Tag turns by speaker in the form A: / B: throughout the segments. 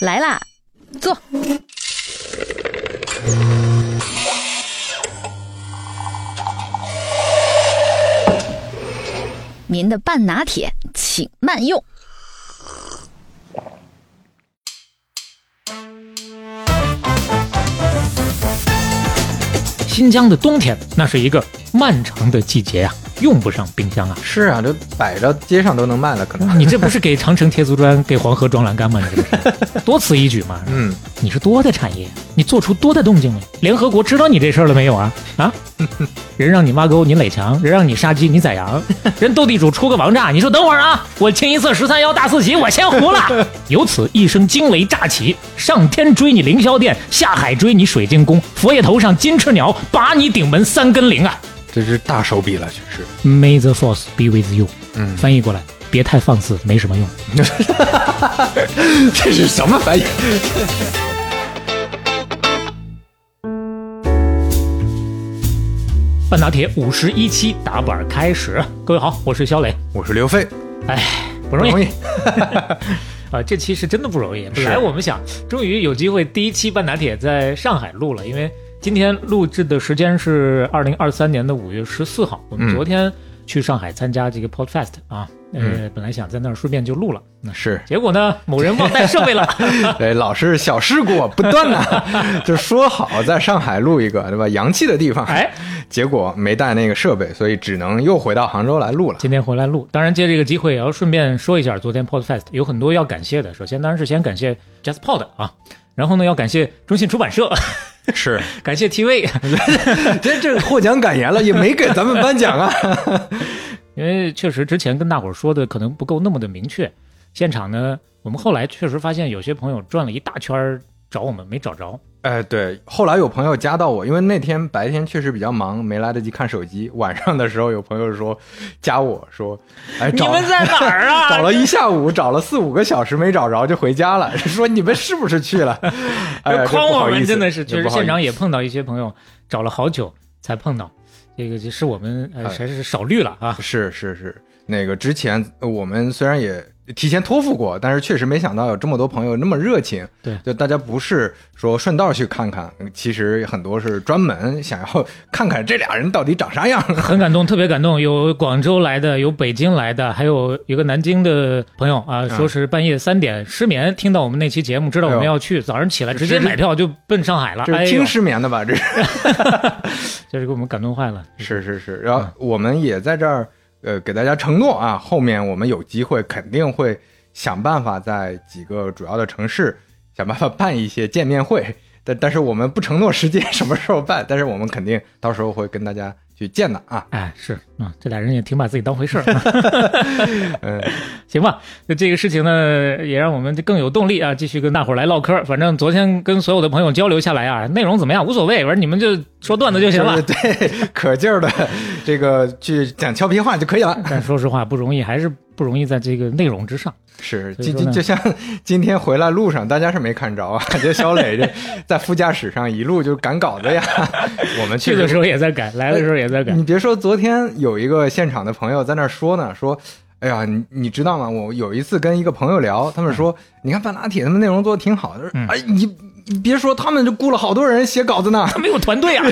A: 来啦，坐。您的半拿铁，请慢用。
B: 新疆的冬天，那是一个漫长的季节呀、用不上冰箱啊！
C: 是啊，这摆着街上都能卖了，可 能。
B: 你这不是给长城贴足砖，给黄河装栏杆吗？你这不是多此一举吗？
C: 嗯，
B: 你是多大产业？你做出多大动静了？联合国知道你这事儿了没有啊？啊， 人让你挖沟，你垒墙；人让你杀鸡，你宰羊；人斗地主出个王炸，你说等会儿啊，我清一色十三幺大四喜，我先胡了。 由此一声惊雷炸起，上天追你凌霄殿，下海追你水晶宫，佛爷头上金翅鸟，拔你顶门三根铃啊
C: 这是大手笔了，确实。
B: ！May the force be with you。
C: 嗯，
B: 翻译过来，别太放肆，没什么用。
C: 这是什么翻译？
B: 半打铁五十一期打板开始，各位好，我是肖磊，哎
C: 我是刘飞，
B: 不
C: 不
B: 容易
C: 容易。
B: 啊，这期是真的不容易。本
C: 是
B: 来我们想，终于有机会第一期半打铁在上海录了，因为今天录制的时间是二零二三年的五月十四号，我们
C: 嗯
B: 昨天去上海参加这个 Podfest 啊，
C: 嗯
B: 呃，本来想在那儿顺便就录了，那
C: 是，
B: 结果呢，某人忘带设备 了。
C: 对，老是小事故不断呐， 就说好在上海录一个，对吧？洋气的地方，
B: 哎，
C: 结果没带那个设备，所以只能又回到杭州来录了。
B: 今天回来录，当然借这个机会也要顺便说一下，昨天 Podfest 有很多要感谢的。首先当然是先感谢 JustPod 啊，然后呢要感谢中信出版社，
C: 是，
B: 感谢 TV，
C: 这这获奖感言了，也没给咱们颁奖啊。
B: 因为确实之前跟大伙儿说的可能不够那么的明确。现场呢，我们后来确实发现有些朋友转了一大圈儿找我们没找 着，
C: 哎，对，后来有朋友加到我，因为那天白天确实比较忙，没来得及看手机。晚上的时候有朋友说加我说，哎，
B: 你
C: 找
B: 们在哪儿 啊？
C: 找了一下午，找了四五个小时没找着就回家了， 说你们是不是去了？ 哎
B: 这
C: 呀，
B: 诓
C: 这不
B: 我
C: 好意
B: 们
C: 思
B: 真的是，确
C: 这
B: 实
C: 不好
B: 现
C: 意
B: 场
C: 思
B: 也碰到一些朋友找了好久才碰到，这个就是我们呃
C: 哎
B: 还是少绿了啊。
C: 是是是，那个之前呃我们虽然也提前托付过，但是确实没想到有这么多朋友那么热情。
B: 对
C: 就大家不是说顺道去看看，嗯其实很多是专门想要 看看这俩人到底长啥样。
B: 很感动，特别感动。有广州来的，有北京来的，还有一个南京的朋友
C: 嗯
B: 啊，说是半夜三点失眠，听到我们那期节目，知道我们要去，早上起来直接买票就奔上海了。
C: 这
B: 哎
C: 是
B: 呦
C: 听失眠的吧？这是
B: 这是给我们感动坏了。
C: 是是是。然后我们也在这儿，呃，给大家承诺啊，后面我们有机会肯定会想办法在几个主要的城市想办法办一些见面会。但 但是我们不承诺时间什么时候办，但是我们肯定到时候会跟大家去见的啊。
B: 哎，是啊、嗯这俩人也挺把自己当回事儿，
C: 嗯，
B: 行吧？那这个事情呢，也让我们更有动力啊，继续跟大伙儿来唠嗑儿。反正昨天跟所有的朋友交流下来啊，内容怎么样无所谓，反正你们就说段子就行了。
C: 就是 对，可劲儿的这个去讲俏皮话就可以了。
B: 但说实话不容易，还是不容易在这个内容之上。
C: 是，
B: 所以
C: 今
B: 说
C: 今
B: 呢
C: 就像今天回来路上，大家是没看着啊， 这小磊这在副驾驶上一路就赶稿子呀。 我们
B: 去的时候也在
C: 哎
B: 改，来的时候也在改
C: 你。别说，昨天有一个现场的朋友在那儿说呢，说。哎呀，你你知道吗？我有一次跟一个朋友聊，他们说，你看半拿铁他们内容做的挺好的，
B: 嗯
C: 哎，你你别说，他们就雇了好多人写稿子呢，
B: 他没有团队啊，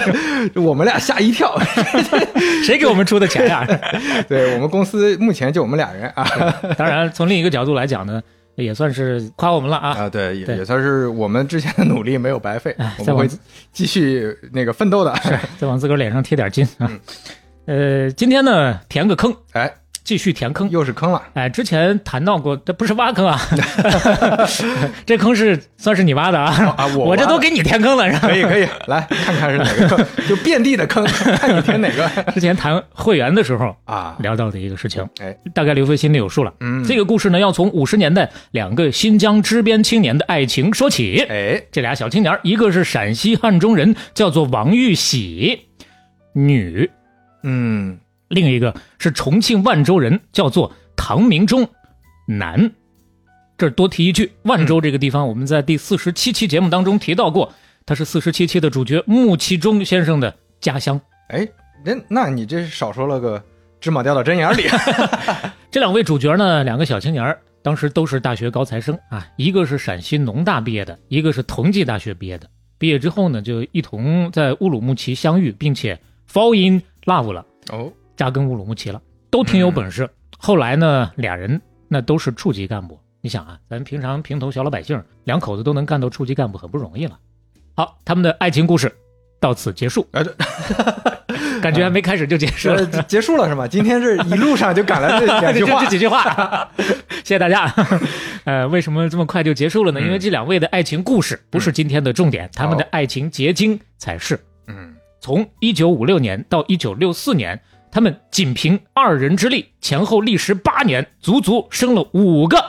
C: 我们俩吓一跳。
B: 谁给我们出的钱啊呀、
C: 对我们公司目前就我们俩人啊，
B: 当然，从另一个角度来讲呢，也算是夸我们了啊。
C: 啊，对，也
B: 对
C: 也算是我们之前的努力没有白费
B: 哎，
C: 我
B: 再
C: 们
B: 往
C: 会继续那个奋斗的。
B: 再往自个儿脸上贴点金啊。
C: 嗯
B: 呃，今天呢，填个坑，
C: 哎，
B: 继续填坑。
C: 又是坑了，
B: 哎，之前谈到过，这不是挖坑 啊， 这坑是算是你挖的啊。
C: 啊我
B: 我这
C: 挖
B: 都
C: 的哎
B: 给你填坑了，是吧？
C: 可以可以，来看看是哪个 坑，就遍地的坑，看你填哪 个
B: 之前谈会员的时候
C: 啊？
B: 聊到的一个事情，
C: 哎，
B: 大概刘飞心里有数了。
C: 嗯，
B: 这个故事呢，要从五十年代两个新疆支边青年的爱情说起。
C: 哎，
B: 这俩小青年儿，一个是陕西汉中人，叫做王玉喜，女；
C: 嗯，
B: 另一个是重庆万州人，叫做唐明忠，男。这儿多提一句，万州这个地方，我们在第四十七期节目当中提到过，他是四十七期的主角穆其中先生的家乡。
C: 哎，那那你这是少说了个芝麻掉到针眼里，啊
B: 这两位主角呢，两个小青年儿当时都是大学高材生啊，一个是陕西农大毕业的，一个是同济大学毕业的。毕业之后呢，就一同在乌鲁木齐相遇，并且 fall in love 了，
C: 哦，
B: 扎根乌鲁木齐了，都挺有本事。后来呢，俩人那都是处级干部。你想啊，咱平常平头小老百姓，两口子都能干到处级干部，很不容易了。好，他们的爱情故事到此结束，
C: 啊，这
B: 感觉还没开始就结束了。
C: 这结束了是吗？今天是一路上就赶来这 两 句
B: 就
C: 话
B: 这，几句话，谢谢大家。 呃，为什么这么快就结束
C: 嗯
B: 了呢？因为这两位的爱情故事不是今天的重点，他们的爱情结晶才是。
C: 嗯，
B: 从一九五六年到一九六四年，他们仅凭二人之力，前后历时八年，足足生了五个，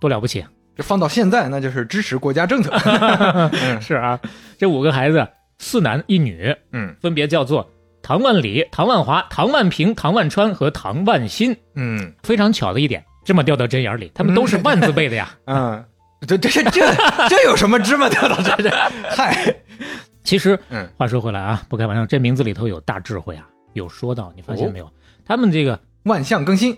B: 多了不起！啊
C: 这放到现在那就是支持国家政策，
B: 是啊，这五个孩子，四男一女，
C: 嗯
B: 分别叫做唐万里、唐万华、唐万平、唐万川和唐万新。
C: 嗯
B: 非常巧的一点，这么掉到针眼里，他们都是万字辈的呀。
C: 嗯，这这这这这有什么芝麻掉到这 这？嗨，
B: 其实
C: 嗯，
B: 话说回来啊，不开玩笑，这名字里头有大智慧啊，有说道，你发现没有？他们这个 哎
C: 万象更新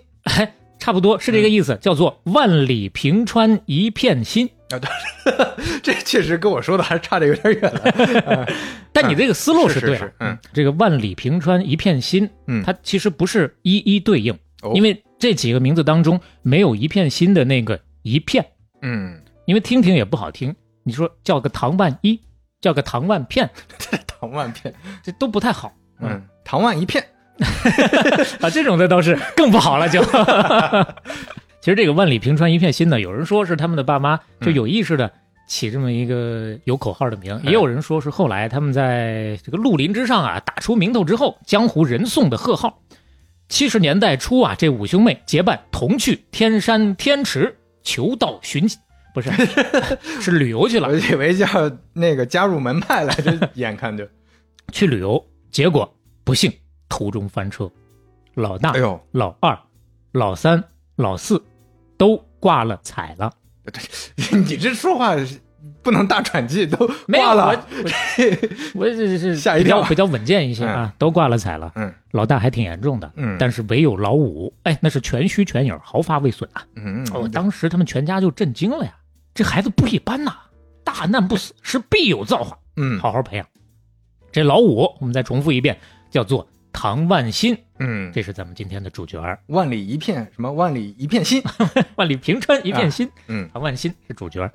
B: 差不多是这个
C: 嗯
B: 意思，叫做万里平川一片心。
C: 啊，对，这确实跟我说的还差的有点远了，
B: 但你这个思路
C: 是是
B: 对了，
C: 是嗯，
B: 这个万里平川一片心，
C: 嗯
B: 它其实不是一一对应，
C: 哦
B: 因为这几个名字当中没有一片心的那个一片，
C: 嗯，
B: 因为听听也不好听，你说叫个唐万一，叫个唐万片，
C: 唐万片，
B: 这都不太好。
C: 嗯，唐万一 片，
B: 啊，这种的倒是更不好了就。 其实这个万里平川一片心呢，有人说是他们的爸妈就有意识的起这么一个有口号的名，也有人说是后来他们在这个绿林之上啊打出名头之后，江湖人送的贺号。七十年代初啊，这五兄妹结伴同去天山天池求道寻，不是 是旅游去了
C: 我，以为叫那个加入门派来着，眼看就，
B: 去旅游，结果不幸途中翻车，老大
C: 哎呦，
B: 老二、老三、老四都挂了彩了。
C: 你这说话不能大喘气，都
B: 没有
C: 挂了，
B: 我我这是
C: 吓一
B: 比较
C: 跳啊
B: 比较稳健一些啊，都挂了彩了。
C: 嗯
B: 老大还挺严重的，
C: 嗯
B: 但是唯有老五，哎，那是全虚全影，毫发未损啊。
C: 嗯，
B: 哦，当时他们全家就震惊了呀，这孩子不一般呐，大难不死，是必有造化，
C: 嗯
B: 好好培养。这老五，我们再重复一遍，叫做唐万新，
C: 嗯，
B: 这是咱们今天的主角儿。
C: 万里一片什么万里一 片心，
B: 万里平川一片心，
C: 嗯，
B: 唐万新是主角。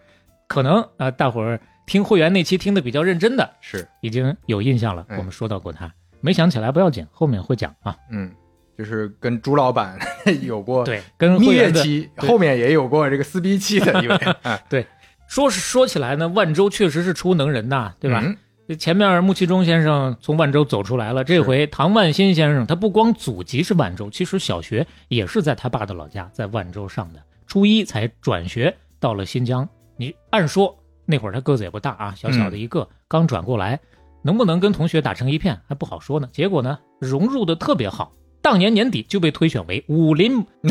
B: 可能啊、呃大伙儿听会员那期听的比较认真的，
C: 是，
B: 已经有印象了。
C: 嗯
B: 我们说到过他，没想起来不要紧，后面会讲啊。
C: 嗯，就是跟朱老板 有过
B: 对，跟
C: 蜜
B: 会
C: 月
B: 员的
C: 期，
B: 对
C: 后面也有过这个撕逼期 的一位，啊
B: 说是说起来呢，万州确实是出能人呐，对吧？
C: 嗯
B: 前面穆其中先生从万州走出来了，这回唐万新先生他不光祖籍是万州，其实小学也是在他爸的老家，在万州上的，初一才转学到了新疆。你按说那会儿他个子也不大啊，小小的一个，刚转过来，能不能跟同学打成一片还不好说呢。结果呢，融入的特别好，当年年底就被推选为武林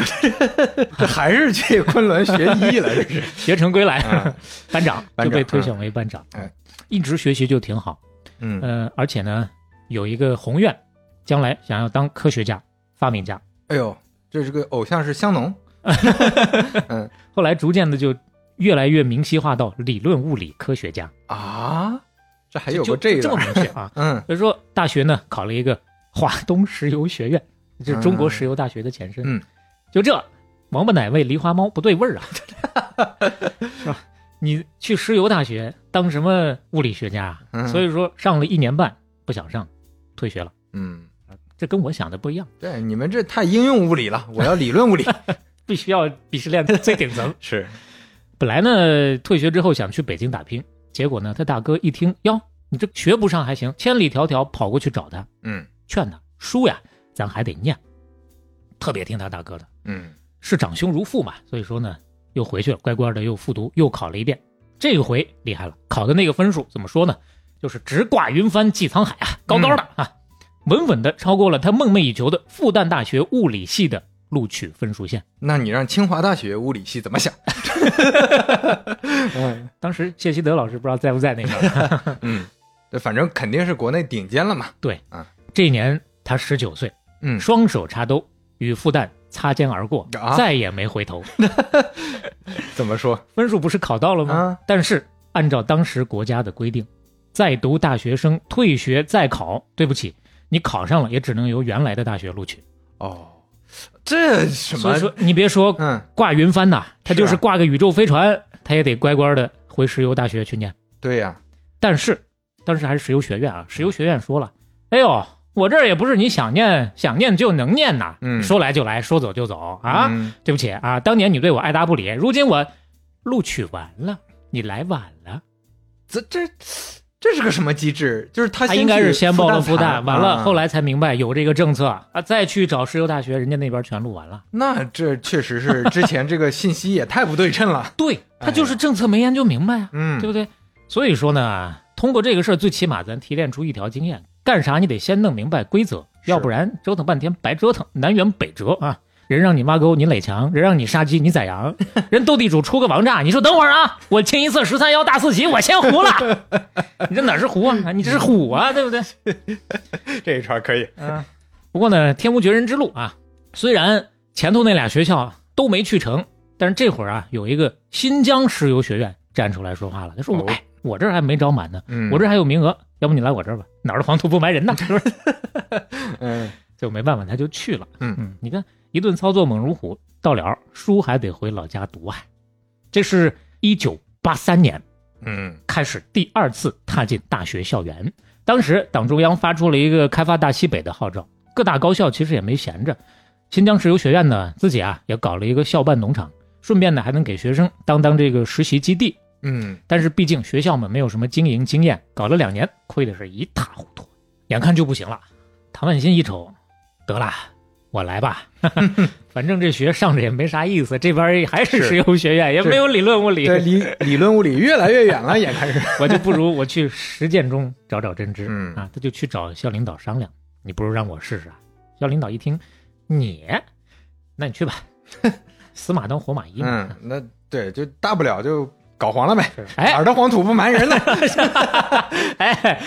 C: 这还是去昆仑学医了， 这是，
B: 学成归来、
C: 啊
B: 班长，
C: 班
B: 就
C: 长
B: 被推选为班长，
C: 嗯哎
B: 一直学习就挺好。
C: 嗯，
B: 呃，而且呢，有一个宏愿，将来想要当科学家、发明家。
C: 哎呦，这是个偶像是香农，
B: 后来逐渐的就越来越明晰化到理论物理科学家，
C: 啊，这还有
B: 就
C: 过这
B: 就这
C: 个。
B: 么，明确啊
C: 嗯
B: 所以说，大学呢考了一个华东石油学院，就是中国石油大学的前身。
C: 嗯，
B: 就这，王八奶喂狸花猫不对 味儿啊，是吧？你去石油大学当什么物理学家啊？
C: 嗯
B: 所以说上了一年半不想上，退学了。
C: 嗯，
B: 这跟我想的不一样，
C: 对，你们这太应用物理了，我要理论 物理，
B: 必须要鄙视链最顶层。
C: 是，
B: 本来呢，退学之后想去北京打拼，结果呢，他大哥一听，哟，你这学不上还行，千里迢迢跑过去找他，
C: 嗯
B: 劝他，书呀，咱还得念，特别听他大哥的，
C: 嗯
B: 是长兄如父嘛，所以说呢，又回去了，乖乖的又复读，又考了一遍，这回厉害了，考的那个分数怎么说呢，就是直挂云帆济沧海啊，高高的啊，稳稳的超过了他梦寐以求的复旦大学物理系的录取分数线。
C: 那你让清华大学物理系怎么想？
B: 当时谢希德老师不知道在不在那 边。
C: 嗯，对，反正肯定是国内顶尖了嘛。
B: 对
C: 啊，
B: 这一年他十九岁，
C: 嗯
B: 双手插兜，与复旦擦肩而过，
C: 啊
B: 再也没回 头。
C: 怎么说
B: 分数不是考到了吗？
C: 啊
B: 但是按照当时国家的规定，在读大学生退学再考，对不起，你考上了也只能由原来的大学录取。
C: 哦，这什
B: 所
C: 么
B: 以？说，你别说
C: 嗯，
B: 挂云帆呐、他就是是
C: 啊
B: 挂个宇宙飞船，他也得乖乖的回石油大学去念。
C: 对呀、
B: 但是当时还是石油学院
C: 嗯
B: 啊，石油学院说了，哎呦。我这儿也不是你想念想念就能念呐，
C: 嗯
B: 说来就来，说走就走啊！
C: 嗯
B: 对不起啊，当年你对我爱答不理，如今我录取完了，你来晚了。
C: 这这这是个什么机制？就是他
B: 他
C: 先
B: 应该
C: 去
B: 是先报了复旦，
C: 谈
B: 完了
C: 啊
B: 后来才明白有这个政策啊，再去找石油大学，人家那边全录完了。
C: 那这确 实是之前这个信息也太不对称了。
B: 对他就是
C: 哎
B: 政策没研究明白啊，
C: 嗯，
B: 对不对？所以说呢，通过这个事儿，最起码咱提炼出一条经验：干啥你得先弄明白规则，
C: 是
B: 要不然折腾半天白折腾，南辕北辙啊！人让你挖沟，你垒墙；人让你杀鸡，你宰 羊；人斗地主出个王炸，你说等会儿啊，我清一色十三幺大四喜，我先胡 了。你这哪是胡啊？你这是虎啊，对不对？
C: 这一圈可以。
B: 嗯不过呢，天无绝人之路啊，虽然前头那俩学校都没去成，但是这会儿啊，有一个新疆石油学院站出来说话了，他说：“
C: 哦
B: 我哎，我这儿还没招满呢，
C: 嗯，
B: 我这儿还有名额，要不你来我这儿吧？哪儿的黄土不埋 人呐，是不是？
C: 嗯
B: 就没办法，他就去了。
C: 嗯
B: 嗯，你看一顿操作猛如虎，到了书还得回老家读啊。这是一九八三年，
C: 嗯
B: 开始第二次踏进大学校园。当时党中央发出了一个开发大西北的号召，各大高校其实也没闲着，新疆石油学院呢自己啊也搞了一个校办农场，顺便呢还能给学生当当这个实习基地。
C: 嗯，
B: 但是毕竟学校们没有什么经营经验，搞了两年亏的是一塌糊涂，眼看就不行了。唐万新一瞅，得啦，我来 吧，反正这学上着也没啥意思，这边还是
C: 是
B: 石油学院，也
C: 是
B: 没有理论物理，
C: 这离理论物理越来越远了，也开始。
B: 我就不如我去实践中找找真知。
C: 嗯
B: 啊，他就去找校领导商量，你不如让我试试啊。校领导一听，你，那你去吧， 死马当活马医嘛。
C: 嗯，那对，就大不了就搞黄了呗。哪
B: 哎
C: 儿的黄土不埋人呢？
B: 哎，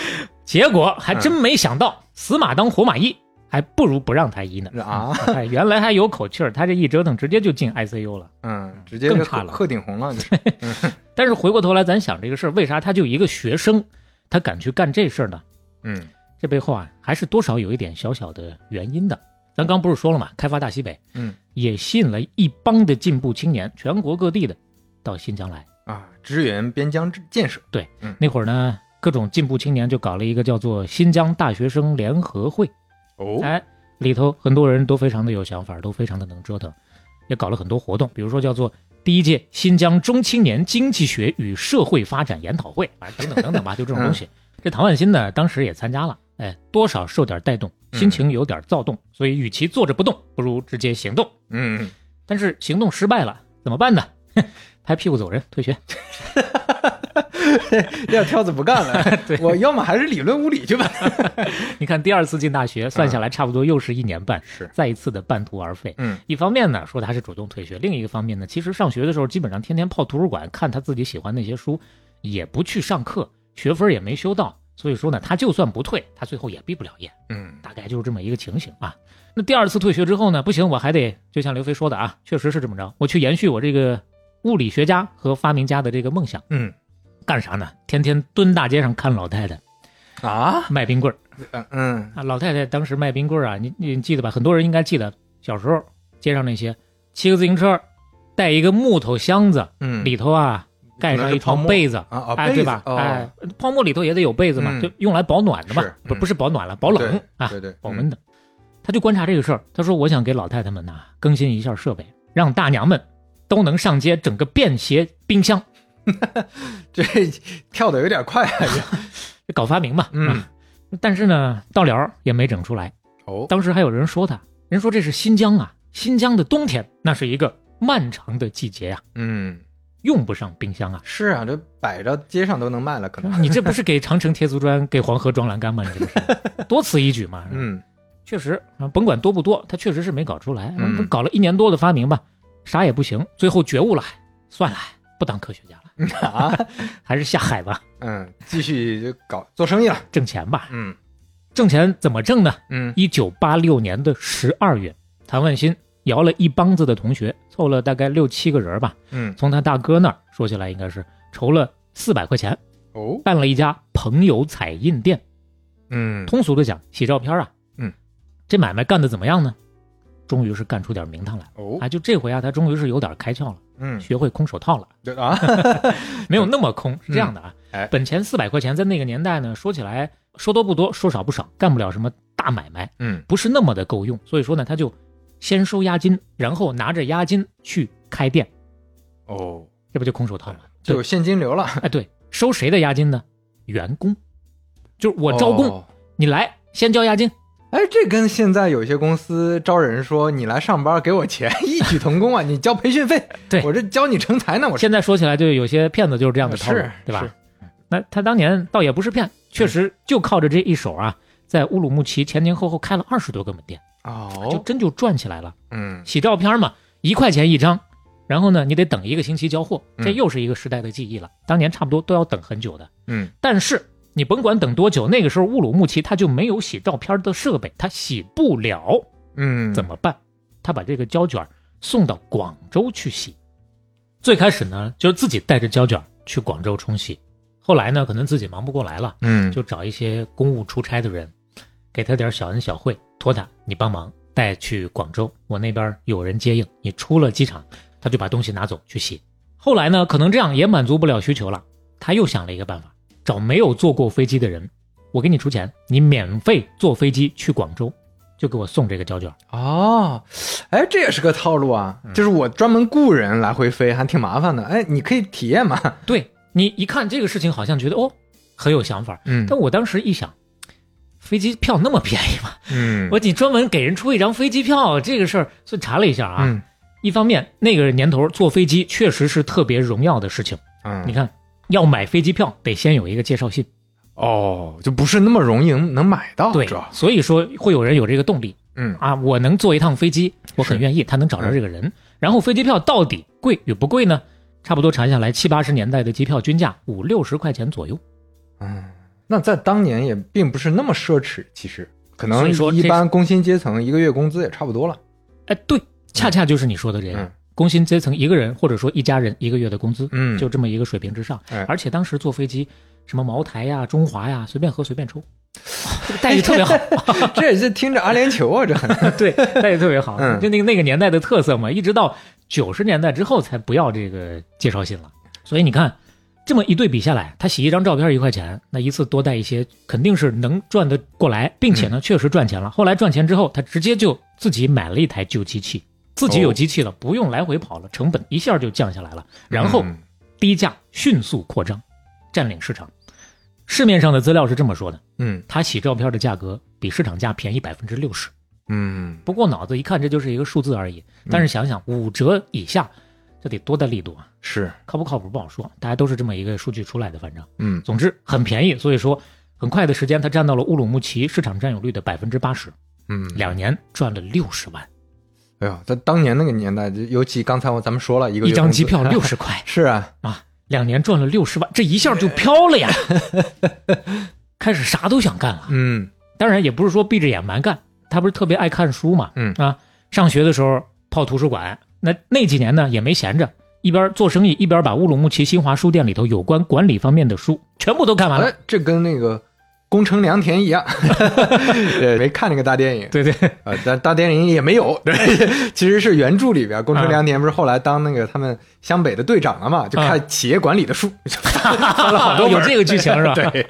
B: 结果还真没想到，死马当活马医，还不如不让他医呢。
C: 啊，
B: 哎，原来还有口气儿，他这一折腾，直接就进 ICU 了。
C: 嗯，直接
B: 更
C: 就
B: 差了
C: 鹤顶红 了，就是。
B: 但是回过头来，咱想这个事儿，为啥他就一个学生，他敢去干这事儿呢？
C: 嗯
B: 这背后啊，还是多少有一点小小的原因的。咱刚不是说了嘛，开发大西北，
C: 嗯，
B: 也吸引了一帮的进步青年，全国各地的到新疆来。
C: 啊，支援边疆建设。
B: 那会儿呢，各种进步青年就搞了一个叫做新疆大学生联合会，
C: 哦，
B: 哎，里头很多人都非常的有想法，都非常的能折腾，也搞了很多活动，比如说叫做第一届新疆中青年经济学与社会发展研讨会， 反正等等等等吧，就这种东
C: 嗯
B: 西。这唐万新呢，当时也参加了，哎，多少受点带动，心情有点躁动，所以与其坐着不动，不如直接行动。
C: 嗯，
B: 但是行动失败了，怎么办呢？ 拍屁股走人，退学。
C: 撂挑子不干 了。我要么还是理论物理去吧。
B: 你看，第二次进大学，算下来差不多又是一年半，
C: 是
B: 再一次的半途而废。
C: 嗯，
B: 一方面呢，说他是主动退学；另一个方面呢，其实上学的时候基本上天天泡图书馆看他自己喜欢那些书，也不去上课，学分也没修到。所以说呢，他就算不退，他最后也毕不了业，
C: 嗯
B: 大概就是这么一个情形啊。那第二次退学之后呢，不行，我还得就像刘飞说的啊，确实是这么着，我去延续我这个物理学家和发明家的这个梦想，
C: 嗯
B: 干啥呢？天天蹲大街上看老太太
C: 啊，
B: 卖冰棍儿。
C: 嗯嗯
B: 啊，老太太当时卖冰棍儿啊，你你记得吧？很多人应该记得，小时候街上那些骑个自行车，带一个木头箱子，
C: 嗯，
B: 里头啊盖上一床被子，
C: 啊啊，
B: 哎，
C: 被
B: 对
C: 子
B: 吧？
C: 哦
B: 哎，泡沫里头也得有被子嘛，
C: 嗯
B: 就用来保暖的嘛
C: 是，
B: 不
C: 嗯
B: 不是保暖了，保冷
C: 对嗯
B: 啊，
C: 对对，
B: 保温的。他就观察这个事儿，他说：“我想给老太太们呐、更新一下设备，让大娘们都能上街，整个便携冰箱，
C: 嗯这 跳的有点快啊。 这
B: 这搞发明嘛。”啊
C: 嗯，
B: 但是呢，到了儿也没整出来。
C: 哦，
B: 当时还有人说他，人说这是新疆啊，新疆的冬天那是一个漫长的季节呀、
C: 嗯，
B: 用不上冰 箱啊。
C: 是啊，这摆着街上都能卖了，可 能。
B: 你这不是给长城贴足砖，给黄河装栏杆吗？你这不 是多此一举吗？
C: 嗯
B: 确实啊，甭管多不多，他确实是没搞出来。
C: 嗯
B: 不搞了一年多的发明吧，啥也不行，最后觉悟了，算了，不当科学家了，
C: 啊，
B: 还是下海吧，
C: 嗯，继续就搞做生意了。
B: 挣钱吧。
C: 嗯
B: 挣钱怎么挣呢？
C: 嗯
B: 一九八六年的十二月，谭万新摇了一帮子的同学，凑了大概六七个人吧，
C: 嗯，
B: 从他大哥那儿说起来，应该是筹了四百块钱，
C: 哦，
B: 办了一家朋友彩印店。
C: 嗯，
B: 通俗的讲，洗照片啊。
C: 嗯，
B: 这买卖干的怎么样呢？终于是干出点名堂来。
C: 哦，
B: 啊，就这回啊，他终于是有点开窍了，
C: 嗯，
B: 学会空手套了，
C: 对 啊，
B: 没有那么空。是这样的啊，
C: 哎
B: 本钱四百块钱，在那个年代呢，说起来说多不多，说少不少，干不了什么大买卖，
C: 嗯，
B: 不是那么的够用。所以说呢，他就先收押金，然后拿着押金去开店，
C: 哦，
B: 这不就空手套吗？
C: 就
B: 对
C: 有现金流了。
B: 哎，对，收谁的押金呢？员工，就是我招工，
C: 哦
B: 你来先交押金。
C: 哎，这跟现在有些公司招人说你来上班给我钱 异曲同工啊！你交培训费，
B: 对
C: 我这教你成才呢，我是
B: 现在说起来，就有些骗子就是这样的套路
C: 是，
B: 对
C: 是嗯
B: 吧？那他当年倒也不是骗，确实就靠着这一手啊，在乌鲁木齐前前后后开了二十多个门店，就
C: 哦，
B: 真就赚起来了。
C: 嗯
B: 洗照片嘛，一块钱一张，然后呢，你得等一个星期交货，
C: 嗯
B: 这又是一个时代的记忆了。当年差不多都要等很久的，
C: 嗯，
B: 但是你甭管等多久，那个时候乌鲁木齐它就没有洗照片的设备，它洗不了，
C: 嗯，
B: 怎
C: 么
B: 么办？他把这个胶卷送到广州去洗。最开始呢，就是自己带着胶卷去广州冲洗，后来呢，可能自己忙不过来了，
C: 嗯
B: 就找一些公务出差的人，给他点小恩小惠，托他你帮忙带去广州，我那边有人接应。你出了机场，他就把东西拿走去洗。后来呢，可能这样也满足不了需求了，他又想了一个办法，找没有坐过飞机的人，我给你出钱，你免费坐飞机去广州，就给我送这个胶卷。
C: 哦，哎，这也是个套路啊，
B: 嗯
C: 就是我专门雇人来回飞，还挺麻烦的。哎，你可以体验嘛，
B: 对你一看这个事情，好像觉得哦很有想法，
C: 嗯
B: 但我当时一想，飞机票那么便宜吗？
C: 嗯
B: 我你专门给人出一张飞机票这个事儿，所以查了一下啊，
C: 嗯
B: 一方面那个年头坐飞机确实是特别荣耀的事情，
C: 嗯，
B: 你看要买飞机票得先有一个介绍信，
C: 哦，就不是那么容易能买到，
B: 对
C: 主要，
B: 所以说会有人有这个动力
C: 嗯
B: 啊，我能坐一趟飞机，我很
C: 是
B: 愿意，他能找着这个人，然后飞机票到底贵与不贵呢？差不多查下来，七八十年代的机票均价五六十块钱左右。
C: 嗯，那在当年也并不是那么奢侈，其实可
B: 所
C: 能
B: 以说
C: 一
B: 这
C: 般工薪阶层一个月工资也差不多了。
B: 哎，对，恰恰就是你说的这个，
C: 嗯
B: 工薪阶层一个人或者说一家人一个月的工资，
C: 嗯
B: 就这么一个水平之上。
C: 哎
B: 而且当时坐飞机，什么茅台呀、中华呀，随便喝随便抽，这个 待遇特 别好。
C: 这这听着阿联酋啊，这很
B: 对，待遇特别好，
C: 嗯
B: 就那个那个年代的特色嘛。一直到九十年代之后才不要这个介绍信了。所以你看，这么一对比下来，他洗一张照片一块钱，那一次多带一些肯定是能赚得过来，并且
C: 嗯
B: 呢确实赚钱了。后来赚钱之后，他直接就自己买了一台旧机器。自己
C: 哦
B: 有机器了，不用来回跑了，成本一下就降下来了。 然后
C: 嗯
B: 低价迅速扩张，占领市场。市面上的资料是这么说的：
C: 嗯
B: 他洗照片的价格比市场价便宜百分之六十。
C: 嗯
B: 不过脑子一看，这就是一个数字而已。但是想想五折以下，这得多大力度啊！
C: 是
B: 靠不靠谱不好说，大家都是这么一个数据出来的，反正
C: 嗯
B: 总之很便宜。所以说，很快的时间，它占到了乌鲁木齐市场占有率的百分之八十，
C: 嗯，
B: 两年赚了六十万，
C: 哎呦，在当年那个年代，就尤其刚才我咱们说了一个
B: 一
C: 月
B: 张
C: 工资
B: 机票六十 块
C: 是啊，
B: 啊，两年赚了六十万，这一下就飘了呀！ 开始啥都想干了，
C: 嗯
B: 当然也不是说闭着眼蛮干，他不是特别爱看书嘛，
C: 嗯
B: 啊，上学的时候泡图书馆，那那几年呢也没闲着，一边做生意一边把乌鲁木齐新华书店里头有关管理方面的书全部都看完了。
C: 哎，这跟那个宫城良田一 样， 对，没看那个大电影
B: 对对，
C: 啊，但大电影也没有， 对，其实是原著里边宫城
B: 嗯
C: 良田不是后来当那个他们湘北的队长了嘛，就
B: 嗯
C: 看企业管理 的书，
B: 翻了好多有这个剧情是吧？
C: 对，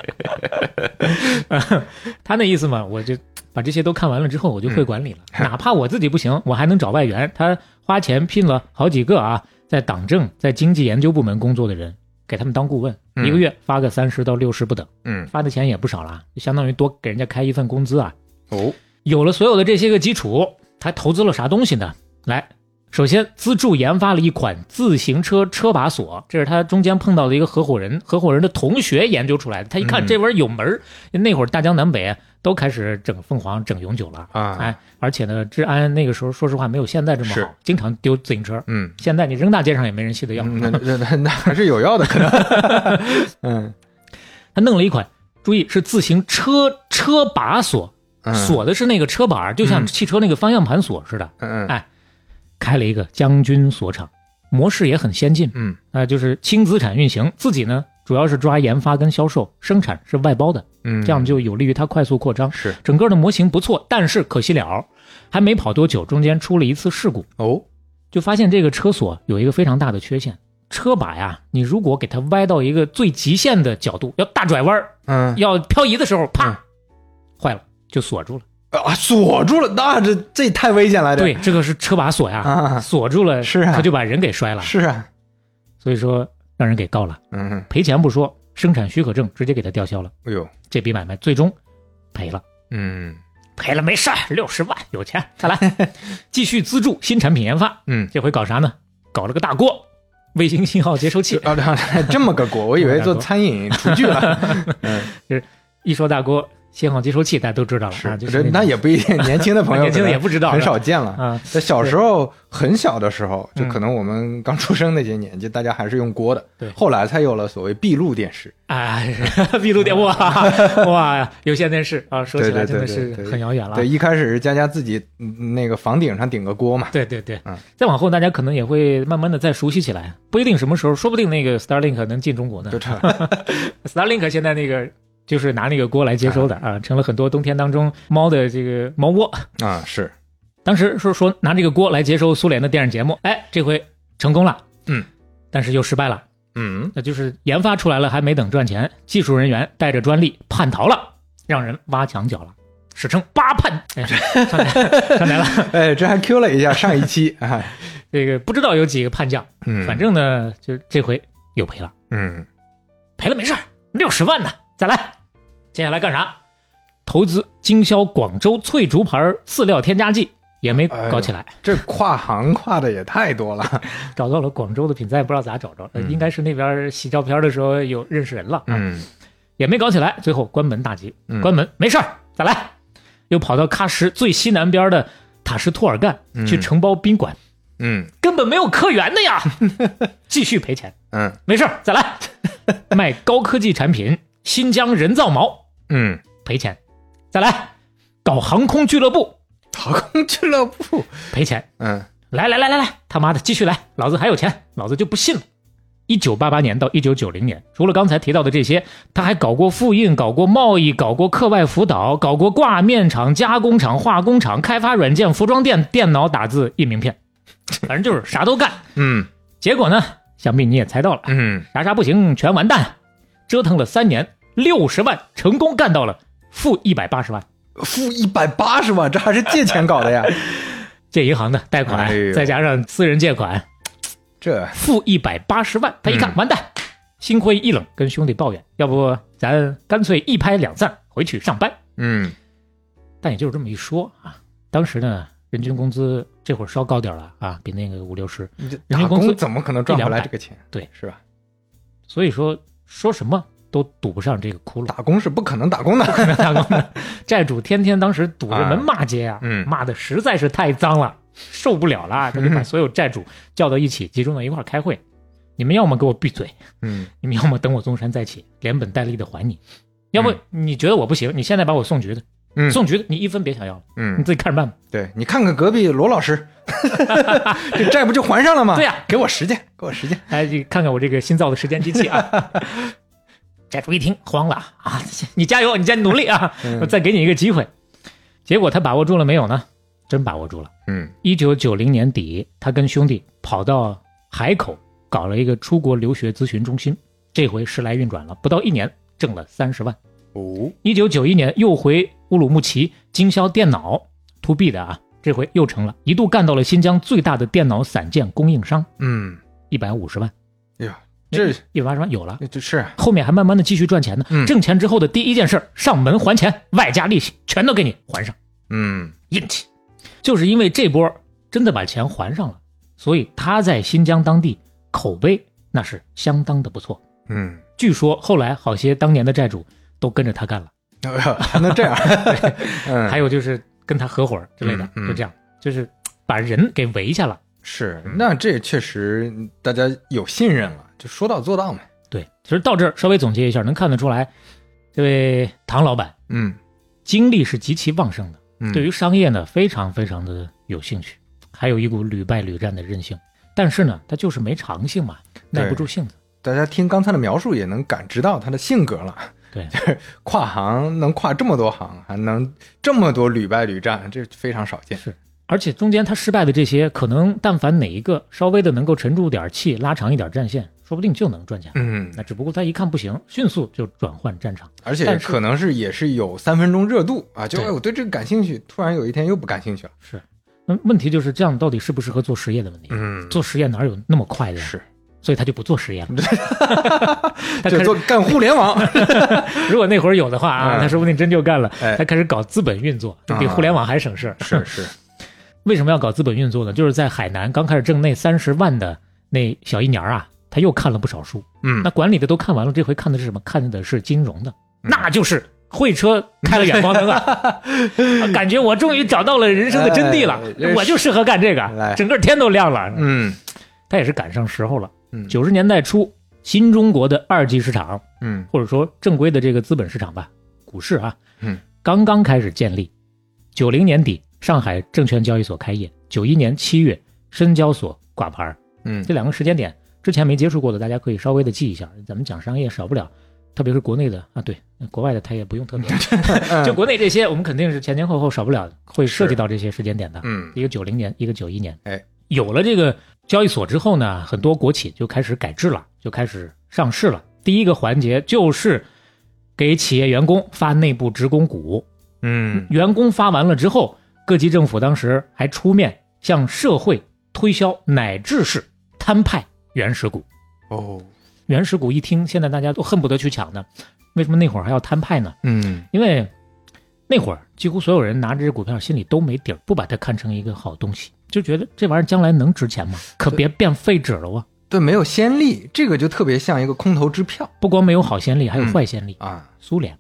B: 他那意思嘛，我就把这些都看完了之后，我就会管理了。 哪怕我自己不行，我还能找外援。他花钱聘了好几个啊，在党政、在经济研究部门工作的人，给他们当顾问，
C: 嗯
B: 一个月发个三十到六十不等，
C: 嗯
B: 发的钱也不少了，就相当于多给人家开一份工资啊。
C: 哦，
B: 有了所有的这些个基础，他投资了啥东西呢？来，首先资助研发了一款自行车车把锁，这是他中间碰到的一个合伙人，合伙人的同学研究出来的。他一看
C: 嗯
B: 这玩意儿有门儿，那会儿大江南北都开始整凤凰、整永久了
C: 啊
B: 哎，而且呢，治安那个时候说实话没有现在这么
C: 是
B: 好，经常丢自行车。
C: 嗯。
B: 现在你扔大街上也没人系得要。
C: 嗯那那那那还是有药的，可能。 嗯
B: 他弄了一款，注意是自行车车把锁，
C: 嗯
B: 锁的是那个车把儿，就像
C: 嗯
B: 汽车那个方向盘锁似的。
C: 嗯嗯
B: 哎开了一个将军锁厂，模式也很先进，
C: 嗯
B: 啊、就是轻资产运行，自己呢主要是抓研发跟销售，生产是外包的，
C: 嗯，
B: 这样就有利于它快速扩张。
C: 是
B: 整个的模型不错，但是可惜了，还没跑多久，中间出了一次事故，
C: 哦，
B: 就发现这个车锁有一个非常大的缺陷，车把呀，你如果给它歪到一个最极限的角度，要大拽弯儿，
C: 嗯
B: 要漂移的时候，啪，
C: 嗯
B: 坏了就锁住了。
C: 啊，锁住了，那这这也太危险了，这
B: 对，这个是车把锁呀，
C: 啊
B: 锁住了，
C: 是啊
B: 它就把人给摔了，
C: 是啊，
B: 所以说让人给告了，
C: 嗯，
B: 赔钱不说，生产许可证直接给他吊销了，
C: 哎呦，
B: 这笔买卖最终赔了。
C: 嗯
B: 赔了没事儿，六十万有钱，再来， 继续资助新产品研发。
C: 嗯，
B: 这回搞啥呢？搞了个大锅，卫星信号接收器。
C: 啊，这这么个锅，我以为做餐饮厨 具了，嗯，
B: 一说大锅，信号接收器大家都知道了啊，
C: 是，
B: 就
C: 这
B: 是
C: 那
B: 种
C: 也不 一定，年轻的朋友
B: 年轻的也不知道，
C: 很
B: 是吧
C: 少见了。
B: 啊。
C: 在小时候很小的时候，就
B: 嗯
C: 可能我们刚出生那些年纪，大家还是用锅的。
B: 对
C: 后来才有了所谓闭路电视。
B: 哎， 闭路电 哇哇，有线电视啊，说起来
C: 对
B: 真
C: 对
B: 的
C: 对
B: 是
C: 对对
B: 很遥远了啊。
C: 对，一开始是佳佳自己嗯那个房顶上顶个锅嘛。
B: 对对对
C: 嗯，
B: 再往后大家可能也会慢慢的再熟悉起来，不一定什么时候，说不定那个 Starlink 能进中国呢
C: 就。这，
B: Starlink 现在那个就是拿那个锅来接收的
C: 哎
B: 啊，成了很多冬天当中猫的这个猫窝。
C: 啊，是，
B: 当时是说拿这个锅来接收苏联的电视节目，哎，这回成功了，
C: 嗯，
B: 但是又失败了，
C: 嗯，
B: 那就是研发出来了还没等赚钱，技术人员带着专利叛逃了，让人挖墙脚了。史称八叛，哎上来上来 了。
C: 哎，这还 Q 了一下上一期啊，
B: 这个不知道有几个叛将，
C: 嗯，
B: 反，正呢，就这回又赔了，
C: 嗯，
B: 赔了没事儿，六十万呢，再来。接下来干啥？投资经销广州翠竹牌饲料添加剂，也没搞起来，
C: 这跨行跨的也太 多了，
B: 找到了广州的品牌，不知道咋找着，呃
C: 嗯
B: 应该是那边洗照片的时候有认识人了，啊，
C: 嗯，
B: 也没搞起来，最后关门大吉，
C: 嗯
B: 关门没事儿，再来，又跑到喀什最西南边的塔什托尔干
C: 嗯
B: 去承包宾馆，
C: 嗯，
B: 根本没有客源的 呀，继续赔钱，
C: 嗯，
B: 没事儿，再来，卖高科技产品，新疆人造毛
C: 嗯，
B: 赔钱，再来，搞航空俱乐部
C: 逃空俱乐部，
B: 赔钱，
C: 嗯，
B: 来来来来来，他妈的继续来，老子还有钱，老子就不信了。一九八八年到一九九零年，除了刚才提到的这些，他还搞过复印，搞过贸易，搞过课外辅导，搞过挂面厂、加工厂、化工厂，开发软件、服装店、电脑打字、印名片，反正就是啥都干。
C: 嗯，
B: 结果呢，想必你也猜到了，
C: 嗯，
B: 啥啥不行，全完蛋。折腾了三年，六十万成功干到了负一百八十万，
C: 负一百八十万，这还是借钱搞的呀？
B: 借银行的贷款，
C: 哎呦
B: 再加上私人借款，
C: 这，
B: 负一百八十万。他一看，
C: 嗯
B: 完蛋，心灰意冷，跟兄弟抱怨，要不咱干脆一拍两散，回去上班。
C: 嗯，
B: 但也就是这么一说啊，当时呢，人均工资这会儿稍高点儿了啊，比那个五六十，
C: 你这
B: 人
C: 打
B: 均工
C: 工
B: 资
C: 怎么可能赚回来这个钱？
B: 对，
C: 是吧？
B: 所以说说什么都堵不上这个窟窿。
C: 打工是不可能打工的。
B: 大哥们，债主天天当时堵着门骂街啊，
C: 嗯
B: 骂的实在是太脏了，受不了了，他就把所有债主叫到一起，集中到一块儿开会，你们要么给我闭嘴，
C: 嗯
B: 你们要么等我东山再起，连本带利的还你，要不
C: 嗯
B: 你觉得我不行，你现在把我送局的，
C: 嗯
B: 送局的你一分别想要了，你
C: 嗯，
B: 自己看着办吧。
C: 对你看看隔壁罗老师， 这债不就还上了吗？
B: 对呀
C: 给我时间，给我时间。
B: 哎，这看看我这个新造的时间机器啊。 债主一听慌了啊，你加油，你再努力啊，
C: 嗯
B: 我再给你一个机会。结果他把握住了没有呢？真把握住了。
C: 嗯
B: 一九九零年底，他跟兄弟跑到海口搞了一个出国留学咨询中心，这回时来运转了，不到一年挣了三十万。
C: 哦，
B: 一九九一年又回乌鲁木齐经销电脑 to B 的啊，这回又成了，一度干到了新疆最大的电脑散件供应商，
C: 嗯，
B: 一百五十万，
C: 哎呀，这
B: 一百八十万有了。
C: 这是啊
B: 后面还慢慢的继续赚钱呢，
C: 嗯
B: 挣钱之后的第一件事儿上门还钱，外加利息全都给你还上，
C: 嗯
B: 硬气。就是因为这波真的把钱还上了，所以他在新疆当地口碑那是相当的不错。
C: 嗯，
B: 据说后来好些当年的债主都跟着他干了。
C: 哎呀还 能这样？嗯，
B: 还有就是跟他合伙儿之类的，
C: 嗯嗯
B: 就这样，就是把人给围下了。
C: 是那这确实大家有信任了，就说到做到嘛。
B: 对，其实到这儿稍微总结一下，能看得出来，这位唐老板
C: 嗯，
B: 精力是极其旺盛的，
C: 嗯
B: 对于商业呢非常非常的有兴趣。还有一股屡败屡战的韧性。但是呢，他就是没长性嘛，耐不住性子。
C: 大家听刚才的描述也能感知到他的性格了。
B: 对，
C: 就是跨行能跨这么多行，还能这么多屡败屡战，这非常少见。
B: 而且中间他失败的这些，可能但凡哪一个稍微的能够沉住点气，拉长一点战线，说不定就能赚钱。
C: 嗯，
B: 那只不过他一看不行，迅速就转换战场。
C: 而且
B: 但是
C: 可能是也是有三分钟热度啊，就
B: 对
C: 哎我对这个感兴趣，突然有一天又不感兴趣了。
B: 那问题就是这样到底适不适合做实业的问题。
C: 嗯
B: 做实业哪有那么快的呀？
C: 是
B: 所以他就不做实 业了。 他开
C: 嗯就
B: 始
C: 做干互 联网，
B: 如果那会儿有的话啊，
C: 嗯
B: 他说不定真就干了。
C: 哎
B: 他开始搞资本运作，就比
C: 啊
B: 互联网还省事儿。
C: 是是，
B: 为什么要搞资本运作呢？就是在海南刚开始挣那三十万的那小一年儿啊，他又看了不少书。
C: 嗯
B: 那，管理的都看完了，这回看的是什么？看的是金融的，
C: 嗯
B: 那就是会车开了远光灯啊！ 感觉我终于找到了人生的真谛了
C: 哎这，是
B: 我就适合干这
C: 来
B: 个，整个天都亮了。
C: 嗯
B: 他也是赶上时候了。
C: 嗯
B: 九十年代初，新中国的二级市场
C: 嗯
B: 或者说正规的这个资本市场吧，股市啊，
C: 嗯，
B: 刚刚开始建立。九零年底，上海证券交易所开业；九一年七月，深交所挂牌儿。
C: 嗯
B: 这两个时间点之前没接触过的，大家可以稍微的记一下。咱们讲商业少不了，特别是国内的啊，对，国外的它也不用特别， 就国内这些，我们肯定是前前后后少不了会涉及到这些时间点的。
C: 嗯
B: 一个九零年，一个九一年。
C: 哎，
B: 有了这个交易所之后呢，很多国企就开始改制了，就开始上市了。第一个环节就是给企业员工发内部职工股，
C: 嗯
B: 员工发完了之后，各级政府当时还出面向社会推销，乃至是摊派原始股。
C: 哦
B: 原始股一听，现在大家都恨不得去抢呢。为什么那会儿还要摊派呢？
C: 嗯
B: 因为那会儿几乎所有人拿这只股票心里都没底儿，不把它看成一个好东西，就觉得这玩意儿将来能值钱吗？可别变废纸了啊！
C: 对，没有先例，这个就特别像一个空头支票
B: 不光没有好先例，还有坏先例。
C: 啊
B: 苏联，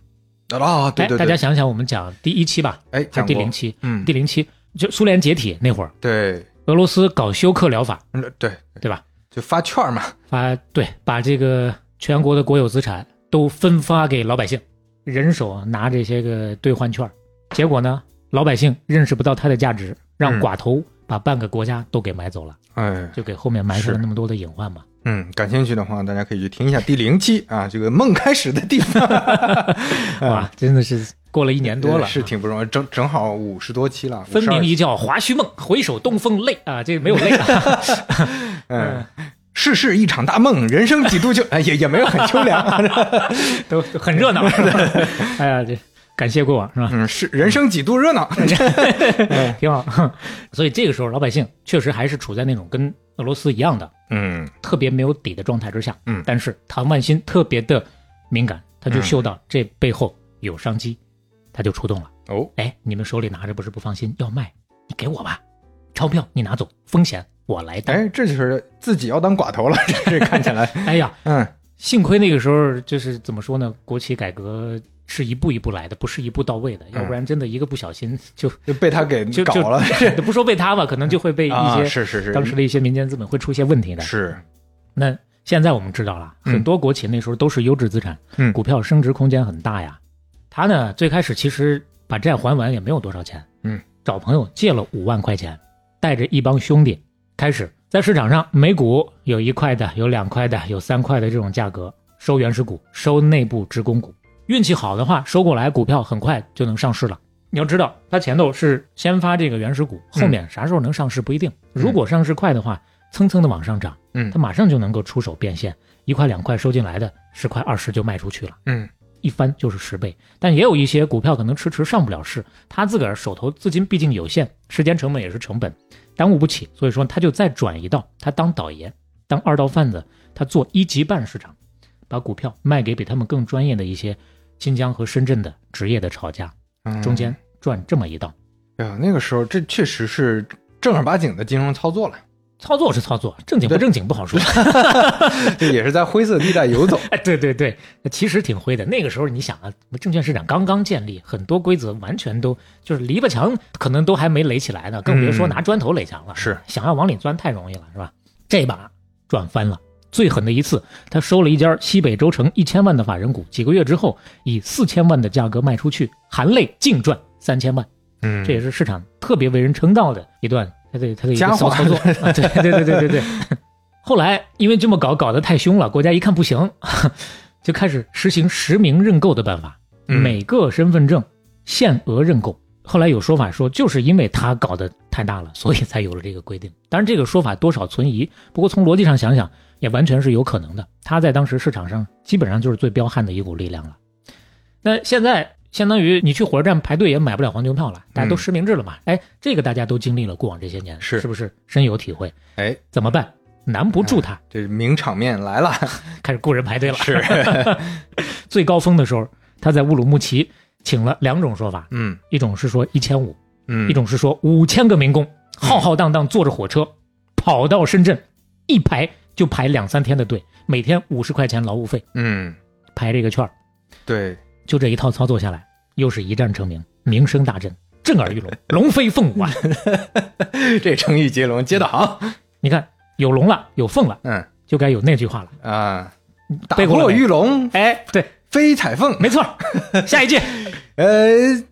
C: 啊！对对对，
B: 哎，大家想想，我们讲第一期吧，
C: 哎
B: 还
C: 讲
B: 是第
C: 过
B: 零期？
C: 嗯
B: 第零期就苏联解体那会儿，
C: 对
B: 俄罗斯搞休克疗法，
C: 嗯对
B: 对吧？
C: 就发券儿嘛，
B: 把对把这个全国的国有资产都分发给老百姓，人手拿这些个兑换券儿，结果呢，老百姓认识不到它的价值，让
C: 嗯
B: 寡头把半个国家都给买走了，
C: 哎
B: 就给后面埋下了
C: 是
B: 那么多的隐患 嘛。
C: 嗯，感兴趣的话，大家可以去听一下第零期啊，这个梦开始的地方，
B: 哇，真的是过了一年 多了，啊
C: 是挺不容易，正正好五十多期了，
B: 分
C: 52
B: 明一觉华胥梦，回首东风泪啊，这没有泪、 啊，
C: 嗯，世事一场大梦，人生几度秋， 哎，也也没有很秋凉 啊。
B: 都都很 热闹。哎呀，这感谢过往是吧？
C: 嗯，是人生几度热闹。
B: 挺好。所以这个时候老百姓确实还是处在那种跟俄罗斯一样的。
C: 嗯
B: 特别没有底的状态之下，
C: 嗯
B: 但是唐万新特别的敏感，他就嗅到这背后有商机，
C: 嗯
B: 他就出动了。
C: 哦，
B: 哎，你们手里拿着不是不放心，要卖，你给我吧，钞票你拿走，风险我来担。
C: 哎，这就是自己要当寡头了， 这这看起来，
B: 哎呀，
C: 嗯
B: 幸亏那个时候就是怎么说呢，国企改革是一步一步来的，不是一步到位的，要不然真的一个不小心 就
C: 就被他给
B: 就就
C: 嗯搞了。
B: 不说被他吧，可能就会被一些、
C: 啊，是是是，
B: 当时的一些民间资本会出现问题的。
C: 是，
B: 那现在我们知道了，
C: 嗯
B: 很多国企那时候都是优质资产，
C: 嗯
B: 股票升值空间很大呀。他呢，最开始其实把债还完也没有多少钱，
C: 嗯，
B: 找朋友借了五万块钱，带着一帮兄弟开始在市场上每股有一块的、有两块的、有三块的这种价格收原始股，收内部职工股。运气好的话，收过来股票很快就能上市了。你要知道，它前头是先发这个原始股，后面啥时候能上市不一定。如果上市快的话，蹭蹭的往上涨，
C: 嗯
B: 它马上就能够出手变现，一块两块收进来的，十块二十就卖出去了，
C: 嗯
B: 一翻就是十倍。但也有一些股票可能迟迟上不了市，他自个儿手头资金毕竟有限，时间成本也是成本，耽误不起，所以说他就再转移到他当倒爷，当二道贩子，他做一级半市场，把股票卖给比他们更专业的一些新疆和深圳的职业的炒家，
C: 嗯
B: 中间赚这么一道。
C: 哎呀，那个时候这确实是正儿八经的金融操作了，
B: 操作是操作，正经不正经不好说。
C: 这也是在灰色地带游走。
B: 哎，对对对，其实挺灰的。那个时候，你想啊，证券市场刚刚建立，很多规则完全都就是篱笆墙可能都还没垒起来呢，更别说
C: 嗯
B: 拿砖头垒墙了。
C: 是
B: 想要往里钻太容易了，是吧？这把赚翻了。最狠的一次，他收了一家西北州城一千万的法人股，几个月之后以四千万的价格卖出去，含泪净赚三千万。
C: 嗯
B: 这也是市场特别为人称道的一段他得他得一
C: 家
B: 个骚
C: 伙
B: 操作，啊对对对对对 对。后来因为这么搞搞得太凶了，国家一看不行， 就开始实行实名认购的办法，
C: 嗯
B: 每个身份证限额认购。后来有说法说，就是因为他搞得太大了，所以才有了这个规定。当然，这个说法多少存疑，不过从逻辑上想想，也完全是有可能的。他在当时市场上基本上就是最彪悍的一股力量了。那现在相当于你去火车站排队也买不了黄牛票了，大家都
C: 嗯
B: 实名制了嘛？哎，这个大家都经历了，过往这些年
C: 是
B: 不是深有体会？
C: 哎，
B: 怎么办？难不住他，
C: 这名场面来了，
B: 开始雇人排队了。
C: 嗯是，
B: 最高峰的时候，他在乌鲁木齐请了两种说法，
C: 嗯
B: 一种是说一千五，
C: 嗯，
B: 一种是说五千个民工浩浩荡荡坐着火车跑到深圳，一排就排两三天的队，每天五十块钱劳务费
C: 嗯，
B: 排这个圈儿，
C: 对，
B: 就这一套操作下来，又是一战成名，名声大振，震耳欲聋， 龙飞凤舞啊！
C: 这成语接龙接的好，
B: 你看有龙了，有凤了，
C: 嗯
B: 就该有那句话了。
C: 啊，打
B: 背过了
C: 破
B: 没
C: 玉龙
B: 哎，对，
C: 飞彩凤，
B: 没错， 下一句，
C: 呃，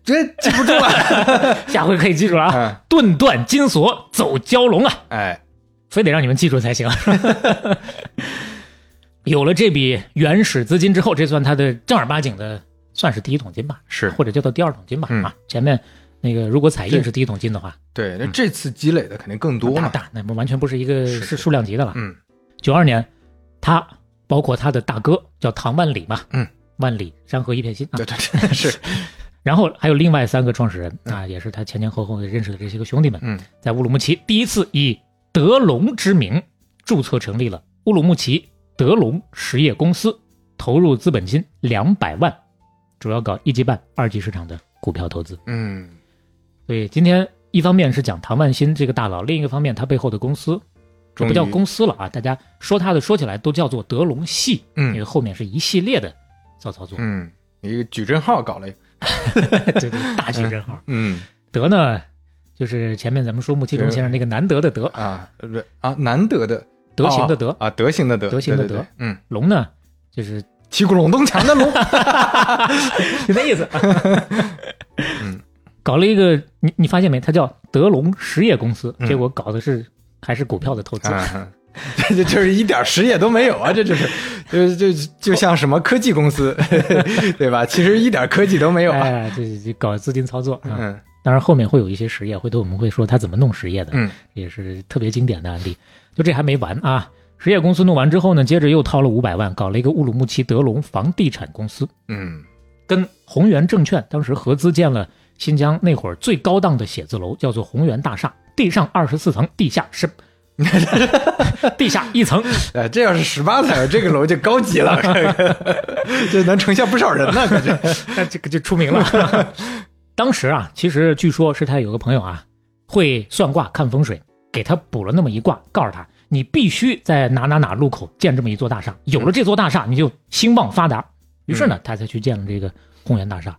C: 这记不住了，
B: 下回可以记住了 啊！
C: 嗯，
B: 顿断金锁走蛟龙啊！
C: 哎，
B: 非得让你们记住才行。 有了这笔原始资金之后，这算他的正儿八经的，算是第一桶金吧，
C: 是
B: 或者叫做第二桶金吧。
C: 嗯
B: 啊，前面那个如果彩印是第一桶金的话，
C: 对，那这次积累的肯定更多
B: 大
C: 嘛，
B: 嗯大那不完全不是一个
C: 是
B: 是数量级的了。
C: 嗯
B: 九二年，他包括他的大哥叫唐万里嘛，
C: 嗯，
B: 万里山河一片心啊
C: 对，对对， 是，
B: 然后还有另外三个创始人啊，也是他前前后后认识的这些个兄弟们，
C: 嗯，
B: 在乌鲁木齐第一次以德龙之名注册成立了乌鲁木齐德龙实业公司，投入资本金两百万，主要搞一级半、二级市场的股票投资。
C: 嗯
B: 所以今天一方面是讲唐万新这个大佬，另一个方面他背后的公司，这不
C: 终于
B: 叫公司了啊，大家说他的说起来都叫做德龙系，因为
C: 嗯
B: 后面是一系列的骚 操作，
C: 嗯，一个矩阵号搞了一个，
B: 对对，大举人号。
C: 嗯
B: 德呢，就是前面咱们说穆其中先生那个难得的德，
C: 啊，不是啊，难得的
B: 德行的德
C: 哦；啊，德行的德，
B: 德行的德，
C: 对对对嗯，
B: 龙呢， 就是
C: 击鼓隆咚锵的隆，
B: 就那意 思。嗯，搞了一个，你你发现没？他叫德龙实业公司，
C: 嗯
B: 结果搞的是还是股票的投 资。
C: 啊，这这就是一点实业都没有啊！这就是，就是就就像什么科技公司， 对吧？其实一点科技都没有啊。
B: 哎，这这搞资金操作啊！
C: 嗯
B: 当然后面会有一些实业，回头我们会说他怎么弄实业的，
C: 嗯
B: 也是特别经典的案例。就这还没完啊！实业公司弄完之后呢，接着又掏了五百万，搞了一个乌鲁木齐德龙房地产公司。
C: 嗯
B: 跟宏源证券当时合资建了新疆那会儿最高档的写字楼，叫做宏源大厦，地上二十 四层，地下是，地下一层，
C: 哎，这要是十八层，这个楼就高级 了，这个这能盛下不少人呢，可是。
B: 那这个就出名了。 当时啊，其实据说是他有个朋友啊，会算卦看风水，给他卜了那么一卦，告诉他你必须在哪哪哪路口建这么一座大厦，有了这座大厦，你就兴旺发达。于是呢，他才去建了这个宏源大厦。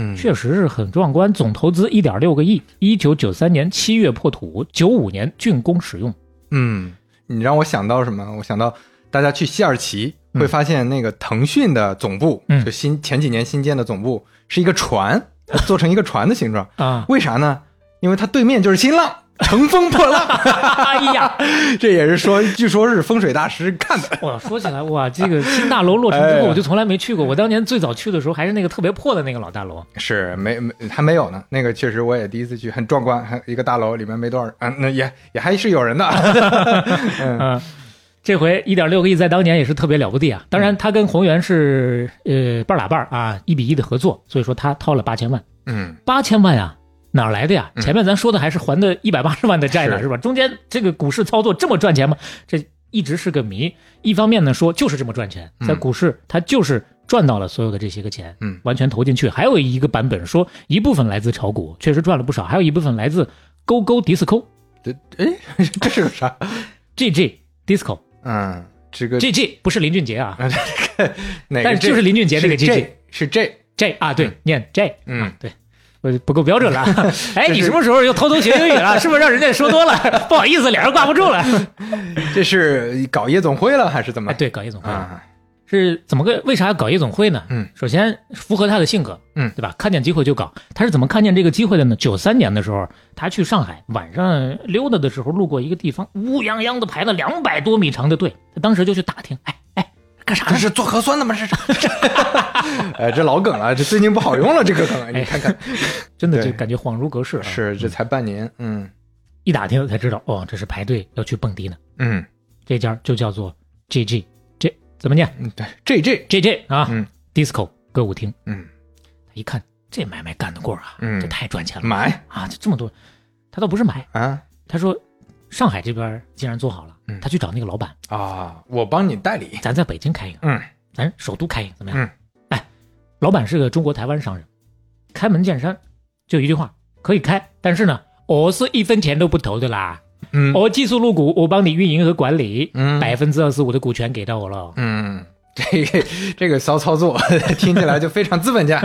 C: 嗯
B: 确实是很壮观，总投资一点六个亿，一九九三年七月破土，九五年竣工使用。
C: 嗯，你让我想到什么？我想到大家去西尔奇
B: 嗯
C: 会发现，那个腾讯的总部，
B: 嗯。
C: 就新前几年新建的总部是一个船，它做成一个船的形状
B: 啊，
C: 为啥呢？因为它对面就是新浪，乘风破浪。
B: 哎呀，
C: 这也是说，据说是风水大师看的。
B: 哇，说起来哇，这个新大楼落成之
C: 哎
B: 后，
C: 呀
B: 我就从来没去过。我当年最早去的时候，还是那个特别破的那个老大楼，
C: 是没没还没有呢，那个确实我也第一次去，很壮观，还一个大楼里面没多少人，啊，那也也还是有人的。
B: 啊，这回一点六个亿在当年也是特别了不地啊。当
C: 嗯
B: 然，他跟宏源是呃半拉半儿啊，一比一的合作，所以说他掏了八千万，
C: 嗯，
B: 八千万呀。哪儿来的呀？
C: 嗯
B: 前面咱说的还是还的一百八十万的债呢，
C: 是
B: 是吧？中间这个股市操作这么赚钱吗？这一直是个谜。一方面呢，说就是这么赚钱，
C: 嗯
B: 在股市他就是赚到了所有的这些个钱，
C: 嗯
B: 完全投进去。还有一个版本说，一部分来自炒股，确实赚了不少，还有一部分来自勾勾 disco
C: 这哎， 这是个啥？
B: GG disco
C: 嗯，这个
B: GG 不是林俊杰啊，
C: 哪个
B: 但是就是林俊杰那个 GG
C: 这是这
B: J 啊，对，念 J，
C: 嗯
B: 啊，对。我不够标准 了，哎，
C: 这是
B: 你什么时候又偷偷学英语 了？是不是让人家说多了？不好意
C: 嗯
B: 思，脸上挂不住了。
C: 这是搞夜总会了还是怎么？
B: 啊哎，对，搞夜总会。
C: 啊，
B: 是怎么个为啥要搞夜总会呢？
C: 嗯，
B: 首先符合他的性格，
C: 嗯
B: 对吧？看见机会就搞。他是怎么看见这个机会的呢？九三年的时候，他去上海晚上溜达的时候，路过一个地方，乌泱泱的排了两百多米长的队，他当时就去打听，哎哎，干啥
C: 这
B: 呢？
C: 是做核酸的吗？这是， 哎，这老梗了，这最近不好用了，这个梗，
B: 哎
C: 哎你看看，
B: 真的就
C: 对
B: 感觉恍如隔世啊！
C: 是这才半年，嗯
B: 一打听才知道，哦，这是排队要去蹦迪呢。
C: 嗯，
B: 这家就叫做 JG，这怎么念
C: 嗯对，J J，
B: ？JG 啊、
C: 嗯
B: d i s c o 歌舞厅。
C: 嗯，
B: 他一看这买卖干得过啊，
C: 嗯
B: 这太赚钱了
C: 买
B: 啊！这这么多，他倒不是买，
C: 啊
B: 他说上海这边既然做好了，
C: 嗯
B: 他去找那个老板，
C: 啊，我帮你代理，
B: 咱在北京开一个，
C: 嗯
B: 咱首都开一个怎么样？
C: 嗯
B: 哎，老板是个中国台湾商人，开门见山，就一句话，可以开，但是呢，我是一分钱都不投的啦，
C: 嗯
B: 我技术入股，我帮你运营和管理，
C: 嗯
B: 百分之二十五的股权给到我了。
C: 嗯，这个 这个骚操作 听起来就非常资本 家，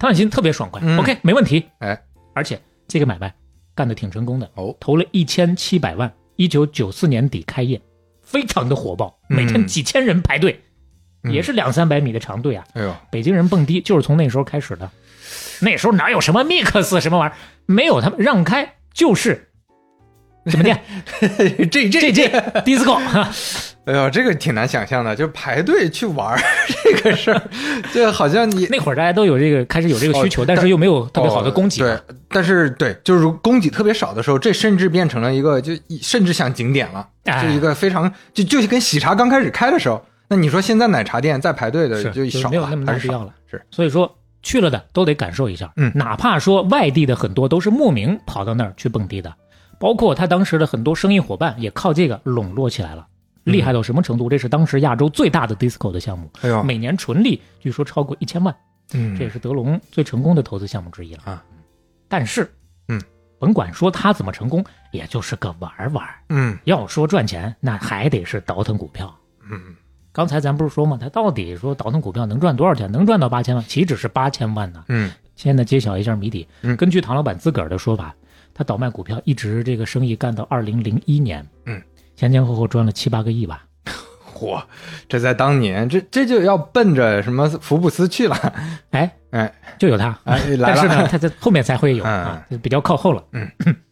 B: 汤小新特别爽快、
C: 嗯
B: o k 没问题。
C: 哎，
B: 而且这个买卖干得挺成功的，
C: 哦，
B: 投了一千七百万，一九九四年底开业，非常的火爆，
C: 嗯
B: 每天几千人排队，
C: 嗯
B: 也是两三百米的长队啊。
C: 哎呦，
B: 北京人蹦迪就是从那时候开始的，那时候哪有什么 mix 什么玩意儿，没有他们让开就是怎么念
C: 这这
B: J J disco 哈
C: 哎呦，这个挺难想象的，就是排队去玩儿 这个事儿，就好像你
B: 那会儿大家都有这个开始有这个需求，
C: 哦
B: 但是又没有特别好的供给嘛、
C: 哦对，但是对，就是如供给特别少的时候，这甚至变成了一个就甚至像景点了，
B: 哎
C: 就一个非常就就跟喜茶刚开始开的时候，那你说现在奶茶店在排队的
B: 是
C: 就是少
B: 没有
C: 了，
B: 那么大
C: 还
B: 必
C: 是
B: 要
C: 少
B: 了。
C: 是，
B: 所以说去了的都得感受一下，
C: 嗯
B: 哪怕说外地的很多都是慕名跑到那儿去蹦迪的，包括他当时的很多生意伙伴也靠这个笼络起来了。
C: 嗯
B: 厉害到什么程度？这是当时亚洲最大的 disco 的项目，
C: 哎呦，
B: 每年纯利据说超过一千万，
C: 嗯，
B: 这也是德隆最成功的投资项目之一了
C: 啊。
B: 但是，
C: 嗯，
B: 甭管说他怎么成功，也就是个玩儿玩儿。
C: 嗯
B: 要说赚钱，那还得是倒腾股票。
C: 嗯
B: 刚才咱不是说吗？他到底说倒腾股票能赚多少钱？能赚到八千万？岂止是八千万呢？
C: 嗯
B: 现在揭晓一下谜底。
C: 嗯
B: 根据唐老板自个儿的说法，他倒卖股票一直这个生意干到二零零一年，
C: 嗯，
B: 前前后后赚了七八个亿吧。
C: 嚯，这在当年这这就要奔着什么福布斯去了，
B: 哎，
C: 哎
B: 就有他，
C: 哎来
B: 但 是呢，
C: 了，
B: 他在后面才会有、
C: 嗯
B: 啊，就比较靠后了。
C: 嗯。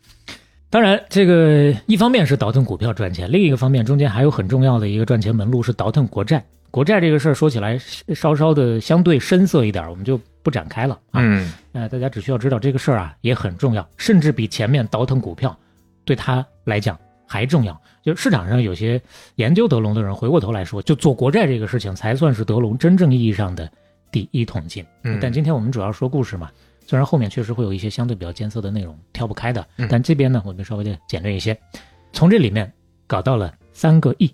B: 当然，这个一方面是倒腾股票赚钱，另一个方面中间还有很重要的一个赚钱门路是倒腾国债。国债这个事儿说起来稍稍的相对深色一点儿，我们就不展开了啊。
C: 嗯
B: 呃，大家只需要知道这个事儿啊也很重要，甚至比前面倒腾股票对他来讲还重要。就市场上有些研究德隆的人回过头来说，就做国债这个事情才算是德隆真正意义上的第一桶金。
C: 嗯
B: 但今天我们主要说故事嘛，虽然后面确实会有一些相对比较艰涩的内容跳不开的
C: 嗯，
B: 但这边呢我们稍微的简略一些，从这里面搞到了三个亿，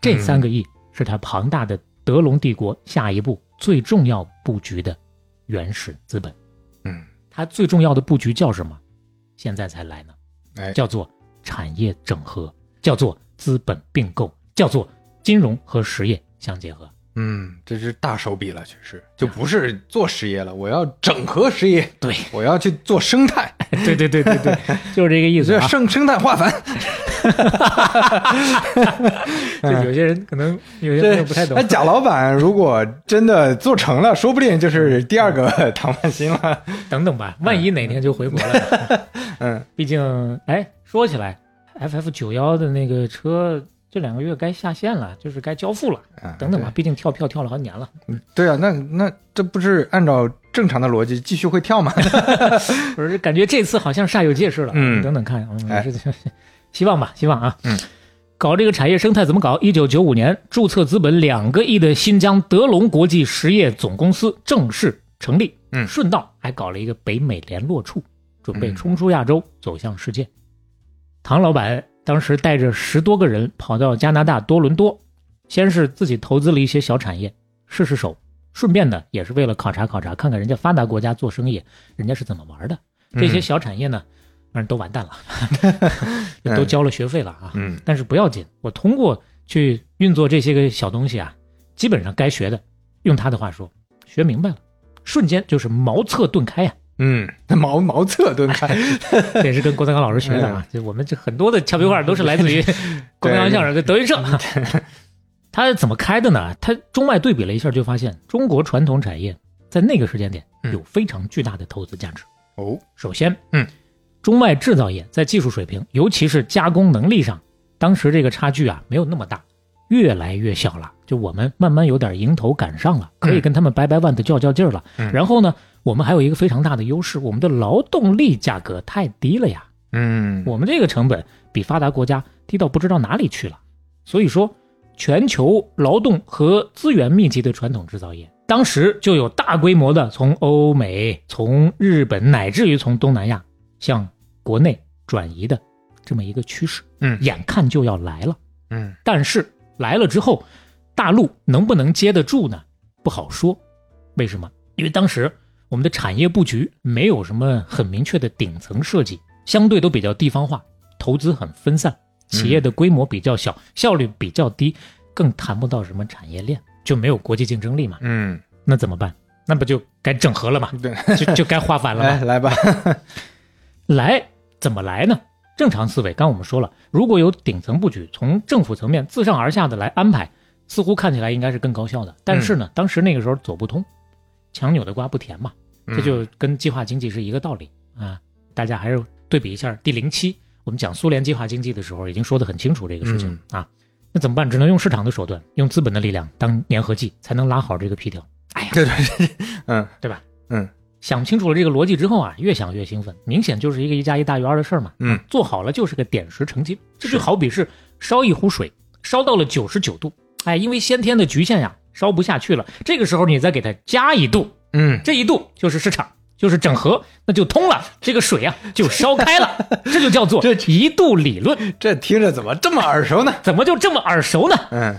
B: 这
C: 嗯
B: 三个亿是他庞大的德隆帝国下一步最重要布局的原始资本。
C: 嗯，
B: 它最重要的布局叫什么？现在才来呢，
C: 哎
B: 叫做产业整合，叫做资本并购，叫做金融和实业相结合。
C: 嗯，这是大手笔了，确实就不是做实业了，我要整合实业，
B: 对，
C: 我要去做生态，
B: 对对对对对， 就是这个意思
C: 这
B: 啊。
C: 生生态化繁。
B: 就有些人可能有些
C: 这
B: 人不太懂
C: 那。贾老板如果真的做成了，说不定就是第二个
B: 嗯
C: 唐曼新了。
B: 等等吧，万一哪天就回国了。
C: 嗯，
B: 毕竟，哎，说起来，FF 九幺的那个车这两个月该下线了，就是该交付了。
C: 嗯
B: 等等吧，毕竟跳票跳了好几年了。
C: 对啊，那那这不是按照正常的逻辑继续会跳 吗？
B: 不是，感觉这次好像煞有介事了。
C: 嗯
B: 等等看，嗯，
C: 哎
B: 这这 希望吧，希望啊。
C: 嗯，
B: 搞这个产业生态怎么搞？一九九五年，注册资本两个亿的新疆德隆国际实业总公司正式成立。
C: 嗯
B: 顺道还搞了一个北美联络处，准备
C: 嗯
B: 冲出亚洲，走向世界。唐老板当时带着十多个人跑到加拿大多伦多，先是自己投资了一些小产业，试试手，顺便呢也是为了考察考察，看看人家发达国家做生意人家是怎么玩的。这些小产业呢，反正都完蛋了，就都交了学费了啊。
C: 哎 嗯
B: 但是不要紧，我通过去运作这些个小东西啊，基本上该学的，用他的话说，学明白了，瞬间就是茅塞顿开啊呀、
C: 嗯，那茅茅厕顿开，
B: 这也是跟郭德纲老师
C: 嗯
B: 学的啊。就我们这很多的俏皮话都是来自于郭德纲相声的德云社。它怎么开的呢？它中外对比了一下，就发现中国传统产业在那个时间点
C: 嗯
B: 有非常巨大的投资价值。
C: 哦，
B: 首先，
C: 嗯，
B: 中外制造业在技术水平，尤其是加工能力上，当时这个差距啊没有那么大，越来越小了。就我们慢慢有点迎头赶上了，可以跟他们掰掰腕的较较劲儿了。
C: 嗯
B: 然后呢，我们还有一个非常大的优势，我们的劳动力价格太低了呀。
C: 嗯，
B: 我们这个成本比发达国家低到不知道哪里去了。所以说，全球劳动和资源密集的传统制造业，当时就有大规模的从欧美、从日本，乃至于从东南亚向国内转移的这么一个趋势，
C: 嗯
B: 眼看就要来了。
C: 嗯
B: 但是来了之后，大陆能不能接得住呢？不好说。为什么？因为当时我们的产业布局没有什么很明确的顶层设计，相对都比较地方化，投资很分散，企业的规模比较小，效率比较低，更谈不到什么产业链，就没有国际竞争力嘛。
C: 嗯，
B: 那怎么办？那不就该整合了 嘛？
C: 对，
B: 就就该花繁了嘛
C: 来。哎来吧，
B: 来怎么来呢？正常思维，刚刚我们说了，如果有顶层布局，从政府层面自上而下的来安排，似乎看起来应该是更高效的。但是呢，当时那个时候走不通，强扭的瓜不甜嘛，
C: 嗯
B: 这就跟计划经济是一个道理啊。大家还是对比一下第零期，我们讲苏联计划经济的时候，已经说得很清楚这个事情、啊。那怎么办？只能用市场的手段，用资本的力量当粘合剂，才能拉好这个皮条。
C: 对对对，嗯
B: 对吧？
C: 嗯
B: 想清楚了这个逻辑之后啊，越想越兴奋，明显就是一个一加一大于二的事儿嘛。
C: 嗯
B: 做好了就是个点石成金。这就好比是烧一壶水，烧到了九十九度，哎，因为先天的局限呀，烧不下去了。这个时候你再给它加一度，
C: 嗯，
B: 这一度就是市场，就是整合，那就通了，这个水啊就烧开 了，这就叫做
C: 这
B: 一度理论。
C: 这听着怎么这么耳熟呢？
B: 怎么就这么耳熟呢？
C: 嗯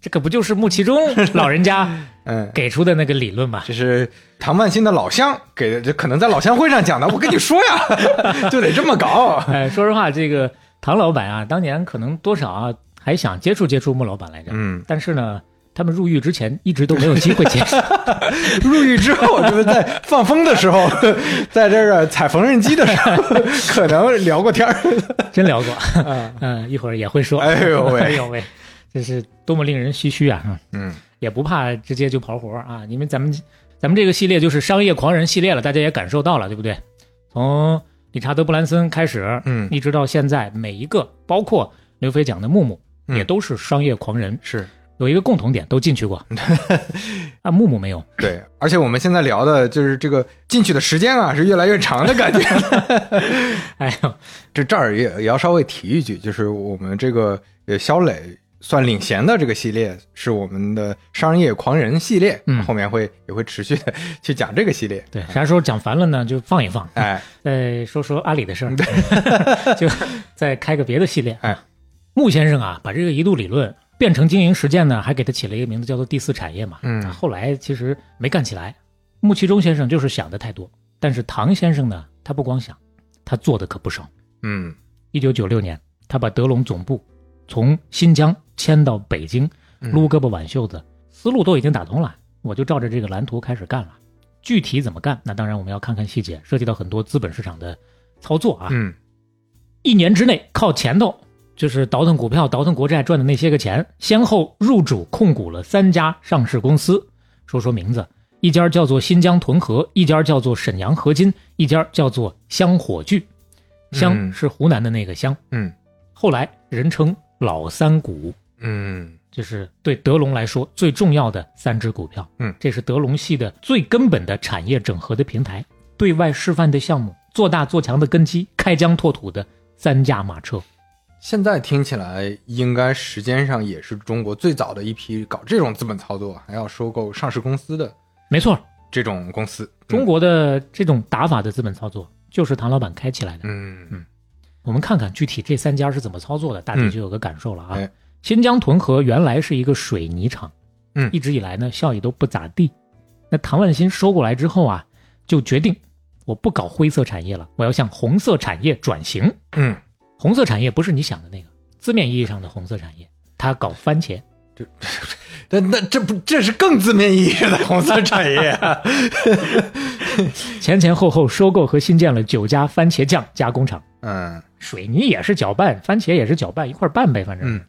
B: 这可不就是穆其中老人 家
C: 嗯，
B: 给出的那个理论吗？
C: 这是唐曼新的老乡给的，这可能在老乡会上讲的。我跟你说呀， 就得这么 搞。
B: 哎，说实话，这个唐老板啊，当年可能多少啊还想接触接触穆老板来着，
C: 嗯，
B: 但是呢，他们入狱之前一直都没有机会接 触。
C: 入狱之后，就是在放风的时候， 在这儿踩缝纫机的时候， 可能聊过天儿。
B: 真聊过，
C: 嗯
B: 嗯，一会儿也会说。
C: 哎呦 喂
B: 哎呦喂，这是多么令人唏嘘啊！嗯
C: 嗯
B: 也不怕直接就跑火啊，因为咱们咱们这个系列就是商业狂人系列了，大家也感受到了，对不对？从理查德·布兰森开始，
C: 嗯
B: 一直到现在，每一个包括刘飞讲的木木，
C: 嗯
B: 也都是商业狂人，
C: 是
B: 有一个共同点，都进去 过。啊，木木没有，
C: 对，而且我们现在聊的就是这个进去的时间啊，是越来越长的感觉。
B: 哎呦，
C: 这这儿也也要稍微提一句，就是我们这个呃肖磊算领衔的这个系列是我们的商业狂人系列，
B: 嗯
C: 后面会 也会持续的去讲这个系列。
B: 对，啥时候讲烦了呢，就放一放，
C: 哎，
B: 再说说阿里的事儿， 就再开个别的系列。
C: 哎，
B: 穆先生啊，把这个一度理论变成经营实践呢，还给他起了一个名字叫做第四产业嘛。
C: 嗯
B: 啊后来其实没干起来。穆其中先生就是想的太多，但是唐先生呢，他不光想，他做的可不少。
C: 嗯
B: 一九九六年，他把德龙总部从新疆迁到北京，
C: 嗯
B: 撸胳膊挽袖子，思路都已经打通了，我就照着这个蓝图开始干了。具体怎么干，那当然我们要看看细节，涉及到很多资本市场的操作啊。
C: 嗯
B: 一年之内靠前头就是倒腾股票、倒腾国债赚的那些个钱，先后入主控股了三家上市公司。说说名字，一家叫做新疆屯河，一家叫做沈阳合金，一家叫做香火炬。香
C: 嗯
B: 是湖南的那个香，
C: 嗯
B: 后来人称老三股，
C: 嗯
B: 就是对德龙来说最重要的三只股票。
C: 嗯
B: 这是德龙系的最根本的产业整合的平台，对外示范的项目，做大做强的根基，开疆拓土的三驾马车。
C: 现在听起来应该时间上也是中国最早的一批搞这种资本操作，还要收购上市公司的
B: 没错，
C: 这种公司。嗯
B: 中国的这种打法的资本操作就是唐老板开起来的。
C: 嗯嗯
B: 我们看看具体这三家是怎么操作的，大体
C: 嗯
B: 就有个感受了啊
C: 哎。
B: 新疆屯河原来是一个水泥厂，
C: 嗯
B: 一直以来呢效益都不咋地。那唐万新收过来之后啊，就决定我不搞灰色产业了，我要向红色产业转型。
C: 嗯，
B: 红色产业不是你想的那个字面意义上的红色产业，他搞番茄。
C: 那那这不这是更字面意义上的红色产业 啊、
B: 前前后后收购和新建了九家番茄酱加工厂，
C: 嗯
B: 水泥也是搅拌，番茄也是搅拌，一块儿拌呗，反正。
C: 嗯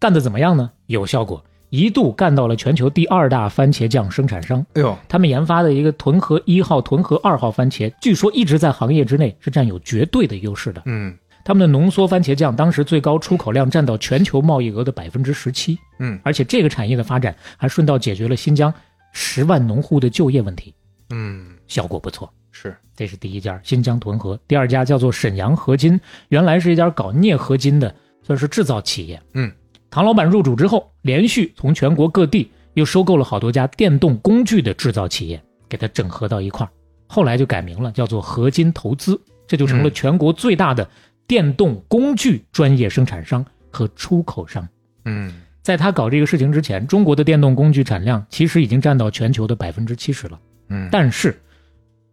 B: 干的怎么样呢？有效果，一度干到了全球第二大番茄酱生产商。
C: 哎呦，
B: 他们研发的一个屯河一号、屯河二号番茄，据说一直在行业之内是占有绝对的优势的。
C: 嗯
B: 他们的浓缩番茄酱当时最高出口量占到全球贸易额的百分之十七，
C: 嗯
B: 而且这个产业的发展还顺道解决了新疆十万农户的就业问题，
C: 嗯，
B: 效果不错。
C: 是，
B: 这是第一家新疆屯河，第二家叫做沈阳合金，原来是一家搞镍合金的，算是制造企业。
C: 嗯，
B: 唐老板入主之后，连续从全国各地又收购了好多家电动工具的制造企业，给它整合到一块儿。后来就改名了，叫做合金投资，这就成了
C: 嗯
B: 全国最大的电动工具专业生产商和出口商。
C: 嗯
B: 在他搞这个事情之前，中国的电动工具产量其实已经占到全球的百分之七十了。
C: 嗯，
B: 但是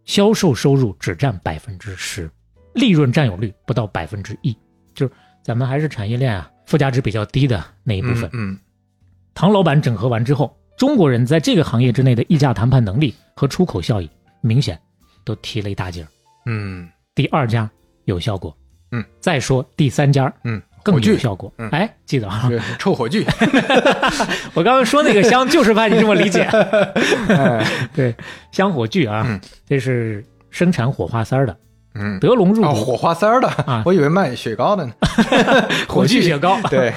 B: 销售收入只占百分之十，利润占有率不到百分之一，就是咱们还是产业链啊附加值比较低的那一部分。
C: 嗯
B: 唐老板整合完之后，中国人在这个行业之内的议价谈判能力和出口效益明显都提了一大截儿。
C: 嗯
B: 第二家有效果，
C: 嗯，
B: 再说第三家
C: 嗯，
B: 更
C: 火
B: 有
C: 炬，
B: 效果。
C: 嗯
B: 哎，记得啊，
C: 对臭 火炬，
B: 我刚刚说那个香就是怕你这么理 解。
C: 哎
B: 对，香火炬啊，
C: 嗯
B: 这是生产火花塞儿的，
C: 嗯，
B: 德龙入
C: 哦，
B: 股
C: 火花塞儿的，我以为卖雪糕的呢，
B: 啊 火炬雪糕。
C: 对，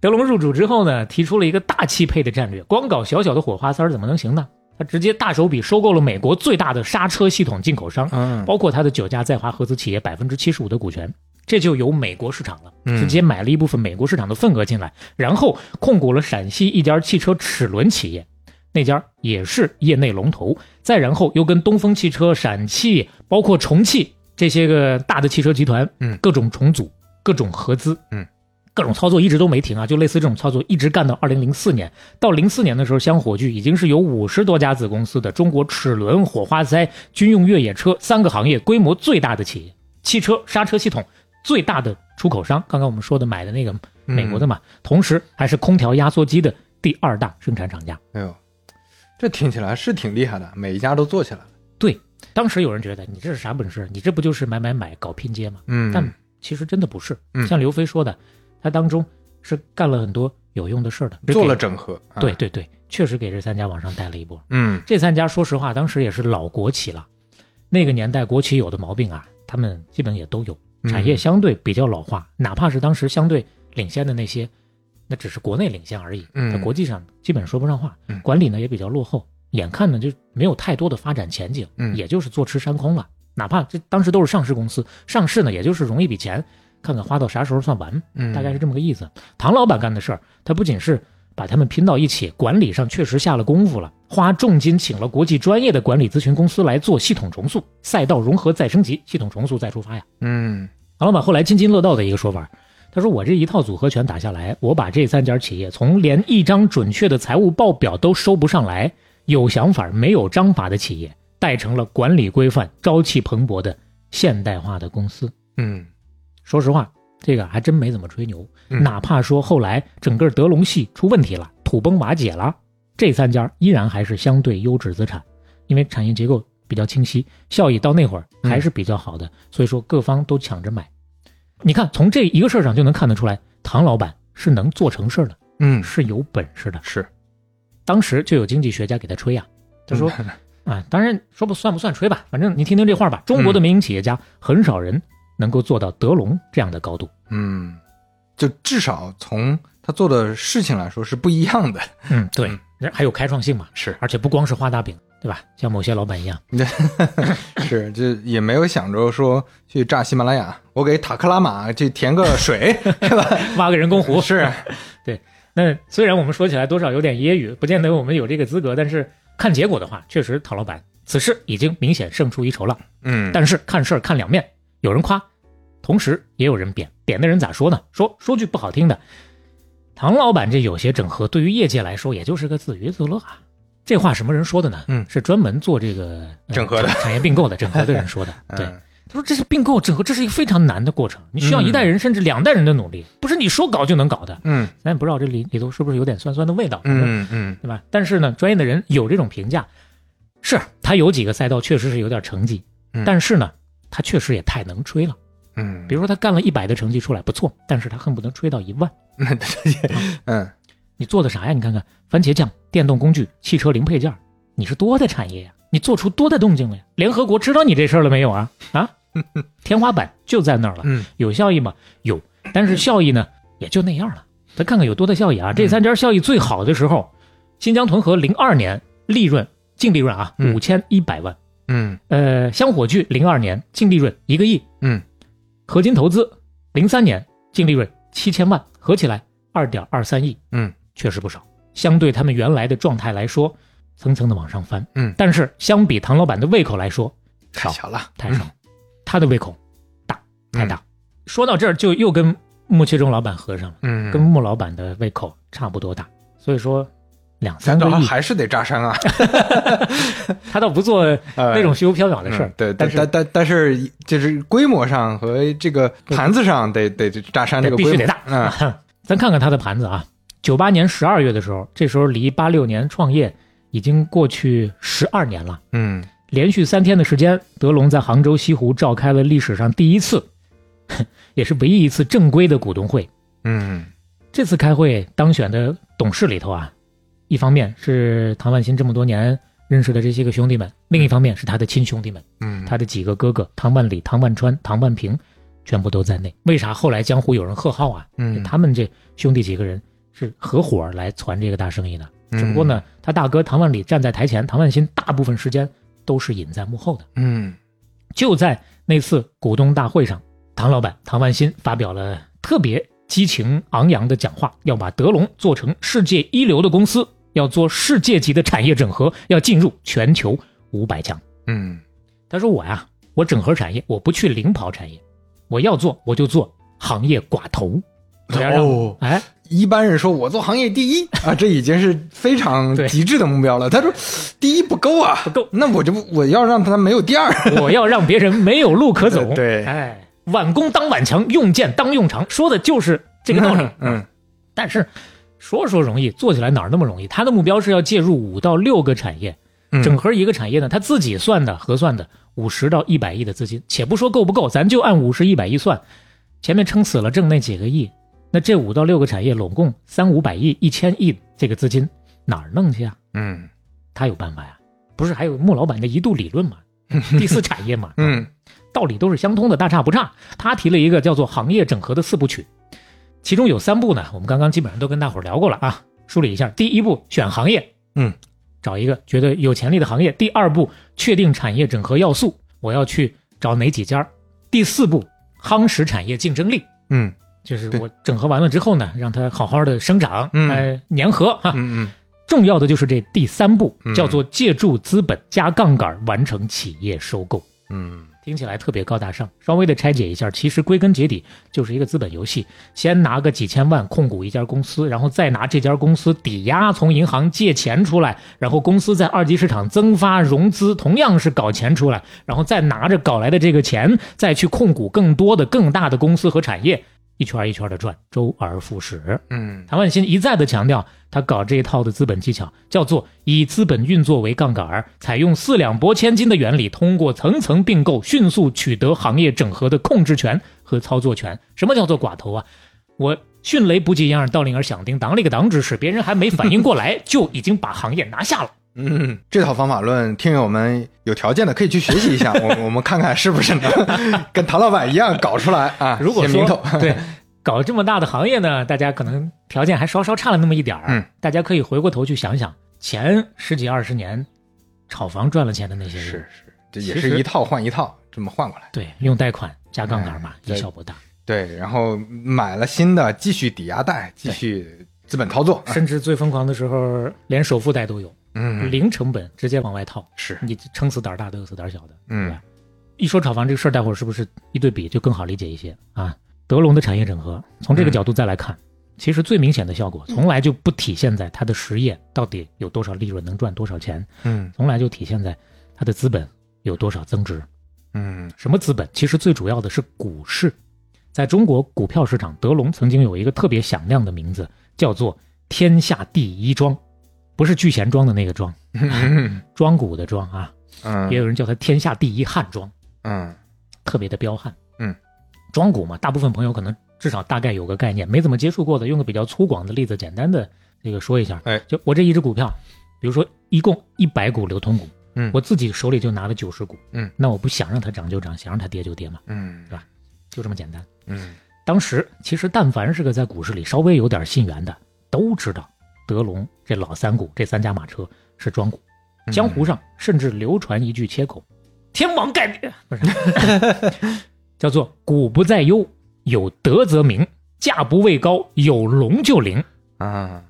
B: 德龙入主之后呢，提出了一个大气配的战略，光搞小小的火花塞儿怎么能行呢？他直接大手笔收购了美国最大的刹车系统进口商，
C: 嗯
B: 包括他的九家在华合资企业百分之七十五的股权，这就有美国市场了，
C: 嗯
B: 直接买了一部分美国市场的份额进来，然后控股了陕西一家汽车齿轮企业，那家也是业内龙头，再然后又跟东风汽车、陕汽，包括重汽这些个大的汽车集团，
C: 嗯
B: 各种重组，各种合资，
C: 嗯。
B: 各种操作一直都没停啊，就类似这种操作，一直干到二零零四年。到零四年的时候，香火炬已经是有五十多家子公司的中国齿轮、火花塞、军用越野车三个行业规模最大的企业，汽车刹车系统最大的出口商。刚刚我们说的买的那个美国的嘛，同时还是空调压缩机的第二大生产厂家。
C: 哎呦，这听起来是挺厉害的，每一家都做起来了，
B: 对，当时有人觉得你这是啥本事？你这不就是买买买搞拼接吗？
C: 嗯
B: 但其实真的不是
C: 嗯。
B: 像刘飞说的，他当中是干了很多有用的事儿的，
C: 做了
B: 给。
C: 整合，啊
B: 对，对对，确实给这三家往上带了一波。
C: 嗯
B: 这三家说实话，当时也是老国企了。那个年代国企有的毛病啊，他们基本也都有，产
C: 嗯
B: 业相对比较老化，哪怕是当时相对领先的那些，那只是国内领先而已，
C: 嗯
B: 在国际上基本说不上话
C: 嗯，
B: 管理呢也比较落后，眼看呢就没有太多的发展前景，
C: 嗯
B: 也就是坐吃山空了。哪怕这当时都是上市公司，上市呢也就是融一笔钱，看看花到啥时候算完，
C: 嗯
B: 大概是这么个意思。唐老板干的事儿，他不仅是把他们拼到一起，管理上确实下了功夫了，花重金请了国际专业的管理咨询公司来做系统重塑、赛道融合再升级、系统重塑再出发呀。
C: 嗯
B: 唐老板后来津津乐道的一个说法，他说：“我这一套组合拳打下来，我把这三家企业从连一张准确的财务报表都收不上来、有想法没有章法的企业，带成了管理规范、朝气蓬勃的现代化的公司。”
C: 嗯
B: 说实话，这个还真没怎么吹牛。
C: 嗯
B: 哪怕说后来整个德隆系出问题了，土崩瓦解了，这三家依然还是相对优质资产，因为产业结构比较清晰，效益到那会儿还是比较好的，所以说各方都抢着买。你看，从这一个事儿上就能看得出来，唐老板是能做成事儿的，
C: 嗯
B: 是有本事的。
C: 是，
B: 当时就有经济学家给他吹呀、他说
C: 嗯
B: 啊，当然说不算不算吹吧，反正你听听这话吧，中国的民营企业家很少人能够做到德隆这样的高度。
C: 嗯，就至少从他做的事情来说是不一样的，
B: 嗯，对
C: 嗯，
B: 人还有开创性嘛，
C: 是
B: 而且不光是画大饼，对吧？像某些老板一样，
C: 是，这也没有想着说去炸喜马拉雅，我给塔克拉玛去填个 水，是吧？
B: 挖个人工湖。
C: 是，
B: 那虽然我们说起来多少有点揶揄，不见得我们有这个资格，但是看结果的话，确实陶老板此事已经明显胜出一筹了。
C: 嗯，
B: 但是看事儿看两面，有人夸，同时也有人贬。贬的人咋说呢？说说句不好听的，唐老板这有些整合，对于业界来说，也就是个自娱自乐啊。这话什么人说的呢？
C: 嗯
B: 是专门做这个、呃
C: 整合的
B: 产业并购的整合的人 说的。对，
C: 嗯
B: 他说这是并购整合，这是一个非常难的过程，你需要一代人甚至两代人的努力，不是你说搞就能搞的。
C: 嗯
B: 咱也不知道这里里头是不是有点酸酸的味道，
C: 嗯嗯
B: 对吧？但是呢，专业的人有这种评价，是他有几个赛道确实是有点成绩，
C: 嗯
B: 但是呢，他确实也太能吹了。
C: 嗯，
B: 比如说他干了一百的成绩出来不错，但是他恨不得吹到一万。
C: 嗯
B: 你做的啥呀？你看看，番茄酱、电动工具、汽车零配件，你是多大产业呀？你做出多大动静了呀？联合国知道你这事儿了没有啊？ 啊，天花板就在那儿了，
C: 嗯，
B: 有效益吗？有，但是效益呢，也就那样了。咱看看有多大效益啊！
C: 嗯
B: 这三家效益最好的时候，新疆屯河零二年利润净利润啊
C: 嗯
B: 五千一百万，
C: 嗯
B: 呃，香火聚零二年净利润一个亿，
C: 嗯，
B: 合金投资零三年净利润七千万，合起来二点二三亿，
C: 嗯，
B: 确实不少。相对他们原来的状态来说，蹭蹭的往上翻，
C: 嗯
B: 但是相比唐老板的胃口来说，
C: 太
B: 少
C: 小了，
B: 太少，他的胃口大太
C: 嗯
B: 大。说到这儿，就又跟穆其中老板合上了，
C: 嗯，
B: 跟穆老板的胃口差不多大，所以说两三
C: 咱
B: 个亿，
C: 还是得扎山啊，
B: 他倒不 做
C: 那
B: 那种虚无缥缈的
C: 嗯
B: 事儿，
C: 对，
B: 但
C: 但
B: 是
C: 但但但是就是规模上和这个盘子上得得炸山这个
B: 必
C: 规模
B: 须得大啊
C: 嗯
B: 咱看看他的盘子啊，九八年十二月的时候，这时候离八六年创业已经过去十二年了。
C: 嗯
B: 连续三天的时间，德龙在杭州西湖召开了历史上第一次，也是唯一一次正规的股东会。
C: 嗯
B: 这次开会当选的董事里头啊，一方面是唐万新这么多年认识的这些个兄弟们，另一方面是他的亲兄弟们。
C: 嗯，
B: 他的几个哥哥唐万里、唐万川、唐万平，全部都在内。为啥后来江湖有人贺号啊？
C: 嗯
B: 他们这兄弟几个人是合伙来传这个大生意的。
C: 嗯
B: 只不过呢，他大哥唐万里站在台前，唐万新大部分时间都是隐在幕后的。
C: 嗯
B: 就在那次股东大会上，唐老板唐万新发表了特别激情昂扬的讲话，要把德龙做成世界一流的公司，要做世界级的产业整合，要进入全球五百强。
C: 嗯
B: 他说我呀，我整合产业，我不去领跑产业，我要做我就做行业寡头。我要让
C: 哦
B: 哎，
C: 一般人说我做行业 第一啊，这已经是非常
B: 对
C: 极致的目标了。他说第一不够啊，不
B: 够，
C: 那我就不我要让他没有第二。
B: 我要让别人没有路可走。
C: 对
B: 哎，挽弓当挽强，用剑当用长，说的就是这个道理。
C: 嗯
B: 但是说说容易，做起来哪儿那么容易？他的目标是要介入五到六个产业，
C: 嗯
B: 整合一个产业呢，他自己算的核算的五十到一百亿的资金，且不说够不够，咱就按五十一百亿算，前面撑死了挣那几个亿，那这五到六个产业拢共三五百亿、一千亿这个资金哪儿弄去啊？
C: 嗯
B: 他有办法呀、不是还有穆老板的一度理论 嘛，第四产业嘛，
C: 嗯
B: 道理都是相通的，大差不差。他提了一个叫做行业整合的四部曲，其中有三步呢，我们刚刚基本上都跟大伙儿聊过了啊，梳理一下。第一步选行业，
C: 嗯，
B: 找一个觉得有潜力的行业。第二步确定产业整合要素，我要去找哪几家儿。第四步夯实产业竞争力，
C: 嗯
B: 就是
C: 对
B: 我整合完了之后呢，让它好好的生长，
C: 嗯
B: 哎，粘合哈。
C: 嗯
B: 重要的就是这第三步
C: 嗯，
B: 叫做借助资本加杠杆完成企业收购。
C: 嗯
B: 听起来特别高大上，稍微的拆解一下，其实归根结底就是一个资本游戏，先拿个几千万控股一家公司，然后再拿这家公司抵押从银行借钱出来，然后公司在二级市场增发融资，同样是搞钱出来，然后再拿着搞来的这个钱再去控股更多的更大的公司和产业，一圈一圈的转，周而复始。
C: 嗯
B: 谭万新一再的强调，他搞这一套的资本技巧叫做以资本运作为杠杆儿，采用四两拨千斤的原理，通过层层并购，迅速取得行业整合的控制权和操作权。什么叫做寡头啊？我迅雷不及掩耳盗铃而响叮当了一个当之势，别人还没反应过来，就已经把行业拿下了。
C: 嗯，这套方法论，听友们有条件的可以去学习一 下，我我们看看是不是能 跟唐老板一样搞出来啊？
B: 如果
C: 写名
B: 说嗯
C: 头，
B: 对搞这么大的行业呢，大家可能条件还稍稍差了那么一点儿。
C: 嗯
B: 大家可以回过头去想想，前十几二十年炒房赚了钱的那些人，
C: 是是，这也
B: 其
C: 是
B: 实
C: 一套换一套，这么换过来。
B: 对，用贷款加杠杆嘛，
C: 对
B: 贻笑不大。
C: 对，然后买了新的，继续抵押贷，继续资本操作。
B: 甚至最疯狂的时候，连首付贷都有，
C: 嗯，
B: 零成本直接往外套，
C: 是，
B: 你撑死胆儿大都有死胆儿小的。对
C: 嗯
B: 吧一说炒房这个事儿，大伙儿是不是一对比就更好理解一些啊？德龙的产业整合，从这个角度再来看，其实最明显的效果从来就不体现在它的实业到底有多少利润能赚多少钱，
C: 嗯
B: 从来就体现在它的资本有多少增值。
C: 嗯
B: 什么资本？其实最主要的是股市。在中国股票市场，德龙曾经有一个特别响亮的名字，叫做“天下第一庄”，不是聚贤庄的那个庄，
C: 嗯
B: 庄股的庄啊，也
C: 嗯
B: 有人叫它“天下第一汉庄
C: 嗯”，
B: 特别的彪悍。
C: 嗯，
B: 庄股嘛，大部分朋友可能至少大概有个概念，没怎么接触过的，用个比较粗犷的例子，简单的这个说一下，
C: 哎
B: 就我这一只股票，比如说一共一百股流通股，
C: 嗯
B: 我自己手里就拿了九十股，
C: 嗯，
B: 那我不想让它涨就涨，想让它跌就跌嘛，
C: 嗯
B: 就这么简单。
C: 嗯
B: 当时其实但凡是个在股市里稍微有点信源的，都知道德龙这老三股这三驾马车是庄股，江湖上甚至流传一句切口：“天王盖地”，不是， 叫做“股不在优，有德则名；价不畏高，有龙就 灵
C: 啊，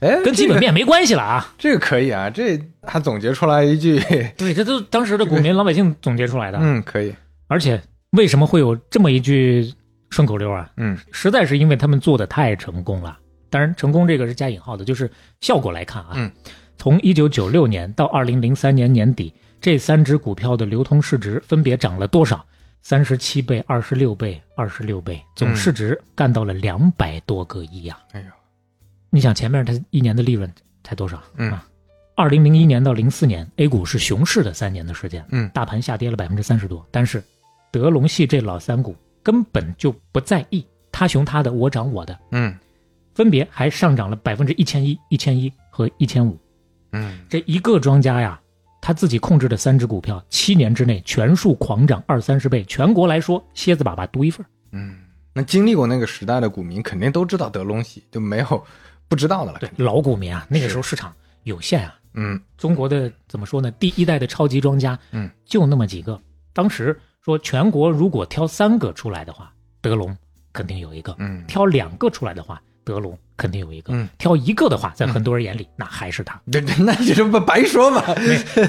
C: 哎”，，
B: 跟基
C: 这
B: 本
C: 个
B: 面没关系了啊。
C: 这个可以啊，这他总结出来 一句，
B: 对，这都当时的股民老百姓总结出来的。
C: 嗯，可以，
B: 而且为什么会有这么一句顺口溜啊？
C: 嗯
B: 实在是因为他们做的太成功了。当然，成功这个是加引号的，就是效果来看啊。
C: 嗯。
B: 从一九九六年到二零零三年年底，这三只股票的流通市值分别涨了多少？三十七倍、二十六倍、二十六倍，总市值干到了两百多个亿啊！
C: 哎呦，
B: 你想前面它一年的利润才多少？
C: 嗯
B: 啊，二零零一年到零四年，A 股是熊市的三年的时间，
C: 嗯
B: 大盘下跌了百分之三十多，但是德龙系这老三股根本就不在意，他熊他的，我涨我的，
C: 嗯
B: 分别还上涨了百分之一千一、一千一和一千五。
C: 嗯
B: 这一个庄家呀，他自己控制的三只股票，七年之内全数狂涨二三十倍，全国来说蝎子粑粑独一份儿。
C: 嗯，那经历过那个时代的股民肯定都知道德隆喜，就没有不知道的了，
B: 对
C: 肯定，
B: 老股民啊，那个时候市场有限啊，
C: 嗯
B: 中国的怎么说呢？第一代的超级庄家，
C: 嗯，
B: 就那么几个。当时说全国如果挑三个出来的话，德龙肯定有一个；
C: 嗯
B: 挑两个出来的话，德龙肯定有一个；
C: 嗯
B: 挑一个的话，在很多人眼里、那还是他。
C: 对对，那你这不白说吗？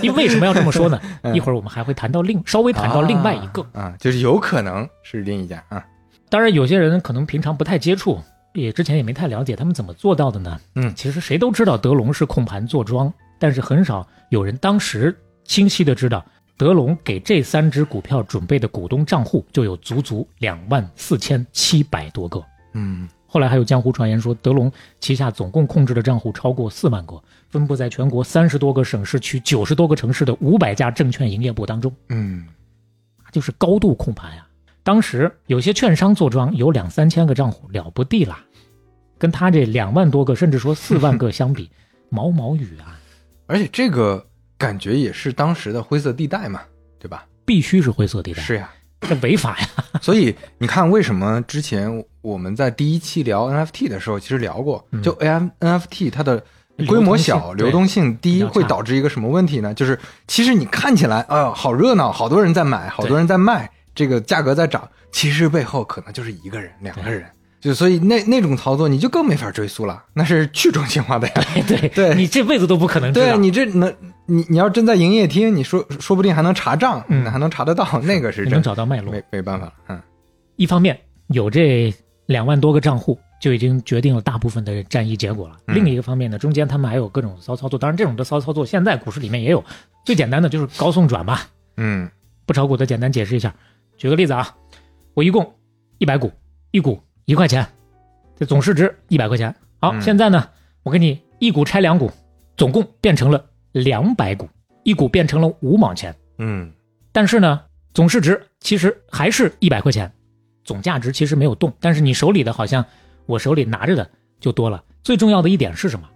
B: 因为为什么要这么说呢？
C: 嗯
B: 一会儿我们还会谈到另稍微谈到另外一个。
C: 啊，啊就是有可能是另一家啊，
B: 当然，有些人可能平常不太接触，也之前也没太了解他们怎么做到的呢。
C: 嗯
B: 其实谁都知道德龙是控盘做庄，但是很少有人当时清晰的知道，德龙给这三只股票准备的股东账户就有足足两万四千七百多个。
C: 嗯
B: 后来还有江湖传言说，德龙旗下总共控制的账户超过四万个，分布在全国三十多个省市区、九十多个城市的五百家证券营业部当中。
C: 嗯
B: 就是高度控盘呀、当时有些券商做庄有两三千个账户，了不地啦，跟他这两万多个，甚至说四万个相比， 毛毛雨啊，
C: 而且这个感觉也是当时的灰色地带嘛，对吧？
B: 必须是灰色地带，
C: 是呀，
B: 这违法呀。
C: 所以你看，为什么之前我们在第一期聊 NFT 的时候，其实聊过，
B: 嗯
C: 就 A F NFT 它的规模小、
B: 流
C: 流
B: 动
C: 动性低，
B: 比较差
C: 会导致一个什么问题呢？就是其实你看起来啊、好热闹，好多人在买，好多人在卖，这个价格在涨，其实背后可能就是一个人、两个人。就所以那那种操作你就更没法追溯了，那是去中 心化的呀。
B: 对，
C: 对
B: 你这辈子都不可能知道。
C: 对你这能你你要真在营业厅，你说说不定还能查账，
B: 嗯
C: 还能查得到，那个是
B: 你
C: 真
B: 能找到脉络。
C: 没没办法了，嗯
B: 一方面有这两万多个账户，就已经决定了大部分的战役结果了。
C: 嗯
B: 另一个方面呢，中间他们还有各种骚操作，当然这种的骚操作现在股市里面也有，最简单的就是高送转嘛。
C: 嗯
B: 不炒股的简单解释一下。举个例子啊，我一共一百股，一股一块钱，这总市值一百块钱。好，
C: 嗯
B: 现在呢，我给你一股拆两股，总共变成了两百股，一股变成了五毛钱。
C: 嗯
B: 但是呢，总市值其实还是一百块钱，总价值其实没有动，但是你手里的好像我手里拿着的就多了。最重要的一点是什么？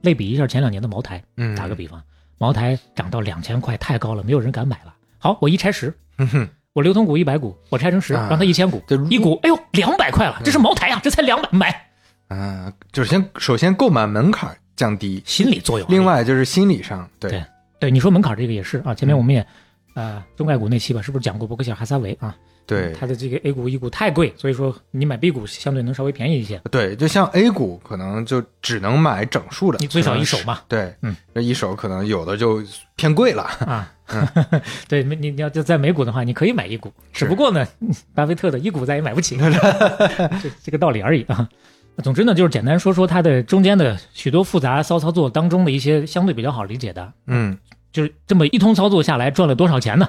B: 类比一下前两年的茅台，
C: 嗯，
B: 打个比方，茅台涨到两千块太高了，没有人敢买了。好，我一拆十，
C: 嗯哼。
B: 我流通股一百股，我拆成十，
C: 啊
B: 让它一千股
C: 对，
B: 一股，哎呦，两百块了，这是茅台呀、这才两百，买，
C: 啊，就是先首先购买门槛降低，
B: 心理作用。
C: 另，外就是心理上对
B: 对对你说门槛这个也是啊，前
C: 嗯
B: 面我们也，呃，中概股那期吧，是不是讲过伯克希尔哈撒韦啊？
C: 对
B: 它的这个 A 股、E 股太贵，所以说你买 B 股相对能稍微便宜一些，
C: 对就像 A 股可能就只能买整数的，
B: 你最少
C: 可能
B: 一手
C: 是
B: 嘛，
C: 对，
B: 嗯，
C: 那一手可能有的就偏贵 了，
B: 啊，
C: 嗯
B: 对，你你要就在美股的话，你可以买一股，只不过呢， 巴菲特的一股再也买不 起，这这个道理而已啊。那总之呢，就是简单说说它的中间的许多复杂骚操作当中的一些相对比较好理解的，
C: 嗯
B: 就是这么一通操作下来赚了多少钱呢？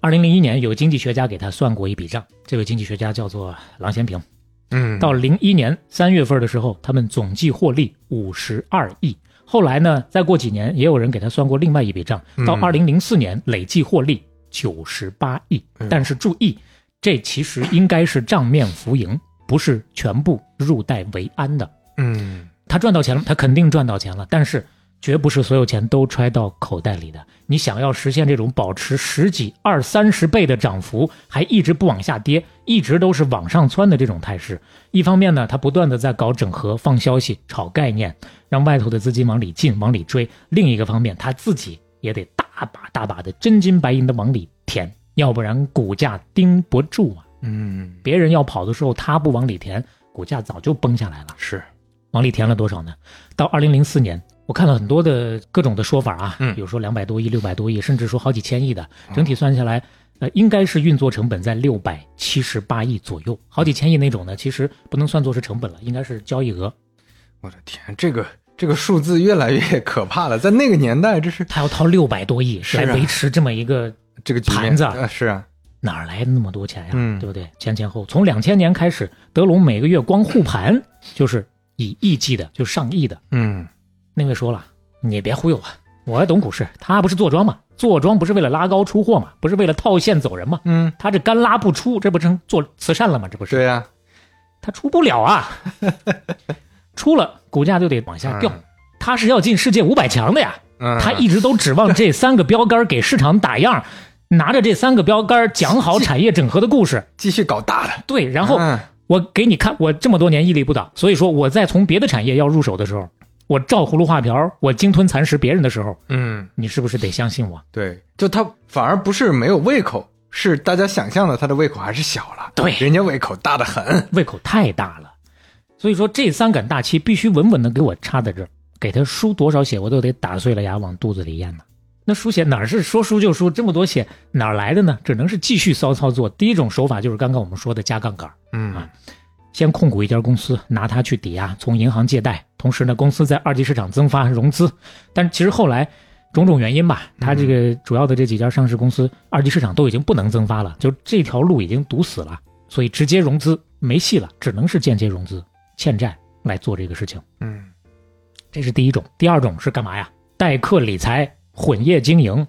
B: 二零零一年有经济学家给他算过一笔账，这位经济学家叫做郎咸平。
C: 嗯，
B: 到零一年三月份的时候，他们总计获利五十二亿。后来呢，再过几年，也有人给他算过另外一笔账，到二零零四年累计获利九十八亿
C: 哎呦。
B: 但是注意，这其实应该是账面浮盈，不是全部入袋为安的。
C: 嗯
B: 他赚到钱了，他肯定赚到钱了，但是绝不是所有钱都揣到口袋里的。你想要实现这种保持十几、二三十倍的涨幅，还一直不往下跌，一直都是往上窜的这种态势，一方面呢，他不断的在搞整合、放消息、炒概念，让外头的资金往里进、往里追；另一个方面，他自己也得大把大把的真金白银的往里填，要不然股价盯不住啊。
C: 嗯，
B: 别人要跑的时候，他不往里填，股价早就崩下来了。
C: 是，
B: 往里填了多少呢？到二零零四年，我看了很多的各种的说法啊，
C: 嗯哦
B: 比如说两百多亿、六百多亿，甚至说好几千亿的，整体算下来，呃，应该是运作成本在六百七十八亿左右，好几千亿那种呢，其实不能算作是成本了，应该是交易额，
C: 我的天，这个这个数字越来越可怕了，在那个年代，这是
B: 他要掏六百多亿
C: 是啊
B: 来维持这么一个。
C: 这个局面
B: 盘子
C: 啊是啊，
B: 哪儿来那么多钱呀、
C: 嗯
B: 对不对？前前后从两千年开始，德隆每个月光护盘就是以亿计的，就上亿的。
C: 嗯，
B: 那位说了，你别忽悠我，我还懂股市，他不是坐庄嘛？坐庄不是为了拉高出货嘛？不是为了套现走人嘛？
C: 嗯，
B: 他这干拉不出，这不成做慈善了吗？这不是
C: 对呀，
B: 他出不了 啊，出了股价就得往下掉。
C: 嗯
B: 他是要进世界五百强的呀，
C: 嗯，
B: 他一直都指望这三个标杆给市场打样，拿着这三个标杆讲好产业整合的故事。
C: 继续搞大的，
B: 对，然后
C: 嗯
B: 我给你看，我这么多年屹立不倒，所以说我在从别的产业要入手的时候，我照葫芦画瓢，我鲸吞蚕食别人的时候，
C: 嗯，
B: 你是不是得相信我？
C: 对，就他反而不是没有胃口，是大家想象的他的胃口还是小了，
B: 对
C: 人家胃口大得很，
B: 胃口太大了，所以说这三杆大旗必须稳稳的给我插在这儿，给他输多少血我都得打碎了牙往肚子里咽呢。那输血哪是说输就输，这么多血哪儿来的呢？只能是继续骚操作。第一种手法就是刚刚我们说的加杠杆，
C: 嗯
B: 先控股一家公司，拿它去抵押，从银行借贷，同时呢，公司在二级市场增发融资。但其实后来种种原因吧，它这个主要的这几家上市公司，二级市场都已经不能增发了，就这条路已经堵死了，所以直接融资没戏了，只能是间接融资，欠债来做这个事情。
C: 嗯
B: 这是第一种。第二种是干嘛呀？代客理财、混业经营，